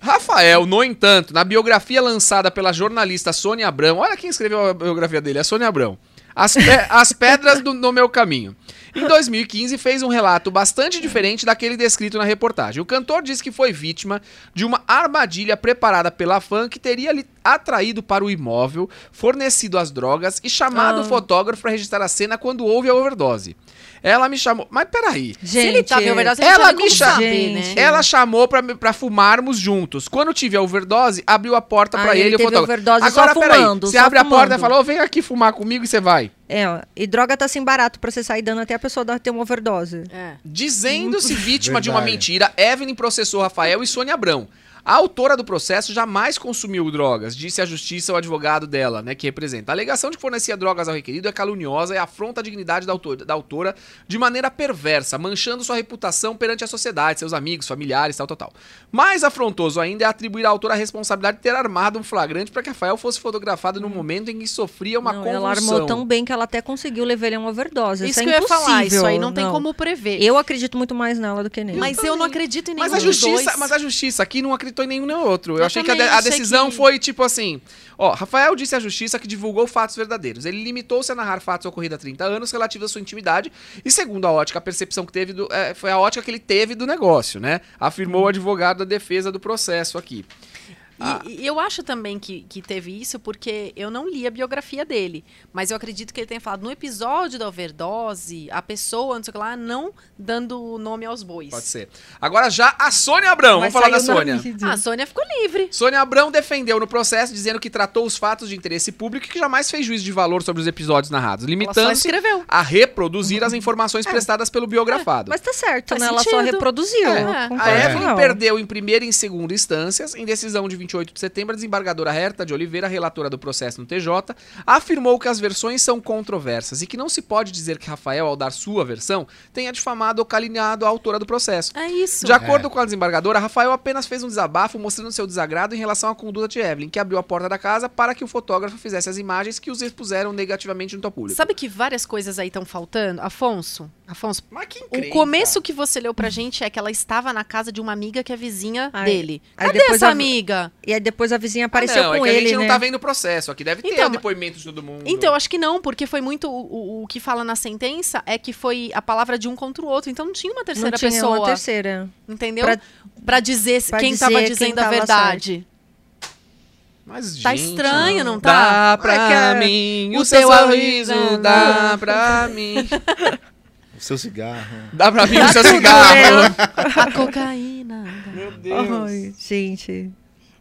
Rafael, no entanto, na biografia lançada pela jornalista Sônia é Abrão, olha quem escreveu a biografia dele, a Sônia Abrão. As, pe- as pedras do- no meu caminho. Em 2015, fez um relato bastante diferente daquele descrito na reportagem. O cantor diz que foi vítima de uma armadilha preparada pela fã que teria lhe atraído para o imóvel, fornecido as drogas e chamado Ah. o fotógrafo para registrar a cena quando houve a overdose. Ela me chamou. Mas peraí. Gente, Se ele tá, tava em overdose, ele ela não sabe como me cha- saber, Gente. né? Ela chamou pra, pra fumarmos juntos. Quando tive a overdose, abriu a porta Ah, pra ele, ele o teve fotógrafo. overdose só Agora, peraí, fumando, você só abre a porta e fumando. fala, ô, vem aqui fumar comigo e você vai. É, ó, e droga tá assim barato pra você sair dando até a pessoa dar ter uma overdose. É. Dizendo-se vítima de uma Verdade. mentira, Evelyn processou Rafael e Sônia Abrão. A autora do processo jamais consumiu drogas, disse a justiça ao advogado dela, né, que representa. A alegação de que fornecia drogas ao requerido é caluniosa e afronta a dignidade da, autor- da autora de maneira perversa, manchando sua reputação perante a sociedade, seus amigos, familiares, tal, tal, tal. Mais afrontoso ainda é atribuir à autora a responsabilidade de ter armado um flagrante para que Rafael fosse fotografado no momento em que É sofria uma não, convulsão. ela armou tão bem que ela até conseguiu levar ele a uma overdose. Isso, é que eu ia falar, isso impossível, aí não, tem como prever. Eu acredito muito mais nela do que nele. mas eu não acredito em nenhum Mas a, dos justiça, dois. mas a justiça aqui não acreditou em nenhum nem outro. Eu, Eu achei que a, de- também a achei decisão que- foi tipo assim. Ó, Rafael disse à justiça que divulgou fatos verdadeiros. Ele limitou-se a narrar fatos ocorridos há 30 anos relativos à sua intimidade e, segundo a ótica, a percepção que teve do- eh, foi a ótica que ele teve do negócio, né? Afirmou Hum. o advogado da defesa do processo aqui. E- E eu acho também que, que teve isso porque eu não li a biografia dele. Mas eu acredito que ele tenha falado no episódio da overdose, a pessoa, não sei o que lá, não dando nome aos bois. Pode ser. Agora já a Sônia Abrão. Mas Então, Vamos falar da saiu na Sônia. mídia. Ah, a Sônia ficou livre. Sônia Abrão defendeu no processo, dizendo que tratou os fatos de interesse público e que jamais fez juízo de valor sobre os episódios narrados, Ela só limitando-se escreveu. a reproduzir as É. informações prestadas pelo biografado. Mas tá certo, Faz né? Ela só sentido. reproduziu. É. eu A concordo A com Evelyn ela. perdeu em primeira e em segunda instâncias. Em decisão de 28 de setembro, a desembargadora Herta de Oliveira, relatora do processo no TJ, afirmou que as versões são controversas e que não se pode dizer que Rafael, ao dar sua versão, tenha difamado ou caluniado a autora do processo. É isso. De acordo com a desembargadora, Rafael apenas fez um desabafo mostrando seu desagrado em relação à conduta de Evelyn, que abriu a porta da casa para que o fotógrafo fizesse as imagens que os expuseram negativamente junto ao público. Sabe que várias coisas aí estão faltando? Afonso, Afonso, Mas que o começo que você leu pra gente é que ela estava na casa de uma amiga que é vizinha Ai, dele. aí Cadê depois essa Ah, a- amiga? E aí depois a vizinha apareceu não, é com que a ele, gente né? não tá vendo o processo. Aqui deve ter Então, o depoimento de todo mundo. Então, acho que não, porque foi muito. O, o- o que fala na sentença é que foi a palavra de um contra o outro. Então não tinha uma terceira não tinha pessoa. uma terceira. Entendeu? Pra- Pra, dizer se- pra quem dizer estava tava quem dizendo a tava verdade. Mas, Tá gente, estranho, não Dá tá? pra Mas que- mim, o, o seu teu sorriso, aviso, dá pra mim. O seu cigarro. Dá pra mim o seu tudo, Ah, cigarro. tá? A cocaína. Meu Ai, gente.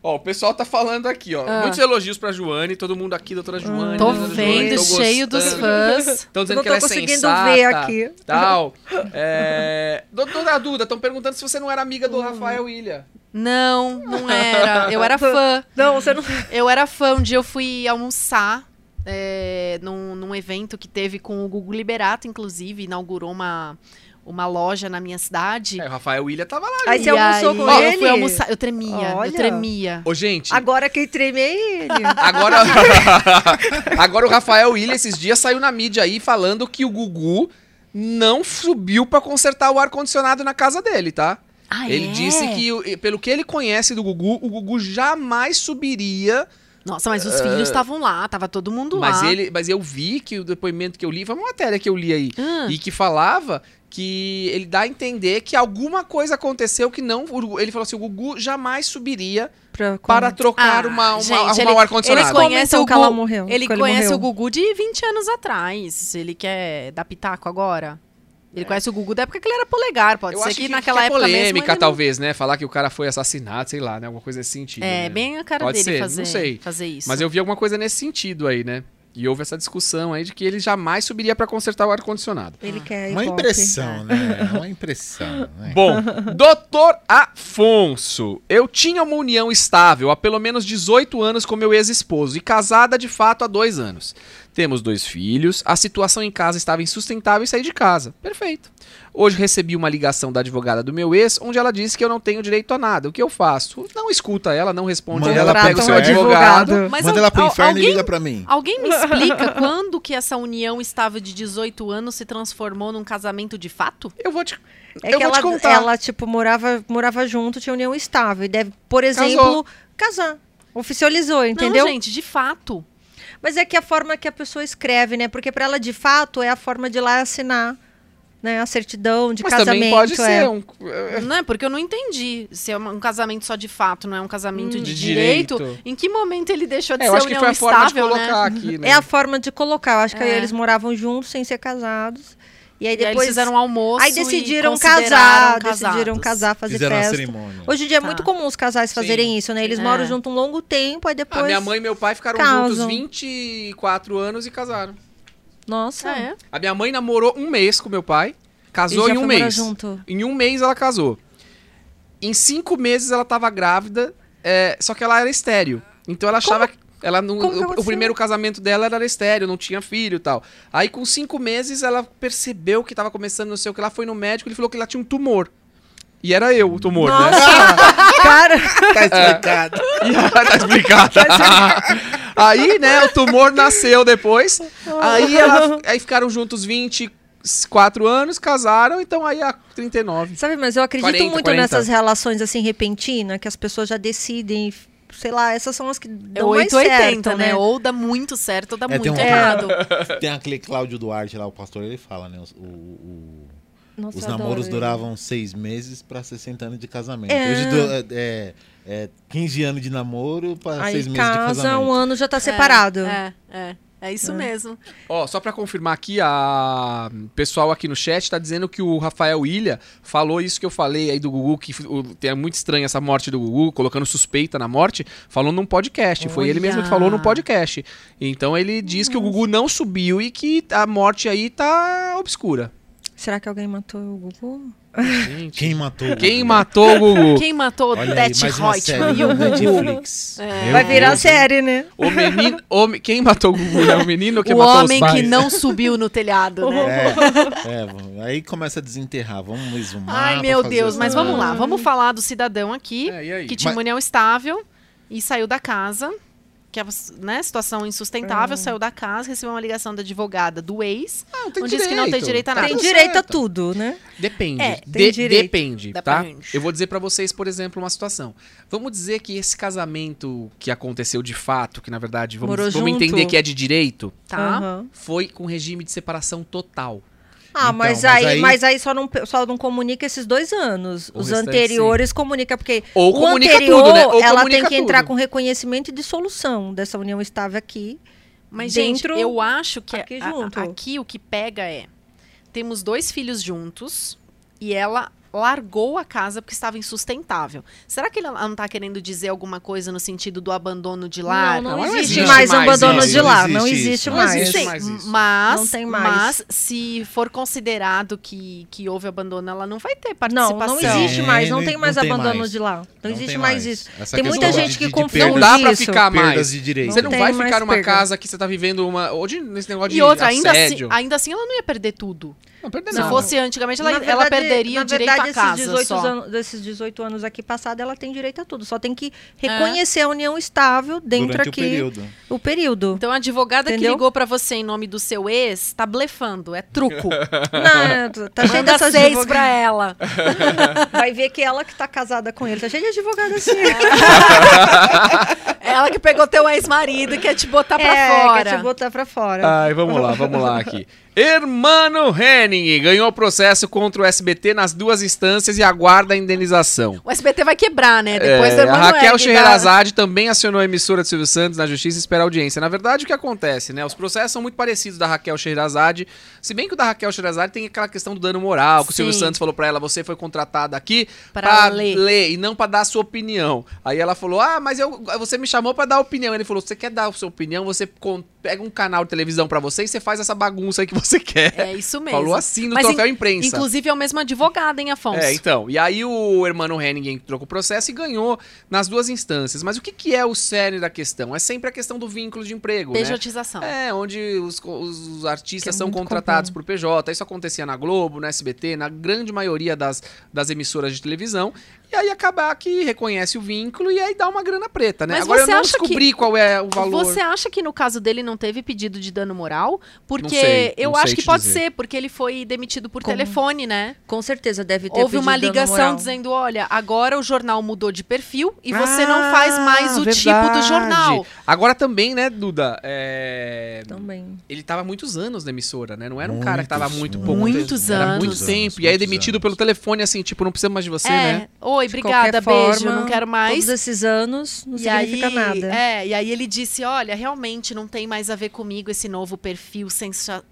Ó, o pessoal tá falando aqui, ó. Ah. Muitos elogios pra Joane, todo mundo aqui, doutora Joane. Tô doutora vendo, Joane, tô cheio dos gostando. fãs. Estão Eu dizendo não que ela tô é conseguindo sensata, ver aqui. Tá. Tal. É... Doutora Duda, estão perguntando se você não era amiga do Rafael Ilha. Não, não era. Eu era fã. Não, você não. Eu era fã. Um dia eu fui almoçar é, num, num evento que teve com o Gugu Liberato, inclusive, inaugurou uma, uma loja na minha cidade. É, o Rafael Ilha tava lá. Aí você E almoçou aí- com Ó, ele. Eu fui almoçar. Eu tremia, Olha. eu tremia. Ô, gente, Agora quem treme é [laughs] ele. Agora, agora o Rafael Willian esses dias saiu na mídia aí falando que o Gugu não subiu pra consertar o ar condicionado na casa dele, tá? Ah, ele é? disse que o- eh, pelo que ele conhece do Gugu, o Gugu jamais subiria, Nossa, mas os filhos estavam lá, tava todo mundo É. mas lá. ele, mas eu vi que o depoimento que eu li, foi uma matéria que eu li aí Ah. e que falava que ele dá a entender que alguma coisa aconteceu que não, o Gugu- ele falou assim, o Gugu jamais subiria Pra- para trocar Ah, uma, uma gente, arrumar ele- o ar Eles condicionado. Como conhecem então o que ela Gu- morreu? Ele que conhece morreu? o Gugu de 20 anos atrás. Ele quer dar pitaco agora? Ele conhece o Gugu da época que ele era polegar. Pode É. Eu ser acho que, que, naquela que é época mesmo. polêmica, ele não- talvez, né? Falar que o cara foi assassinado, sei lá, né? Alguma coisa nesse sentido. É, né? bem a cara Pode dele ser, não fazer, sei. fazer isso. Mas eu vi alguma coisa nesse sentido aí, né? E houve essa discussão aí de que ele jamais subiria pra consertar o ar-condicionado. Ele quer Uma ibope. impressão, né? Uma impressão. Né? Bom, doutor Afonso, eu tinha uma união estável há pelo menos 18 anos com meu ex-esposo e casada de fato há dois anos. Temos dois filhos, a situação em casa estava insustentável e saí de casa. Perfeito. Hoje recebi uma ligação da advogada do meu ex, onde ela disse que eu não tenho direito a nada. O que eu faço? Não escuta ela, não responde Manda ela, ela pega o pro seu inferno. advogado. Mas Manda al- ela pro al- inferno e alguém- liga pra mim. Alguém me explica quando que essa união estável de 18 anos se transformou num casamento de fato? Eu vou te, É eu que vou ela, te contar. ela, tipo, morava, morava junto, tinha união estável. E deve, por exemplo, casar. Oficializou, entendeu? Não, gente, de fato. Mas é que a forma que a pessoa escreve, né? Porque pra ela, de fato, é a forma de lá assinar né, a certidão de Mas casamento. também pode é. ser um. Não é porque eu não entendi se é uma- um casamento só de fato, não é um casamento Hum. de, De direito. direito. Em que momento ele deixou de É, eu ser acho que união foi a forma de estável, né? colocar aqui, né? É a forma de colocar. Eu acho que É. eles moravam juntos sem ser casados. E aí E aí depois. eles fizeram um almoço. aí e decidiram consideraram casar, casados. decidiram casar, fazer Fizeram a festa. cerimônia. Hoje em dia Tá. é muito comum os casais fazerem isso, né? Eles É. moram junto um longo tempo, aí depois. Ah, minha mãe e meu pai ficaram juntos Casam. 24 anos e casaram. Nossa. Ah, é? A minha mãe namorou um mês com meu pai, E casou já em um foi morar mês. [laughs] junto. Em um mês ela casou. Em cinco meses ela tava grávida, é, só que ela era estéreo. Então ela achava que. Ela não, Como que o, o aconteceu? primeiro casamento dela era estéreo, não tinha filho e tal. Aí com cinco meses ela percebeu que tava começando não sei o que. Ela foi no médico ele falou que ela tinha um tumor. E era eu o tumor, né? [laughs] Nossa! Cara, Tá explicado. E ela [laughs] tá explicada. [laughs] aí, né, o tumor nasceu depois. Aí, ela, aí ficaram juntos 24 anos, casaram, então aí há 39. sabe, mas eu acredito 40, muito 40. nessas relações assim repentinas, que as pessoas já decidem, sei lá, essas são as que É dão mais 880, certo, né? né? Ou dá muito certo ou dá É, tem muito um- errado. Tem aquele Cláudio Duarte lá, o pastor, ele fala, né? os- o- o- Nossa, os eu adoro namoros ele. duravam seis meses pra 60 anos de casamento. É. Hoje du- é, é 15 anos de namoro pra seis Aí meses de casa, casamento. um ano já tá separado. É, é. É isso mesmo. Ó, só pra confirmar aqui, a o pessoal aqui no chat tá dizendo que o Rafael Ilha falou isso que eu falei aí do Gugu, que f- o- é muito estranha essa morte do Gugu, colocando suspeita na morte, falou num podcast. Foi ele mesmo que Olha. falou num podcast. Então ele diz que o Gugu não subiu e que a morte aí tá obscura. Será que alguém matou o Gugu? Gente. Quem matou? o Quem Gugu? matou o Gugu? Quem matou o Olha aí, Death mais uma Reutemann [laughs] série e o no [laughs] Gugu? Netflix. É. Meu Vai virar Deus, hein? série, né? O menino. o me- quem matou o Gugu? É o menino que o matou homem os que pais? não subiu no [laughs] telhado, né? É, é, vamos- aí começa a desenterrar, vamos exumar. Ai, pra meu fazer Deus, as- mas vamos lá. Vamos falar do cidadão aqui, É, e aí? que tinha Mas- uma união estável e saiu da casa, que é né, situação É. insustentável, saiu da casa, recebeu uma ligação da advogada do ex. não, não diz que não tem direito a nada. Tem Tá direito a certo. tudo, né? Depende. É, de- tem direito. Depende, tá? Depende. Eu vou dizer pra vocês, por exemplo, uma situação. Vamos dizer que esse casamento que aconteceu de fato, que na verdade vamos, Morou vamos junto. entender que é de direito, Tá? Aham. foi com regime de separação total. Ah, Então, mas, mas aí, aí- mas aí só não, só não comunica esses dois anos. O Os restante, anteriores comunica, porque Ou o comunica anterior, tudo, né? Ou ela tem comunica que entrar tudo. com reconhecimento e dissolução dessa união estável aqui. Mas, Dentro- gente, eu acho que aqui aqui, a, junto. a- aqui o que pega é: temos dois filhos juntos e ela largou a casa porque estava insustentável. Será que ela não está querendo dizer alguma coisa no sentido do abandono de lar? não, não não existe existe mais mais abandono isso, de não lá. existe Não isso. existe Não mais. existe Sim, mais isso. Mas, Não tem mais. mas se for considerado que, que houve abandono, ela não vai ter Não, participação. não existe É, mais. Não não- tem mais não tem abandono mais. de lá. Não, Então Não existe tem mais isso. Tá Essa tem muita questão gente de- que de confunde Não perdas- dá pra isso. ficar Perdas mais. de direito. Você não tem vai mais ficar numa perda. casa que você tá vivendo uma. Hoje, nesse negócio de E outra, ainda assim, assédio. ainda assim ela não ia perder tudo. Não, perder Se nada. fosse antigamente, ela, Na ela verdade- perderia o na direito verdade, à casa. Esses 18, só. anos, desses 18 anos aqui passado, ela tem direito a tudo. Só tem que reconhecer a união estável dentro Durante aqui o período. o [laughs] período. Então a advogada Entendeu? que ligou pra você em nome do seu ex tá blefando, é [laughs] truco. Não, tá cheio Manda dessas seis advogadas. pra ela. Vai ver que ela que tá casada com ele. Tá cheio de advogado assim. Ela que pegou teu ex-marido e quer te botar tá pra é, fora. quer te botar pra fora. Ai, vamos lá, vamos lá aqui. Hermano Henning ganhou processo contra o SBT nas duas instâncias e aguarda a indenização. O SBT vai quebrar, né? Depois É, do Emanuel. a Raquel que dá- Scheherazade também acionou a emissora de Silvio Santos na justiça e espera audiência. Na verdade, o que acontece, né? Os processos são muito parecidos da Raquel Scheherazade, se bem que o da Raquel Scheherazade tem aquela questão do dano moral, que o Sim. Silvio Santos falou pra ela, você foi contratada aqui Pra pra ler." ler. e não pra dar a sua opinião. Aí ela falou, ah, mas eu, você me chamou pra dar opinião. Ele falou, você quer dar a sua opinião, você con- pega um canal de televisão pra você e você faz essa bagunça aí que você [laughs] quer. É isso mesmo. Falou assim no Mas troféu imprensa. Inclusive é o mesmo advogado, hein, Afonso? É, então. E aí o Hermano Henning entrou com o processo e ganhou nas duas instâncias. Mas o que, que é o cerne da questão? É sempre a questão do vínculo de emprego, né? Pejotização. É, onde os, co- os artistas Que é são muito contratados por PJ. Isso acontecia na Globo, na SBT, na grande maioria das, das emissoras de televisão. E E aí acabar que reconhece o vínculo e aí dá uma grana preta, né? Mas Agora eu você não acha que- descobri qual é o valor. Você acha que no caso dele não teve pedido de dano moral? Porque sei, eu não sei acho que te pode dizer. ser, porque ele foi demitido por Como? telefone, né? Com certeza deve ter Houve pedido uma dano ligação moral. dizendo: olha, agora o jornal mudou de perfil e você não Ah, faz mais o tipo do verdade. jornal. Então. Agora também, né, Duda? é, Também. Ele tava há muitos anos na emissora, né? Não era um cara que tava há muito Muitos, pouco. muitos. tempo. Muitos Era anos. muito Muitos tempo. anos, e aí muitos demitido anos. pelo telefone, assim, tipo, não precisa mais de você, é. né? Oi, De obrigada, qualquer beijo, forma, não quero mais. Todos esses anos não significa aí, nada. É, e aí ele disse: olha, realmente não tem mais a ver comigo esse novo perfil sensa-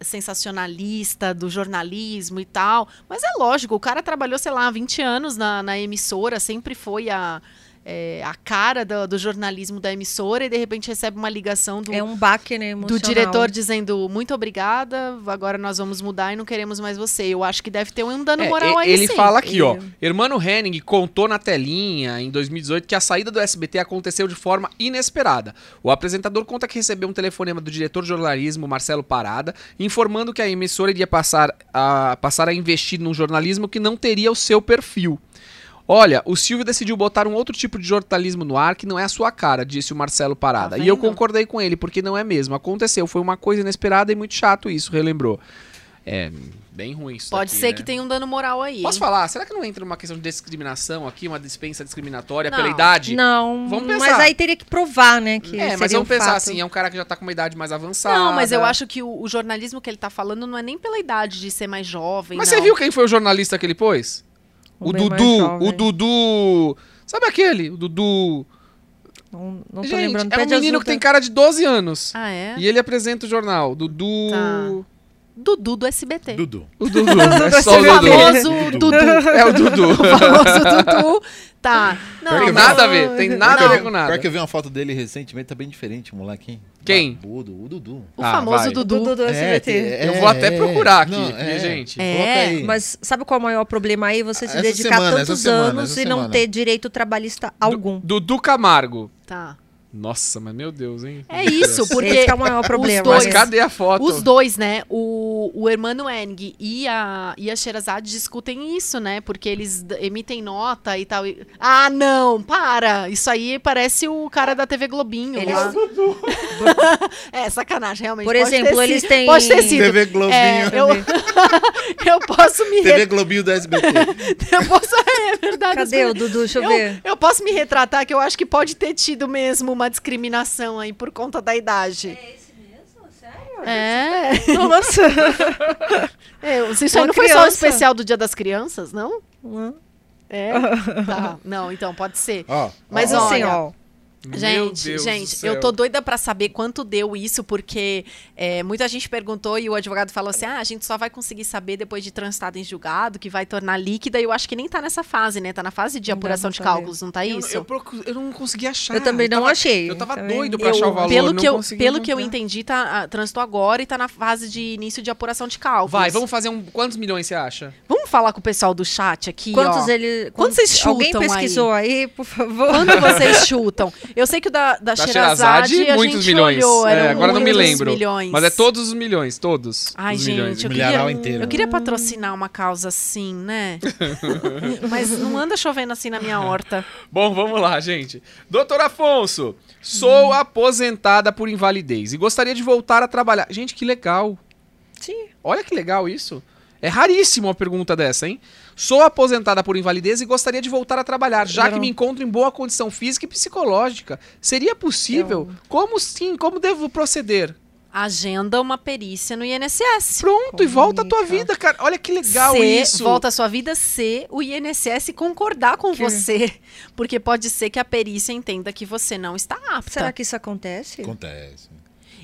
sensacionalista do jornalismo e tal. Mas é lógico, o cara trabalhou, sei lá, 20 anos na, na emissora, sempre foi a. é, a cara do, do jornalismo da emissora e de repente recebe uma ligação do, É um baque, né, do emocional. diretor dizendo muito obrigada, agora nós vamos mudar e não queremos mais você. Eu acho que deve ter um dano É, moral e- aí ele sim. fala aqui, ó. Ele- Hermano Henning contou na telinha em 2018 que a saída do SBT aconteceu de forma inesperada. O apresentador conta que recebeu um telefonema do diretor de jornalismo, Marcelo Parada, informando que a emissora iria passar a, passar a investir num jornalismo que não teria o seu perfil. Olha, o Silvio decidiu botar um outro tipo de jornalismo no ar que não é a sua cara, disse o Marcelo Parada. Tá e eu vendo? concordei com ele, porque não é mesmo. Aconteceu, foi uma coisa inesperada e muito chato isso, relembrou. É, bem ruim isso Pode daqui, ser né? que tenha um dano moral aí. Posso hein? falar? Será que não entra uma questão de discriminação aqui, uma dispensa discriminatória Não. pela idade? Não, Vamos mas pensar. aí teria que provar, né, que é, mas seria vamos um pensar fato. assim, é um cara que já tá com uma idade mais avançada. Não, mas eu acho que o, o jornalismo que ele tá falando não é nem pela idade de ser mais jovem. Mas não. você viu quem foi o jornalista que ele pôs? O, bem mais Dudu, jovem. o Dudu. Sabe aquele? O Dudu. Não, não tô Gente, lembrando. é um Pede menino ajuda. que tem [laughs] cara de 12 anos. Ah, é? E ele apresenta o jornal. Dudu. Tá. Dudu do SBT. Dudu. O Dudu. [laughs] Dudu, é só O o Dudu. famoso Dudu. Dudu. É o Dudu. O [laughs] famoso Dudu. Tá. Não, Tem não. nada a ver, tem nada a ver com Pior nada. que eu vi uma foto dele recentemente, tá bem diferente, o moleque, hein? Quem? Barbudo, o Dudu. O Ah, famoso vai. O Dudu. Dudu do SBT. é, Eu vou até é. procurar aqui, Não, porque, é. gente. É. Coloca aí. Mas sabe qual é o maior problema aí? Você se Essa dedicar semana, essa tantos semana, anos essa e não semana. ter direito trabalhista algum. Du- Dudu Camargo. Tá. Nossa, mas meu Deus, hein? É isso, porque Esse é o maior problema. Mas dois- né? cadê a foto? Os dois, né? O, o Hermano Enig e a, e a Sherazade discutem isso, né? Porque eles d- emitem nota e tal. e- Ah, não! Para! Isso aí parece o cara da TV Globinho. Eles- lá. [laughs] é, sacanagem, realmente. Por pode ter exemplo, sido- eles têm- Pode ter sido. TV Globinho. É, eu, [laughs] eu posso me TV retratar. Globinho da SBT. Eu posso... [laughs] É um verdade. Cadê o Dudu? Deixa eu, [laughs] Eu, ver. eu posso me retratar que eu acho que pode ter tido mesmo uma discriminação aí por conta da idade. É. Nossa. É, você isso aí Uma não foi só o criança. Hum. especial do Dia das Crianças, não? [laughs] É. tá. Não, então pode ser. Ó, Mas, ó, assim, olha, ó. Meu gente, Deus do gente, céu. eu tô doida pra saber quanto deu isso, porque é, muita gente perguntou e o advogado falou assim: ah, a gente só vai conseguir saber depois de transitado em julgado, que vai tornar líquida. E eu acho que nem tá nessa fase, né? Tá na fase de Não dá apuração pra de saber. cálculos, não tá Eu- isso? Eu, procu- eu não consegui achar. Eu também não tava- achei. ah, Eu tava Também. doido pra Eu- achar o valor. pelo não que eu, consegui pelo que eu encontrar. entendi, tá, ah, transitou agora e tá na fase de início de apuração de cálculos. Vai, vamos fazer um. Quantos milhões você acha? Vamos falar com o pessoal do chat aqui, ó. Quantos ele. Quantos vocês Alguém chutam aí? pesquisou aí, por favor? Quando vocês chutam? Eu sei que o da, da, Da Sherazade, Sherazade, a muitos gente milhões. olhou. É, eram agora não me muitos lembro. Milhões. Mas é todos os milhões, todos. Ai, os gente, milhões. eu milharal queria, inteiro. eu queria patrocinar uma causa [laughs] assim, né? Mas não anda chovendo assim na minha horta. Bom, vamos lá, gente. Doutor Afonso, sou Hum. aposentada por invalidez e gostaria de voltar a trabalhar. Gente, que legal. Sim. Olha que legal isso. É raríssimo uma pergunta dessa, hein? Sou aposentada por invalidez e gostaria de voltar a trabalhar, já que Não. me encontro em boa condição física e psicológica. Seria possível? Como sim? Como devo proceder? Agenda uma perícia no INSS. Pronto, e volta a tua Comunica. vida, cara. Olha que legal se isso. volta à sua vida se o INSS concordar com Que- você. Porque pode ser que a perícia entenda que você não está apta. [laughs] Será que isso acontece? acontece.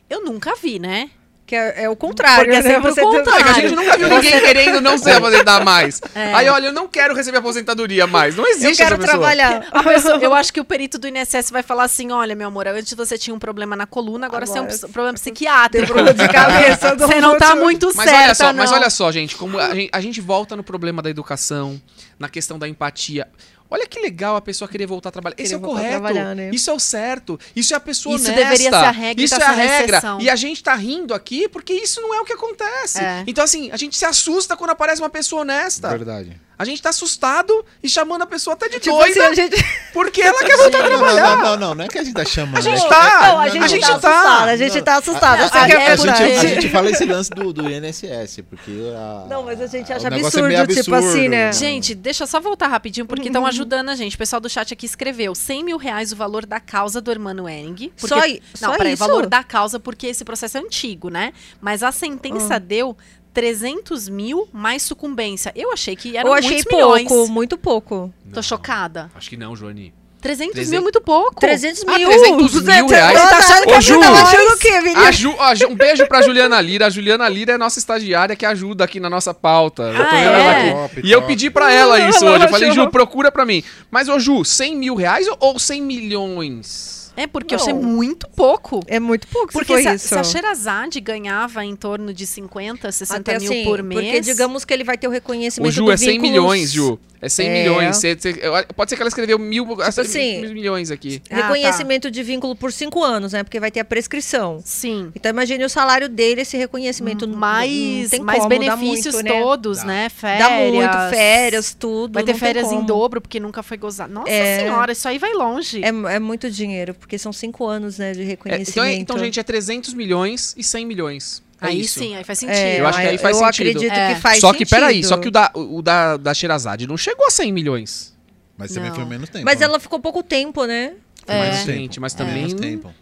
Eu nunca vi, né? Que é, é o contrário. Porque é né? sempre o Você tá- É que a contrário. gente nunca viu ninguém querendo não se aposentar mais. Aí, olha, eu não quero receber aposentadoria mais. Não Eu existe quero essa pessoa. trabalhar. A pessoa- [laughs] eu acho que o perito do INSS vai falar assim: olha, meu amor, antes você tinha um problema na coluna, agora, você tem um Agora- ps- problema Tem psiquiátrico. problema de cabeça. [laughs] Você não tá muito Mas certa, olha só, não. mas olha só, gente, como a gente, a gente volta no problema da educação, na questão da empatia. Olha que legal a pessoa querer voltar a trabalhar. Esse Querer é o voltar a correto. trabalhar, né? Isso é o certo. Isso é a pessoa Isso honesta. deveria ser a regra e Isso tá é a sendo regra. exceção. E a gente tá rindo aqui porque isso não é o que acontece. É. Então assim, a gente se assusta quando aparece uma pessoa honesta. Verdade. A gente tá assustado e chamando a pessoa até de Tipo assim, doida a gente... porque ela quer voltar a Não, não, trabalhar. não, não, não, não é que a gente tá chamando. A gente é- tá- Não, a gente, a gente tá, tá. assustada, a gente tá assustada. Não, Você a- é quer a A por gente, aí. a gente fala esse lance do, do INSS, porque a- Não, mas a gente acha o negócio é absurdo, meio tipo assim, né? Gente, deixa eu só voltar rapidinho, porque Uhum. estão ajudando a gente. O pessoal do chat aqui escreveu 100 mil reais o valor da causa do Hermano Ering. porque- Só, i- Não, só peraí, isso? valor da causa, porque esse processo é antigo, né? Mas a sentença Ah. deu 300 mil mais sucumbência. Eu achei que eram Eu achei muitos pouco, milhões. muito pouco. Tô chocada. Acho que não, Joani. 300 Trezen- mil é muito pouco. 300 Ah, mil. 300 mil Você tá- reais? Tá achando que Ô, a Ju. gente tá achando o quê, menino? A Ju- a Ju- um beijo pra Juliana Lira. A Juliana Lira é nossa estagiária que ajuda aqui na nossa pauta. Eu tô Ah, vendo ela é? aqui. E eu pedi pra ela isso Ela hoje. Eu falei, achou. Ju, procura pra mim. Mas, ô Ju, 100 mil reais ou- ou 100 milhões? É, porque eu achei Não. muito pouco. É muito pouco se Porque for se, a- isso. se a Sherazade ganhava em torno de 50, 60 Até mil assim, por mês. Porque digamos que ele vai ter o reconhecimento Ô, Ju, do é 100 vínculos- milhões, Ju. É 100 É. milhões. Cê- cê- eu- pode ser que ela escreveu mil, Tipo assim, assim, mil milhões aqui. Ah, Reconhecimento de vínculo por cinco anos, né? Porque vai ter a prescrição. Sim. Então imagine o salário dele, esse reconhecimento. Não- não mais, tem mais como, dá benefícios muito, né? todos, Dá. né? Dá Férias. muito, férias, tudo. Vai ter não tem férias em como. dobro, porque nunca foi gozado. Nossa É. senhora, isso aí vai longe. É, é muito dinheiro, porque são cinco anos, né, de É, então, é- reconhecimento. então, gente, é 300 milhões e 100 milhões. É aí isso. sim, aí faz sentido. É, Eu acho que aí faz eu sentido. acredito É. que faz só que, sentido. peraí, só que o da, o da, da Sherazade não chegou a 100 milhões. Mas também Não. foi menos tempo. Mas né? ela ficou pouco tempo, né? Foi É. menos Gente, tempo. mas Foi também- menos tempo.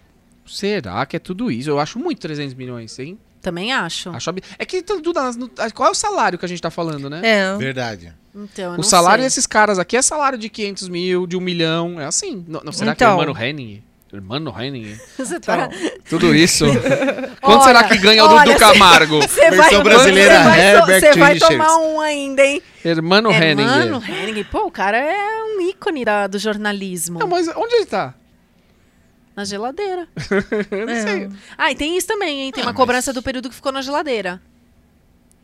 Será que é tudo isso? Eu acho muito 300 milhões, hein? Também acho. Acho ab- É que tudo nas- no- qual é o salário que a gente tá falando, né? É. Verdade. Então, eu não O salário sei. desses caras aqui é salário de 500 mil, de um milhão, é assim. Não, não, será Então. que é o Mano Henning? Mano Henning? [laughs] Você tá- [laughs] Então, Tudo [laughs] isso. Quanto será que ganha o olha, Dudu cê- Camargo? [laughs] Você Versão brasileira, Herbert Você vai Richards. tomar um ainda, hein? Hermano é, Henning. Mano, Henning. Pô, o cara é um ícone da- do É jornalismo. Não, mas onde ele tá? Na geladeira. Eu não É. sei. Ah, e tem isso também, hein? Tem Ah, uma mas- cobrança do período que ficou na geladeira.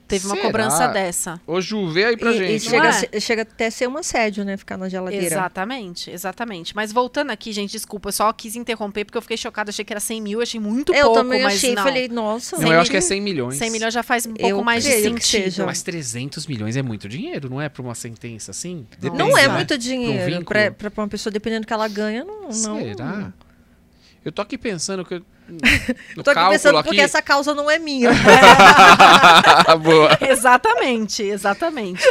Teve uma Será? cobrança dessa. Ô, Ju, vê aí pra E, e gente. chega, é? a se- chega até a ser um assédio, né? Ficar na geladeira. Exatamente, exatamente. Mas voltando aqui, gente, desculpa, eu só quis interromper porque eu fiquei chocada, achei que era 100 mil, achei muito Eu pouco, também mas achei, não. falei, nossa. Não, Cem eu acho que é milhões. 100 milhões. 100 milhões já faz um pouco Eu mais de creio que sentido. seja. Mas 300 milhões é muito dinheiro, não é? Pra uma sentença assim? Depende, Não é né? muito Pra um dinheiro vínculo. pra, pra pra uma pessoa, dependendo do que ela ganha, não. não- Será? Eu tô aqui pensando [laughs] que. eu- No Tô aqui pensando cálculo aqui. porque essa causa não é minha. [laughs] [laughs] Boa. Exatamente, exatamente.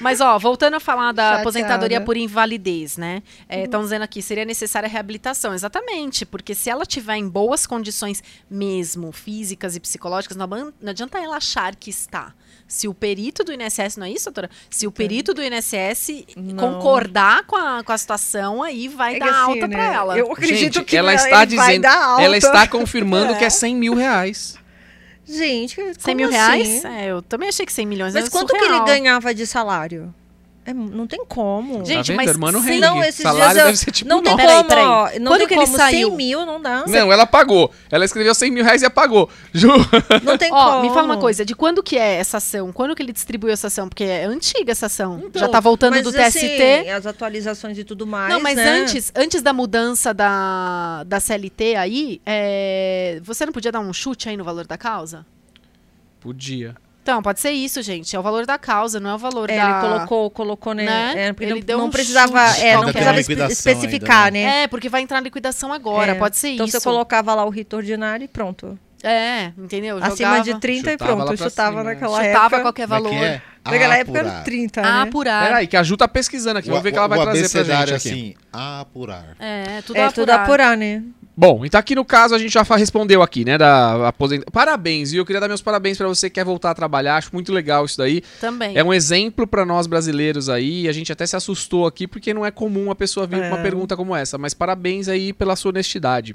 Mas, ó, voltando a falar da Chocada. aposentadoria por invalidez, né? Uhum. Estão dizendo aqui, seria necessária a reabilitação. Exatamente, porque se ela tiver em boas condições mesmo, físicas e psicológicas, não, aban- não adianta ela achar que está. Se o perito do INSS, não é isso, doutora? Se o perito do INSS Não. concordar com a, com a situação, aí vai É que dar assim, alta pra né, ela. Eu acredito Gente, que ela ele está vai dizendo- dar alta. Ela está confirmando que é 100 mil reais. Gente, assim? 100 mil reais? É, eu também achei que 100 milhões Mas é quanto que ele surreal. ganhava de salário? É, não tem como. Gente, tá vendo? mas Hermano se Henrique. não, esses Salário dias eu- deve ser tipo não tem nosso. Peraí, como, peraí. ó, não Quando tem que ele como. saiu? 100 mil não dá. Não, ela pagou. Ela escreveu 100 mil reais e apagou. [laughs] Ju. Não tem Ó, como. me fala uma coisa, de quando que é essa ação? Quando que ele distribuiu essa ação? Porque é antiga essa ação. Então, Já tá voltando Mas, do assim, TST. as atualizações e tudo mais. Não, mas né? antes, antes da mudança da, da CLT aí, é, você não podia dar um chute aí no valor da causa? Podia. Então, pode ser isso, gente. É o valor da causa, não é o valor É, da... ele colocou, colocou, né? Né? é, porque Ele não, deu não um precisava, chute é, não qualquer. precisava Tem espe- liquidação especificar, ainda, né? É, porque vai entrar na liquidação agora, É. pode ser Então isso. você colocava lá o rito ordinário e pronto. É, entendeu? Acima Jogava, de 30 Chutava e lá pronto. pra Eu chutava cima, né? naquela chutava época. qualquer valor. Como é que é? Naquela época era Apurar. 30, né? Ah, apurar. Peraí, que a Ju tá pesquisando aqui. Vamos ver o que ela vai o trazer pra gente aqui. abecedário é assim, apurar. É, tudo É, apurar. tudo apurar, né? Bom, então aqui no caso a gente já fa- respondeu aqui, né, da aposentadoria. Parabéns, viu? Eu queria dar meus parabéns pra você que quer voltar a trabalhar. Acho muito legal isso daí. Também. É um exemplo pra nós brasileiros aí. A gente até se assustou aqui porque não é comum a pessoa vir com uma pergunta como essa. Mas parabéns aí pela sua honestidade.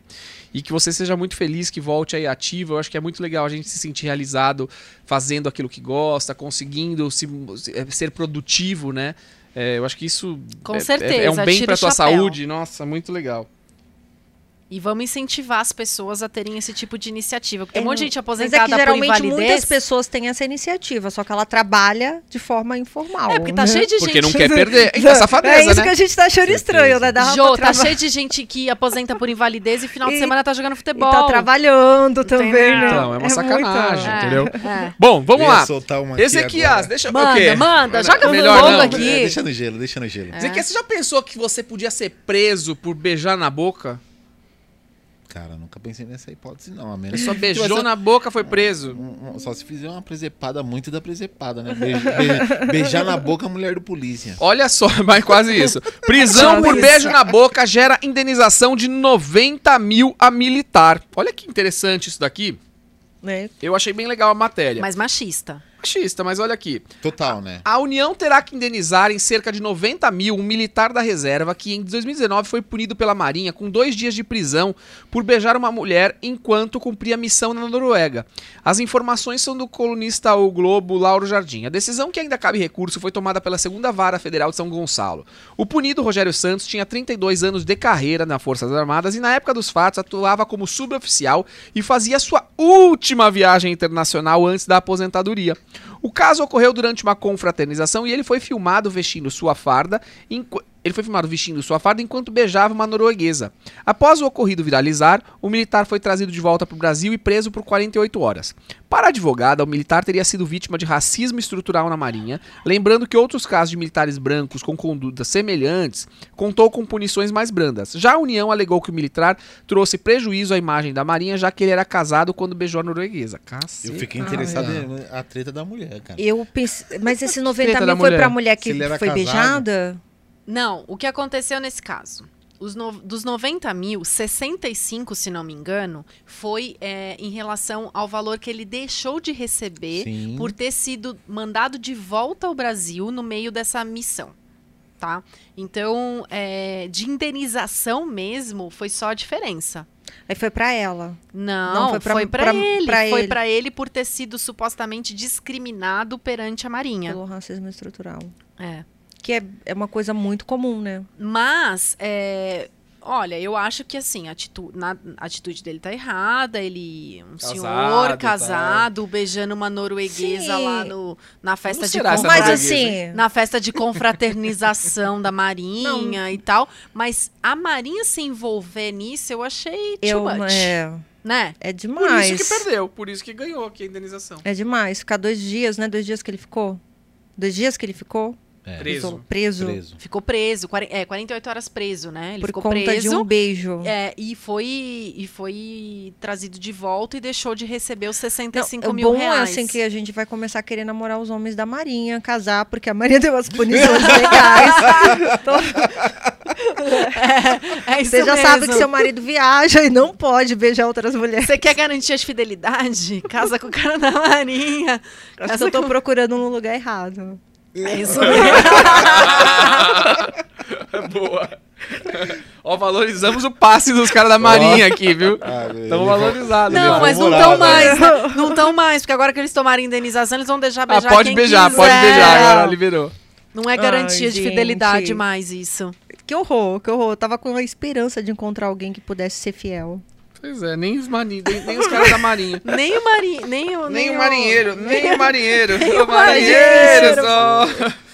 E que você seja muito feliz, que volte aí ativa. Eu acho que é muito legal a gente se sentir realizado fazendo aquilo que gosta, conseguindo se- se- eh, ser produtivo, né? É, eu acho que isso Com é- é- é, certeza, um bem tira pra o tua chapéu. saúde. Nossa, muito legal. E vamos incentivar as pessoas a terem esse tipo de iniciativa. Porque tem É, um monte de não- gente Mas é aposentada que geralmente por muitas invalidez. pessoas têm essa iniciativa, só que ela trabalha de forma informal. né? É, porque tá cheio de gente. Porque [laughs] não quer perder. Eita, [laughs] é safadeza, isso né? que a gente tá achando Certeza. estranho, né? Dá Jô, pra tá traba- cheio de gente que aposenta por invalidez e final de E- semana tá jogando e futebol. tá trabalhando também, né? Então, é uma sacanagem, muita- É, entendeu? é. Bom, vamos Eu ia lá. soltar uma Esse aqui aqui, agora. as, deixa Manda, o quê? manda, joga Melhor fogo não. aqui. É, deixa no gelo, deixa no gelo. É. Zé, que você já pensou que você podia ser preso por beijar na boca? Cara, nunca pensei nessa hipótese, não. A Ele [laughs] menos só Tipo, beijou essa- na boca, foi preso. Um- um- Só se fizer uma presepada muito da presepada, né? Beijo- be- beijar na boca a mulher do polícia. Olha só, [laughs] mas quase isso. Prisão Quase por isso. beijo na boca gera indenização de 90 mil a militar. Olha que interessante isso daqui. Né? Eu achei bem legal a matéria. Mas machista. Machista, mas olha aqui. Total, né? A União terá que indenizar em cerca de 90 mil um militar da reserva que em 2019 foi punido pela Marinha com dois dias de prisão por beijar uma mulher enquanto cumpria missão na Noruega. As informações são do colunista ao Globo Lauro Jardim. A decisão, que ainda cabe recurso, foi tomada pela segunda vara federal de São Gonçalo. O punido Rogério Santos tinha 32 anos de carreira nas Forças Armadas e na época dos fatos atuava como suboficial e fazia sua última viagem internacional antes da aposentadoria. O caso ocorreu durante uma confraternização e ele foi filmado vestindo sua farda. enqu- Ele foi filmado vestindo sua farda enquanto beijava uma norueguesa. Após o ocorrido viralizar, o militar foi trazido de volta para o Brasil e preso por 48 horas. Para a advogada, o militar teria sido vítima de racismo estrutural na Marinha, lembrando que outros casos de militares brancos com condutas semelhantes contou com punições mais brandas. Já a União alegou que o militar trouxe prejuízo à imagem da Marinha, já que ele era casado quando beijou a norueguesa. Caceta. Eu fiquei Ah, interessado é. em a treta da mulher, cara. Eu pensei, mas esse Treta 90 da mil foi mulher. pra mulher Se que ele era foi casado. beijada? Não, o que aconteceu nesse caso? Os no- Dos 90 mil, 65, se não me engano, foi é, em relação ao valor que ele deixou de receber Sim. Uhum. por ter sido mandado de volta ao Brasil no meio dessa missão, tá? Então, é, de indenização mesmo, foi só a diferença. Aí foi pra ela. Não, Não, foi foi pra, pra- pra- ele. pra foi ele. pra ele por ter sido supostamente discriminado perante a Marinha. Pelo racismo estrutural. É. Que é, é uma coisa muito comum, né? Mas, é, olha, eu acho que assim, a atitu- na- a atitude, dele tá errada. Ele, um Casado, senhor tá. casado, beijando uma norueguesa Sim. lá no, na festa de será essa Mas norueguesa, assim, na festa de confraternização da Marinha e tal. Mas a Marinha se envolver nisso, eu achei too eu, much, é, né? é Por demais. isso que perdeu, por isso que ganhou aqui a indenização. É demais. Ficar dois dias, né? Dois dias que ele ficou. Dois dias que ele ficou É, Preso. isolado- preso, preso. Ficou preso, quaren- é, 48 horas preso, né? Ele por ficou conta preso. de um beijo. É, e foi, e foi trazido de volta e deixou de receber os 65 o mil bom é reais. [laughs] assim que a gente vai começar a querer namorar os homens da Marinha, casar, porque a Marinha [laughs] deu as punições legais. É isso Você um já mesmo. sabe que seu marido viaja e não pode beijar outras mulheres. Você quer garantir de fidelidade? Casa com o cara da Marinha. Acho que Casa eu tô com- procurando no lugar errado. É isso mesmo. [laughs] [laughs] Boa. Ó, valorizamos o passe dos caras da Marinha aqui, viu? Ah, ele Estão vai- valorizados. Não, Ele viu? mas não namorava, estão mais. né? [laughs] Não estão mais, porque agora que eles tomarem indenização, eles vão deixar Ah, beijar pode quem beijar, quiser. pode beijar. Agora liberou. Não é garantia Ai, de fidelidade gente. mais isso. Que horror, que horror. Eu tava com a esperança de encontrar alguém que pudesse ser fiel. Pois é, nem os, mani... nem, nem os caras da Marinha. Nem o marinheiro. [laughs] Nem o, Nem o marinheiro, nem o marinheiro. nem O marinheiro o marinheiro. só.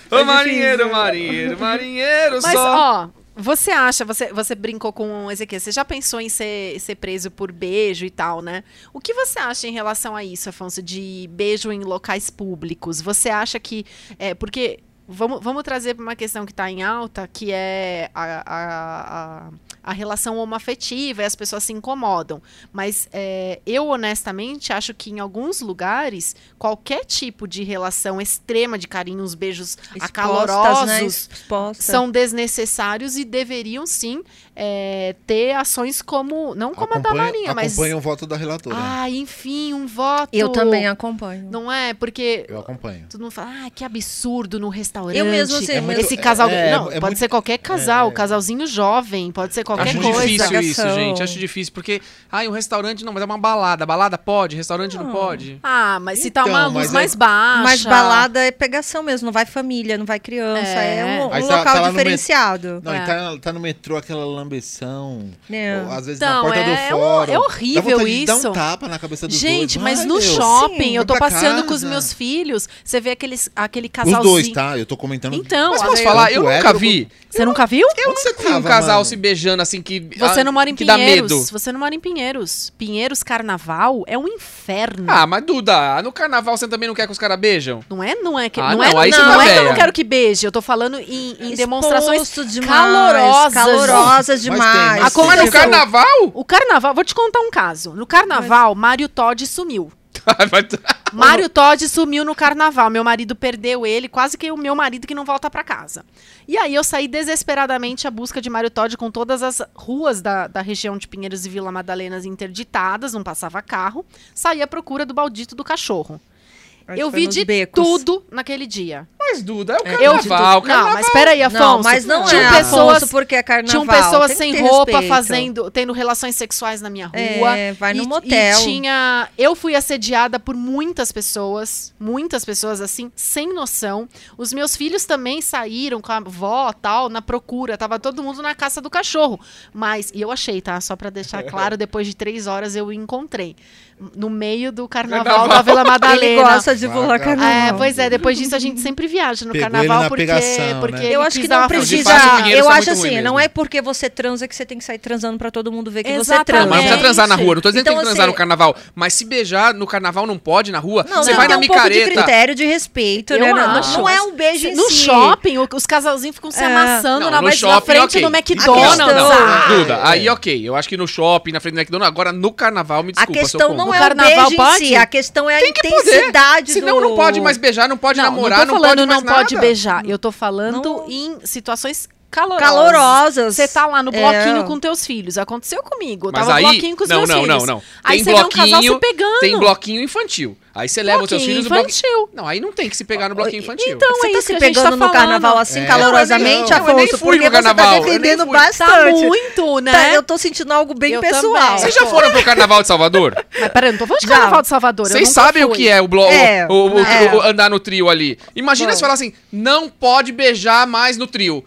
Foi O marinheiro, difícil. marinheiro, marinheiro Mas, só. ó, você acha, você, você brincou com o Ezequiel, você já pensou em ser, ser preso por beijo e tal, né? O que você acha em relação a isso, Afonso, de beijo em locais públicos? Você acha que. É, porque. Vamos, vamos trazer para uma questão que está em alta, que é a, a, a, a relação homoafetiva e as pessoas se incomodam. Mas é, eu, honestamente, acho que em alguns lugares, qualquer tipo de relação extrema de carinho, uns beijos Expostas, né? acalorosos, Expostas. são desnecessários e deveriam sim é, ter ações como não como a da Acompanha- Marinha, mas Acompanha o voto né? da relatora. ah, enfim, um voto. Eu também acompanho. Não é porque Eu acompanho. tu não fala, ah, que absurdo no restaurante. Eu mesmo assim, sei, mas- Esse casal. É, não, é pode muito- ser qualquer casal, é. casalzinho jovem, pode ser qualquer Acho coisa. difícil isso, Negação. gente. Acho difícil, porque. Ai, um restaurante não, mas é uma balada. Balada pode, restaurante não, pode. Ah, mas se tá Então, uma luz mas mais é- baixa. Mas balada é pegação mesmo, não vai família, não vai criança, é, É. um, um Aí tá- tá local lá no diferenciado. Não, É. e tá, tá no metrô aquela lambeção. Não. Ou, Às vezes na Então, porta é, do um- fórum. é Dá horrível vontade de isso. Dar um tapa na cabeça dos Gente, dois. mas Ai, no meu. shopping, Sim, eu tô vai pra passeando com os casa. meus filhos, você vê aqueles, aquele Os casalzinho. dois, tá? Eu tô comentando. Então, Mas às posso vezes- falar? Eu Tanto é nunca que eu- vi. Você nunca viu? Eu Onde você nunca vi um tava, casal mano? se beijando assim que. Você ah, não mora em que dá Pinheiros. medo. Você não mora em Pinheiros. Pinheiros Carnaval é um inferno. Ah, mas Duda, no carnaval você também não quer que os caras beijam? Não é, não é que Ah, não, não, é, aí você não, tá é que eu velha. não quero que beije. Eu tô falando em, em Exposto demonstrações demais, calorosas. Calorosas Mas demais. tem, mas Ah, como Mas no Aconteceu. carnaval? [laughs] O carnaval, vou te contar um caso. No carnaval, Mário Todd sumiu. Vai tá- Mário Todd sumiu no carnaval. Meu marido perdeu ele, quase que o meu marido que não volta pra casa. E aí eu saí desesperadamente à busca de Mário Todd com todas as ruas da, da região de Pinheiros e Vila Madalenas interditadas, não passava carro. Saí à procura do baldito do cachorro. Acho eu que foi vi nos de becos. tudo naquele dia. mas Duda, é o Eu- um carnaval. não, carnaval. mas peraí, Afonso. Não, mas não tinham é, pessoas, Afonso, porque é carnaval. Tinham pessoas tem que sem ter roupa respeito. fazendo, tendo relações sexuais na minha rua. É, vai no E- motel. E tinha. Eu fui assediada por muitas pessoas, muitas pessoas assim, sem noção. Os meus filhos também saíram com a avó tal, na procura. Tava todo mundo na caça do cachorro. Mas, e eu achei, tá? Só pra deixar claro, depois de três horas eu o encontrei. No meio do carnaval da Carnaval. Vila Ele Madalena. gosta de pular Vagabundo. É, carnaval. pois é, depois disso a gente sempre viaja no Pegou ele carnaval na porque, pegação, porque né? ele Eu acho quis que dar não uma precisa. fato, o dinheiro Eu tá acho muito assim, ruim não mesmo. é porque você transa que você tem que sair transando pra todo mundo ver que Exatamente. você Não, mas não transa. precisa transar na rua, não tô dizendo que tem Então, que transar assim, no carnaval. Mas se beijar no carnaval não pode, na rua, Não, você não, vai tem na um pouco de micareta. critério de respeito, Eu né? Não- acho. Não é um beijo em No si. shopping, o- os casalzinhos ficam se É. amassando Não, na, no mas na shopping, frente ok. Então, do A McDonald's. questão- não, Ah, Duda, aí É. ok. Eu acho que no shopping, na frente do McDonald's, agora no carnaval, me desculpa, a seu questão ponto. não No é o carnaval beijo pode? em si, a questão é a poder. intensidade Senão do... não pode mais beijar, não pode não, namorar, não, não tô falando pode mais não pode nada. beijar. Eu tô falando Não. em situações calorosas. calorosas. Você tá lá no bloquinho É. com teus filhos. Aconteceu comigo. Eu Mas tava aí- no bloquinho com os não, meus não, filhos. não, não. Aí Tem você vê um casal se bloquinho, pegando. Tem bloquinho infantil. Aí você leva os seus filhos Bloquinho no bloquinho. infantil. Não, aí não tem que se pegar no bloquinho infantil. Então Você é tá isso se que a gente pegando tá no falando. carnaval assim É. calorosamente, Não, eu nem- eu nem Afonso, fui porque no você tá carnaval, eu nem defendendo fui. Tá Tá bastante. muito, né? Tá, eu tô sentindo algo bem Eu pessoal. também. Vocês já foram pro carnaval de Salvador? Mas peraí, eu não tô falando de Já. carnaval de Salvador. eu Vocês nunca sabem o fui. que é o bloco, É, o, o- é. o- andar no trio ali. Imagina Bom. se falar assim, não pode beijar mais no trio.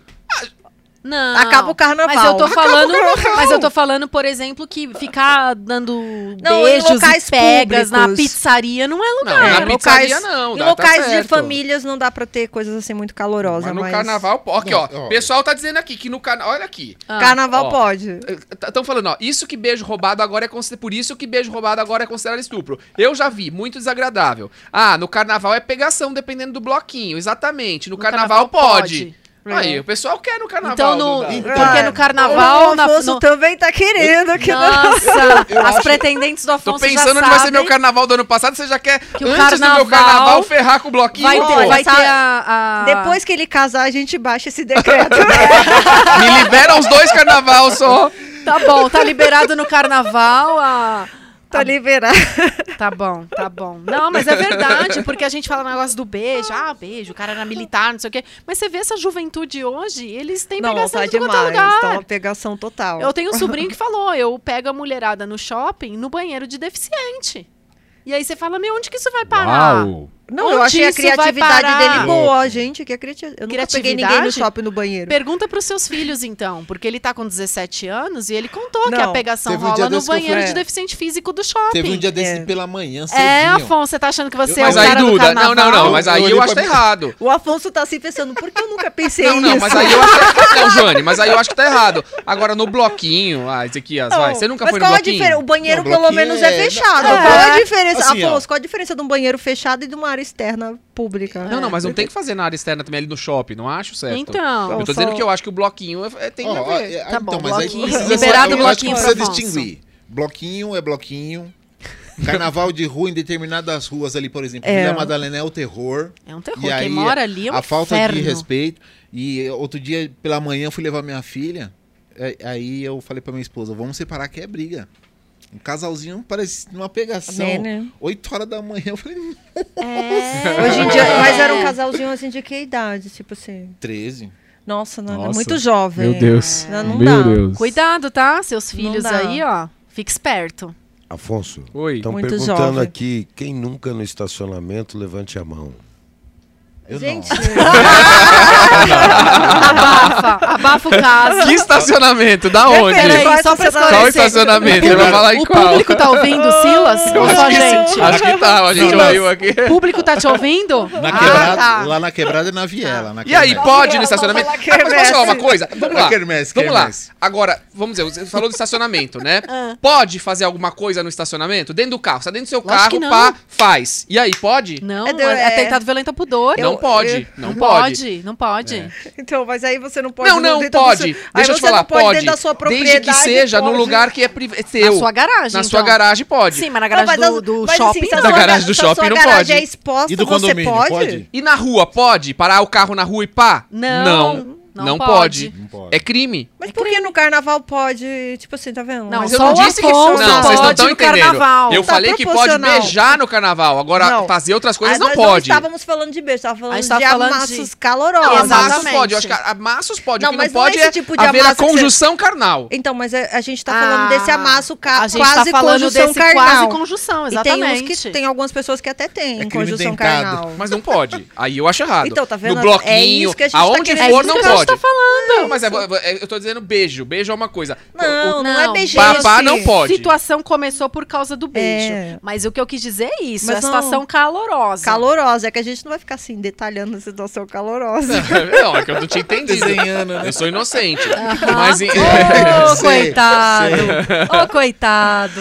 Não. Acaba o carnaval. Mas eu tô Acaba falando, mas eu tô falando, por exemplo, que ficar dando Não, em beijos locais e pegas na públicos. pizzaria não é Não, lugar. na É, pizzaria locais- não. Em dá- tá locais de certo. famílias não dá pra ter coisas assim muito calorosas, Mas mas... no carnaval, pô, aqui, Não, ó. ó. O pessoal tá dizendo aqui que no carnaval. Olha aqui. Ah. Carnaval Ó. pode. Estão falando, ó, isso que beijo roubado agora é considerado. Por isso que beijo roubado agora é considerado estupro. Eu já vi, muito desagradável. Ah, no carnaval é pegação, dependendo do bloquinho. Exatamente. No, No carnaval, carnaval É. pode. pode. Aí, o pessoal quer no carnaval. Então, no, Duda. Então, porque É. no carnaval... O na- Afonso no- também tá querendo aqui. né? Nossa, Eu as acho- pretendentes do Tô Afonso já pensando onde vai ser sabem. meu carnaval do ano passado. Você já quer, Que o antes do carnaval meu carnaval, ferrar com o bloquinho? Vai ter, pô. vai Sabe- ter a, a- Depois que ele casar, a gente baixa esse [laughs] decreto. Me libera os dois carnaval só. Tá bom, tá liberado no carnaval a... tá liberado. Tá bom, tá bom. Não, mas é verdade, porque a gente fala o negócio do beijo. Ah, beijo, o cara era militar, não sei o quê. Mas você vê essa juventude hoje, eles têm Não, pegação tá de quanto é demais. lugar. Tá uma pegação total. Eu tenho um sobrinho que falou, eu pego a mulherada no shopping, no banheiro de deficiente. E aí você fala, meu, onde que isso vai parar? Não, eu Onde achei a isso vai criatividade parar? dele boa, Louco. gente. Que a criati... Eu nunca peguei Criatividade? ninguém no shopping no banheiro. Pergunta pros seus filhos, então, porque ele tá com 17 anos e ele contou que Não, a pegação teve um dia rola no desse que eu fui- banheiro de É. deficiente físico do shopping. Teve um dia desse É. pela manhã, cedinho. É, Afonso, você tá achando que você Mas é o aí, cara do Duda, não, carnaval? não, não, mas Eu aí olhei eu pra acho que tá mim- errando. O Afonso tá assim pensando, por que eu nunca pensei Não, não, nisso? mas aí eu acho que... tá Não, Joane, mas aí eu acho que tá errado. Agora, no bloquinho... Ah, Ezequias, vai. Você nunca mas foi no qual a bloquinho? diferença? O banheiro, Não, pelo bloquinho menos, é é- fechado. É. Qual a diferença? Assim, ó. Afonso, qual a diferença de um banheiro fechado e de uma área externa pública? Não, não, mas É, não tem que fazer na área externa também ali no shopping, não acho certo. Então, Eu tô dizendo que eu acho que o bloquinho é- é- tem Ó, a ó, ver. é, Tá bom, mas aí bloquinho. precisa- Liberado eu acho que bloquinho precisa pro Afonso. distinguir. Bloquinho é bloquinho. Carnaval de rua em determinadas ruas ali, por exemplo. É. Vila Madalena é o terror. é um terror. E Quem aí, mora ali é um a falta de inferno. respeito. E eh, outro dia, pela manhã, eu fui levar minha filha. eh, Aí eu falei pra minha esposa, vamos separar que é briga. Um casalzinho parece uma pegação. É, né? 8 horas da manhã, eu falei, É. Hoje em dia, mas era um casalzinho assim de que idade? Tipo assim. 13. Nossa, não, Nossa. é muito jovem. Meu Deus. Não, não Meu dá. Deus. [laughs] Cuidado, tá? Seus filhos dá. aí, ó. Fica esperto. Afonso, Oi. então- estão Muito perguntando jovem. aqui, quem nunca no estacionamento, levante a mão. Eu Gente, não. [laughs] Abafa, abafa [laughs] o caso. Que estacionamento? Da onde? É, peraí, Peraí, só pra Qual esclarecer. estacionamento? Ele vai falar em o qual? público tá ouvindo, Silas? Ou só a que gente? sim. Acho que tá, a gente Silas. ouviu aqui. O público tá te ouvindo? Na quebrada, tá. Lá na quebrada é na viela. Na E aí, quermesse. pode no estacionamento? Ah, mas posso falar uma coisa? Vamos lá. Na quermesse, Vamos lá. quermesse. Agora, vamos dizer, você falou de estacionamento, [laughs] né? Ah. Pode fazer alguma coisa no estacionamento? Dentro do carro. Você tá dentro do seu Lógico que carro, não. pá, faz. E aí, pode? Não, É, é, deu- é. atentado violento ao pudor. Não eu- pode. eu- Não pode. Não pode. [laughs] Então, mas aí você não pode. não, não, dentro do pode. seu- aí Deixa eu te você falar, não pode. dentro da sua propriedade, Desde que seja pode. no lugar que é, priv... é Na teu. sua garagem, Na sua então. garagem, pode. Sim, mas na Não, garagem mas do, das- do mas assim, shopping, se a não. Na sua garagem ga- do se a sua shopping não garagem pode. é exposta, E do você condomínio, pode? E na rua, pode parar o carro na rua e pá? Não, Não, não não pode. Não pode. É crime. Mas por que no carnaval pode? Tipo assim, tá vendo? Não, Mas só eu não o disse que isso Afonso não, vocês não pode estão no entendendo. carnaval. Eu Tá falei que pode proporcional. beijar no carnaval, agora Não. fazer outras coisas Ah, não nós pode. Não estávamos falando de beijo, estávamos A falando gente tava de falando amassos de- Não, calorosos. amassos Exatamente. pode, eu acho que amassos pode. Não, o que mas não não é pode esse tipo de haver a amasso que você- conjunção carnal. Então, mas a, a gente tá Ah, falando desse amasso ca A gente quase tá falando conjunção desse carnal. quase conjunção, e tem uns exatamente. que tem algumas pessoas que até têm É crime conjunção dentado. carnal. Mas não pode. [laughs] Aí eu acho errado. Então, tá vendo? No É bloquinho, isso que a gente tá aonde querendo. É for, isso não que a gente pode. tá falando. não, mas é- é- eu tô dizendo beijo. Beijo é uma coisa. Não, não, Não, é beijinho. papá assim. não pode. A situação começou por causa do beijo. É. Mas o que eu quis dizer é isso, Mas é a não- situação calorosa. Calorosa, é que a gente não vai ficar assim detalhando a situação calorosa. não, [laughs] é que eu não [laughs] tinha entendido. Desenhando, [laughs] [laughs] né? Eu sou inocente. [laughs] Mas, em- [laughs] Ô, Sei, coitado. Ô, coitado.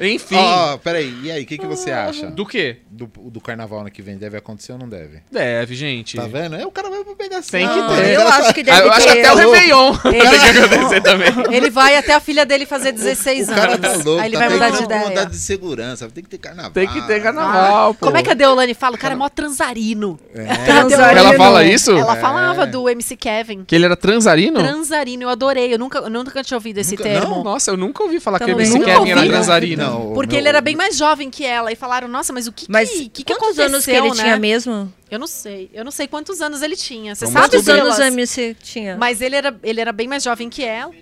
enfim. Ó, ó, peraí. E aí, o que, que você acha do, Do quê? do carnaval ano que vem? Deve acontecer ou não deve? Deve, gente. Tá vendo? É o cara vai pra pegação. Tem que Não, ter. Eu acho que Ah, deve eu acho que ter. até o Alô? Réveillon [laughs] tem é que acontecer também. Ele vai até a filha dele fazer 16 O cara anos. tá louco. né? Aí ele tá vai tendo mudar de uma ideia. vontade de segurança. Tem que ter carnaval. Tem que ter carnaval, pô. Ah. Como é que a Deolane fala? O cara é mó transarino. Transarino. Ela fala isso? Ela É. falava do MC Kevin. Que ele era transarino? Transarino, eu adorei. Eu nunca, eu nunca tinha ouvido esse Nunca- termo. não? Nossa, eu nunca ouvi falar que Também. MC Nunca Kevin era ouvi. transarino. Não, o Porque meu- ele era bem mais jovem que ela. E falaram, nossa, mas o que Mas que, que, que quantos aconteceu, anos que ele né? tinha mesmo? Eu não sei. Eu não sei quantos anos ele tinha. Você Vamos sabe Quantos descobrir. anos é a Silas? MC tinha? Mas ele era, ele era bem mais jovem que ela.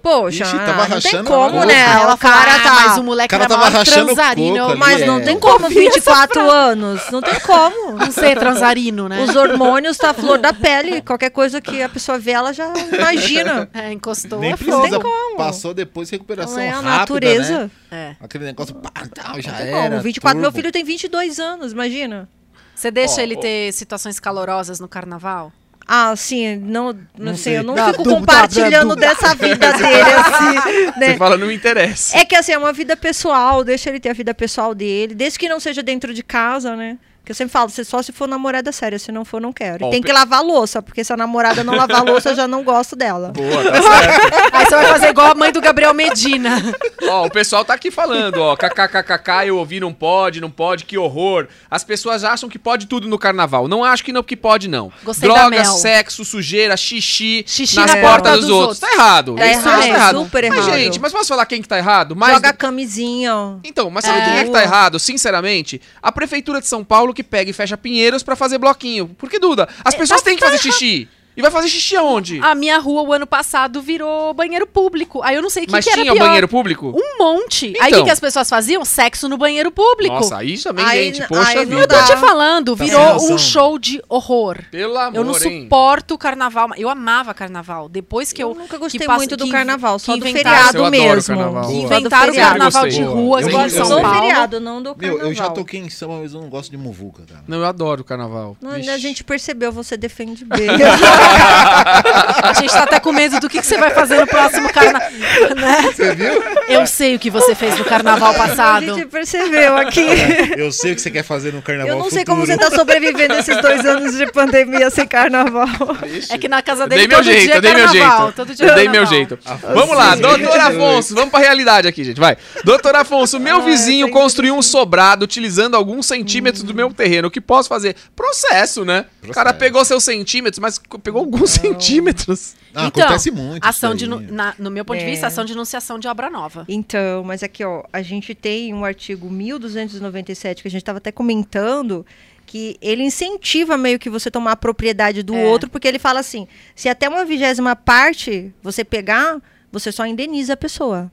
Poxa, Ixi, tava não tem rachando como, a boca. né? Aí Ela ela fala, cara ah, tá... mas o moleque cara era tava maior rachando o transarino. coco Eu ali. Mas É. não tem como, 24 anos. Não tem como. Não sei, transarino, né? Os hormônios tá à flor da pele. Qualquer coisa que a pessoa vê, ela já imagina. É, encostou. a Nem não precisa. tem como. Passou depois recuperação Não é a rápida, natureza. né? É. Aquele negócio, pá, tal, já Não tem era. como. 24, meu turbo. filho tem 22 anos, imagina. Você deixa Ó, ele ó. ter situações calorosas no carnaval? [laughs] Ah, assim, não, não, sei, eu não Dá fico dúvida, compartilhando dá dúvida. dessa vida dele, [laughs] assim, Você né? fala, não me interessa. É que assim, é uma vida pessoal, deixa ele ter a vida pessoal dele, desde que não seja dentro de casa, né? Que eu sempre falo, você só se for namorada séria, se não for, não quero. Ó, E tem pe- que lavar a louça, porque se a namorada não lavar a louça, eu já não gosto dela. Boa, tá certo. Aí você vai fazer igual a mãe do Gabriel Medina. ó, o pessoal tá aqui falando, ó, kkkk, eu ouvi, não pode, não pode, que horror. As pessoas acham que pode tudo no carnaval. Não acho que não, que pode não. Gostei da Droga, Mel. sexo, sujeira, xixi, Xixi nas na portas porta dos, dos outros. outros. é Tá errado. Tá Isso eu acho errado, super Mas, errado. gente, mas posso falar quem que tá errado? Mais Joga do- a camisinha, ó. Então, mas sabe É. quem é que tá errado, sinceramente? A prefeitura de São Paulo que pega e fecha Pinheiros pra fazer bloquinho. Porque, Duda, as É, pessoas têm que fazer xixi. E vai fazer xixi aonde? A minha rua, o ano passado, virou banheiro público. Aí eu não sei o que, mas que era tinha pior. banheiro público? Um monte. Aí o Então. que, que as pessoas faziam? Sexo no banheiro público. Nossa, aí também, Aí- gente. aí Poxa não vida. dá. Tô te falando, Tá virou sem razão. um show de horror. Pelo amor, Eu não hein? suporto o carnaval. Eu amava carnaval. Depois que eu. Eu nunca gostei que passa- muito do que- carnaval, só que do inventaram- Eu feriado adoro mesmo. carnaval. Só do um Inventaram o feriado. carnaval gostei. de rua Eu aqui em gosto São do Só o Paulo. feriado, não do é carnaval. Meu, eu já toquei em samba, mas eu não gosto de muvuca, cara. Não, eu adoro o carnaval. Não, Vixe. ainda a gente percebeu, [laughs] você defende bem. A gente tá até com medo do que, que você vai fazer no próximo carnaval. Você viu? Eu sei o que você fez no carnaval a passado. gente percebeu aqui. Eu sei o que você quer fazer no carnaval Eu não sei É, futuro. como você tá sobrevivendo esses dois anos de pandemia sem carnaval. É que na casa Eu dei dele meu todo jeito, dia eu é dei meu carnaval. jeito. Todo dia é Eu dei meu carnaval. jeito. Ah, Vamos lá, doutor Afonso, vamos pra realidade aqui, gente. Vai. Doutor Afonso, Ah, é, meu vizinho construiu um sobrado utilizando alguns centímetros do meu terreno. O que posso fazer? Processo, né? O cara Hum. Processo. pegou seus centímetros, mas co- pegou alguns centímetros. Ah, Então, acontece muito. Ação de, isso nu- aí. na- no meu ponto de É. vista, ação de enunciação de obra nova. Então, mas aqui, ó, a gente tem um artigo 1297 que a gente estava até comentando que ele incentiva meio que você tomar a propriedade do É. outro, porque ele fala assim: se até uma vigésima parte você pegar, você só indeniza a pessoa.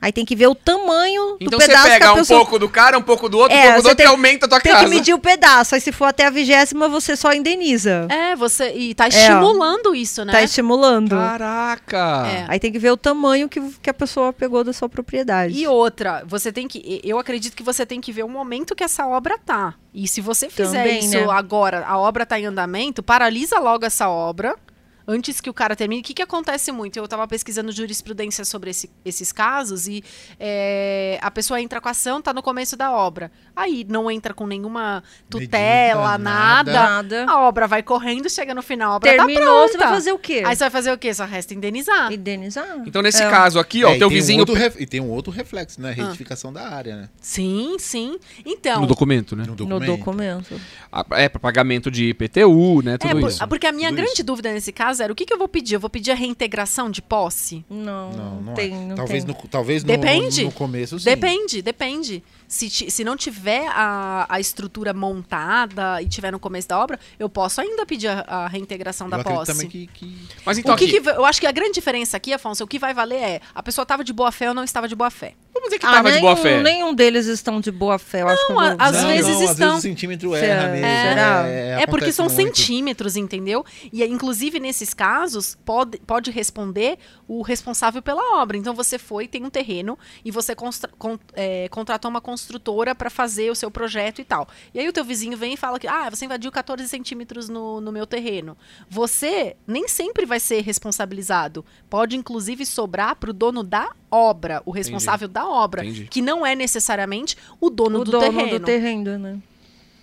Aí tem que ver o tamanho Então do você pedaço que pega a um pessoa pouco do cara, um pouco do outro, um É, pouco do você outro tem- e aumenta a tua tem casa. que medir o pedaço. Aí se for até a vigésima, você só indeniza. É, você. E tá estimulando isso, né? Tá estimulando. Caraca! É. Aí tem que ver o tamanho que, que a pessoa pegou da sua propriedade. E outra, você tem que. e- Eu acredito que você tem que ver o momento que essa obra tá. E se você fizer Também, isso né? agora, a obra tá em andamento, paralisa logo essa obra. Antes que o cara termine, o que, que acontece muito? Eu estava pesquisando jurisprudência sobre esse- esses casos e é, a pessoa entra com a ação, tá no começo da obra. Aí não entra com nenhuma tutela, Medida, nada. Nada. A obra vai correndo, chega no final, a obra tá Terminou, pronta. você vai fazer o quê? Aí você vai fazer o quê? Só resta Ah. indenizar. Indenizar. Então, nesse caso aqui, ó, É, o e teu tem um vizinho. outro ref- E tem um outro reflexo, né? Retificação da área, né? Sim, sim. Então, No documento, né? No documento. Ah, É, pra pagamento de IPTU, né? Tudo é, por- isso. porque a minha Tudo grande dúvida nesse caso era o que, que eu vou pedir? Eu vou pedir a reintegração de posse? Não, Não, não tem, é. não talvez tem. no, talvez no- Depende. No, começo, sim. Depende, depende. Se, ti- se não tiver a, a estrutura montada e tiver no começo da obra, eu posso ainda pedir a, a reintegração Eu da acredito posse. também que, que- Mas então, o que aqui, que va- eu acho que a grande diferença aqui, Afonso, o que vai valer é a pessoa estava de boa fé ou não estava de boa fé. vamos dizer que Ah, tava nenhum, de boa fé. nenhum deles estão de boa fé. Eu acho que eu a- vou- Às vezes Às vezes estão. o centímetro Será? erra mesmo. É. Será? É, É porque acontece são muito. centímetros, entendeu? E aí, inclusive nesses casos pode, pode responder o responsável pela obra. Então você foi, tem um terreno e você constra- con- é, contratou uma construtora para fazer o seu projeto e tal. E aí o teu vizinho vem e fala que ah, você invadiu 14 centímetros no, no meu terreno. Você nem sempre vai ser responsabilizado. Pode inclusive sobrar para o dono da obra, o responsável da obra, Entendi. que não é necessariamente o dono, o do, dono terreno. do terreno, né?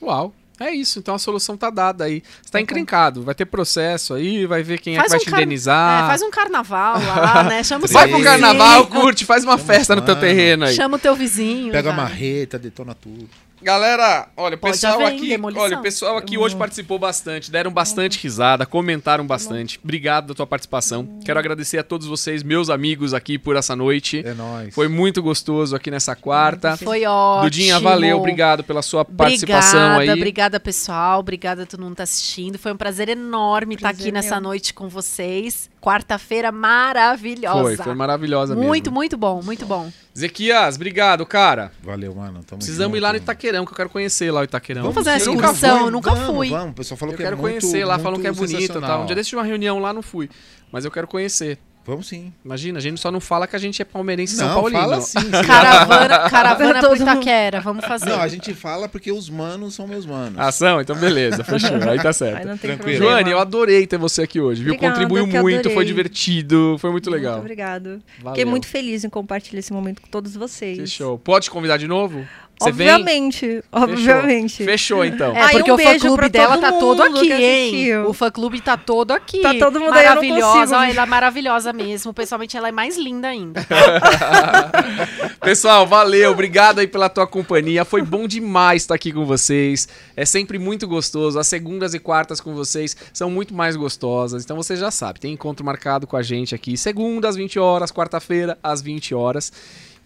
Uau. É isso, então a solução tá dada aí. Você tá encrencado, vai ter processo aí, vai ver quem Faz é que vai um te car- indenizar. É, faz um carnaval [laughs] lá, né? Chama o seu Vai pro Sim. vizinho. carnaval, curte, faz uma Chama festa no teu mano. terreno aí. Chama o teu vizinho. Pega a vai. marreta, detona tudo. Galera, olha, o Pode pessoal haver, hein, aqui, demolição. Hum. olha, o pessoal aqui hoje participou bastante, deram bastante risada, Tá comentaram bastante. Obrigado da tua Hum. participação. Quero agradecer a todos vocês, meus amigos aqui por essa noite. É nóis. Foi muito gostoso aqui nessa quarta. Foi ótimo. Dudinha, valeu, obrigado pela sua participação Obrigada, aí. obrigada pessoal, obrigada a todo mundo que tá assistindo. Foi um prazer enorme estar Prazer aqui nessa meu. noite com vocês. Quarta-feira maravilhosa. Foi, foi maravilhosa Muito, mesmo. muito bom, [laughs] muito bom. Zequias, obrigado, cara. Valeu, mano. Tamo é Precisamos junto, ir lá no mano. Itaquerão, que eu quero conhecer lá o Itaquerão. Vamos fazer uma Eu Eu nunca excursão, fui. eu nunca vamos, fui. Vamos, o pessoal falou Eu que quero é muito, conhecer lá, muito falam que é bonito, tá? sensacional. Um dia desse de uma reunião lá, não fui. Mas eu quero conhecer. Vamos sim. Imagina, a gente só não fala que a gente é palmeirense e São Não, Paulino. fala sim. Caravana, caravana pro Todo mundo. Itaquera, vamos fazer. Não, a gente fala porque os manos são meus [laughs] manos. Ação? Então beleza, fechou. Aí tá Aí certo. não tem Tranquilo. problema. Joane, eu adorei ter você aqui hoje, viu? Obrigada, Contribuiu que eu muito, foi adorei. divertido, foi muito legal. Muito obrigado. Fiquei Valeu. muito feliz em compartilhar esse momento com todos vocês. Que show. Pode te convidar de novo? Você vem? Obviamente, obviamente. Fechou, [laughs] então. É, Ai, porque um o beijo fã-clube pra dela todo tá todo mundo aqui, que hein? assistiu. O fã-clube tá todo aqui. Tá todo mundo aí, eu não Maravilhosa, consigo. ó, ela é maravilhosa mesmo. Pessoalmente, ela é mais linda ainda. Pessoal, valeu, obrigado aí pela tua companhia. Foi bom demais estar aqui com vocês. É sempre muito gostoso. As segundas e quartas com vocês são muito mais gostosas. Então você já sabe, tem encontro marcado com a gente aqui segunda às 20 horas, quarta-feira às 20 horas.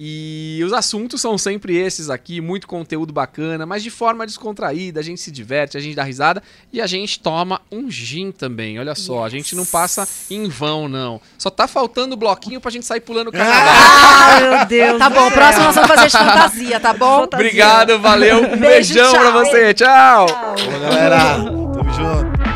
E os assuntos são sempre esses aqui, muito conteúdo bacana, mas de forma descontraída, a gente se diverte, a gente dá risada e a gente toma um gin também. Olha só, a gente não passa em vão, não. Só tá faltando bloquinho pra gente sair pulando o carnaval. Ah, meu Deus. Tá do bom, céu. próximo nós vamos fazer de fantasia, tá bom? Fantasia. Obrigado, valeu. Um Beijo, beijão pra tchau. você. Tchau. Falou, galera. Tamo junto.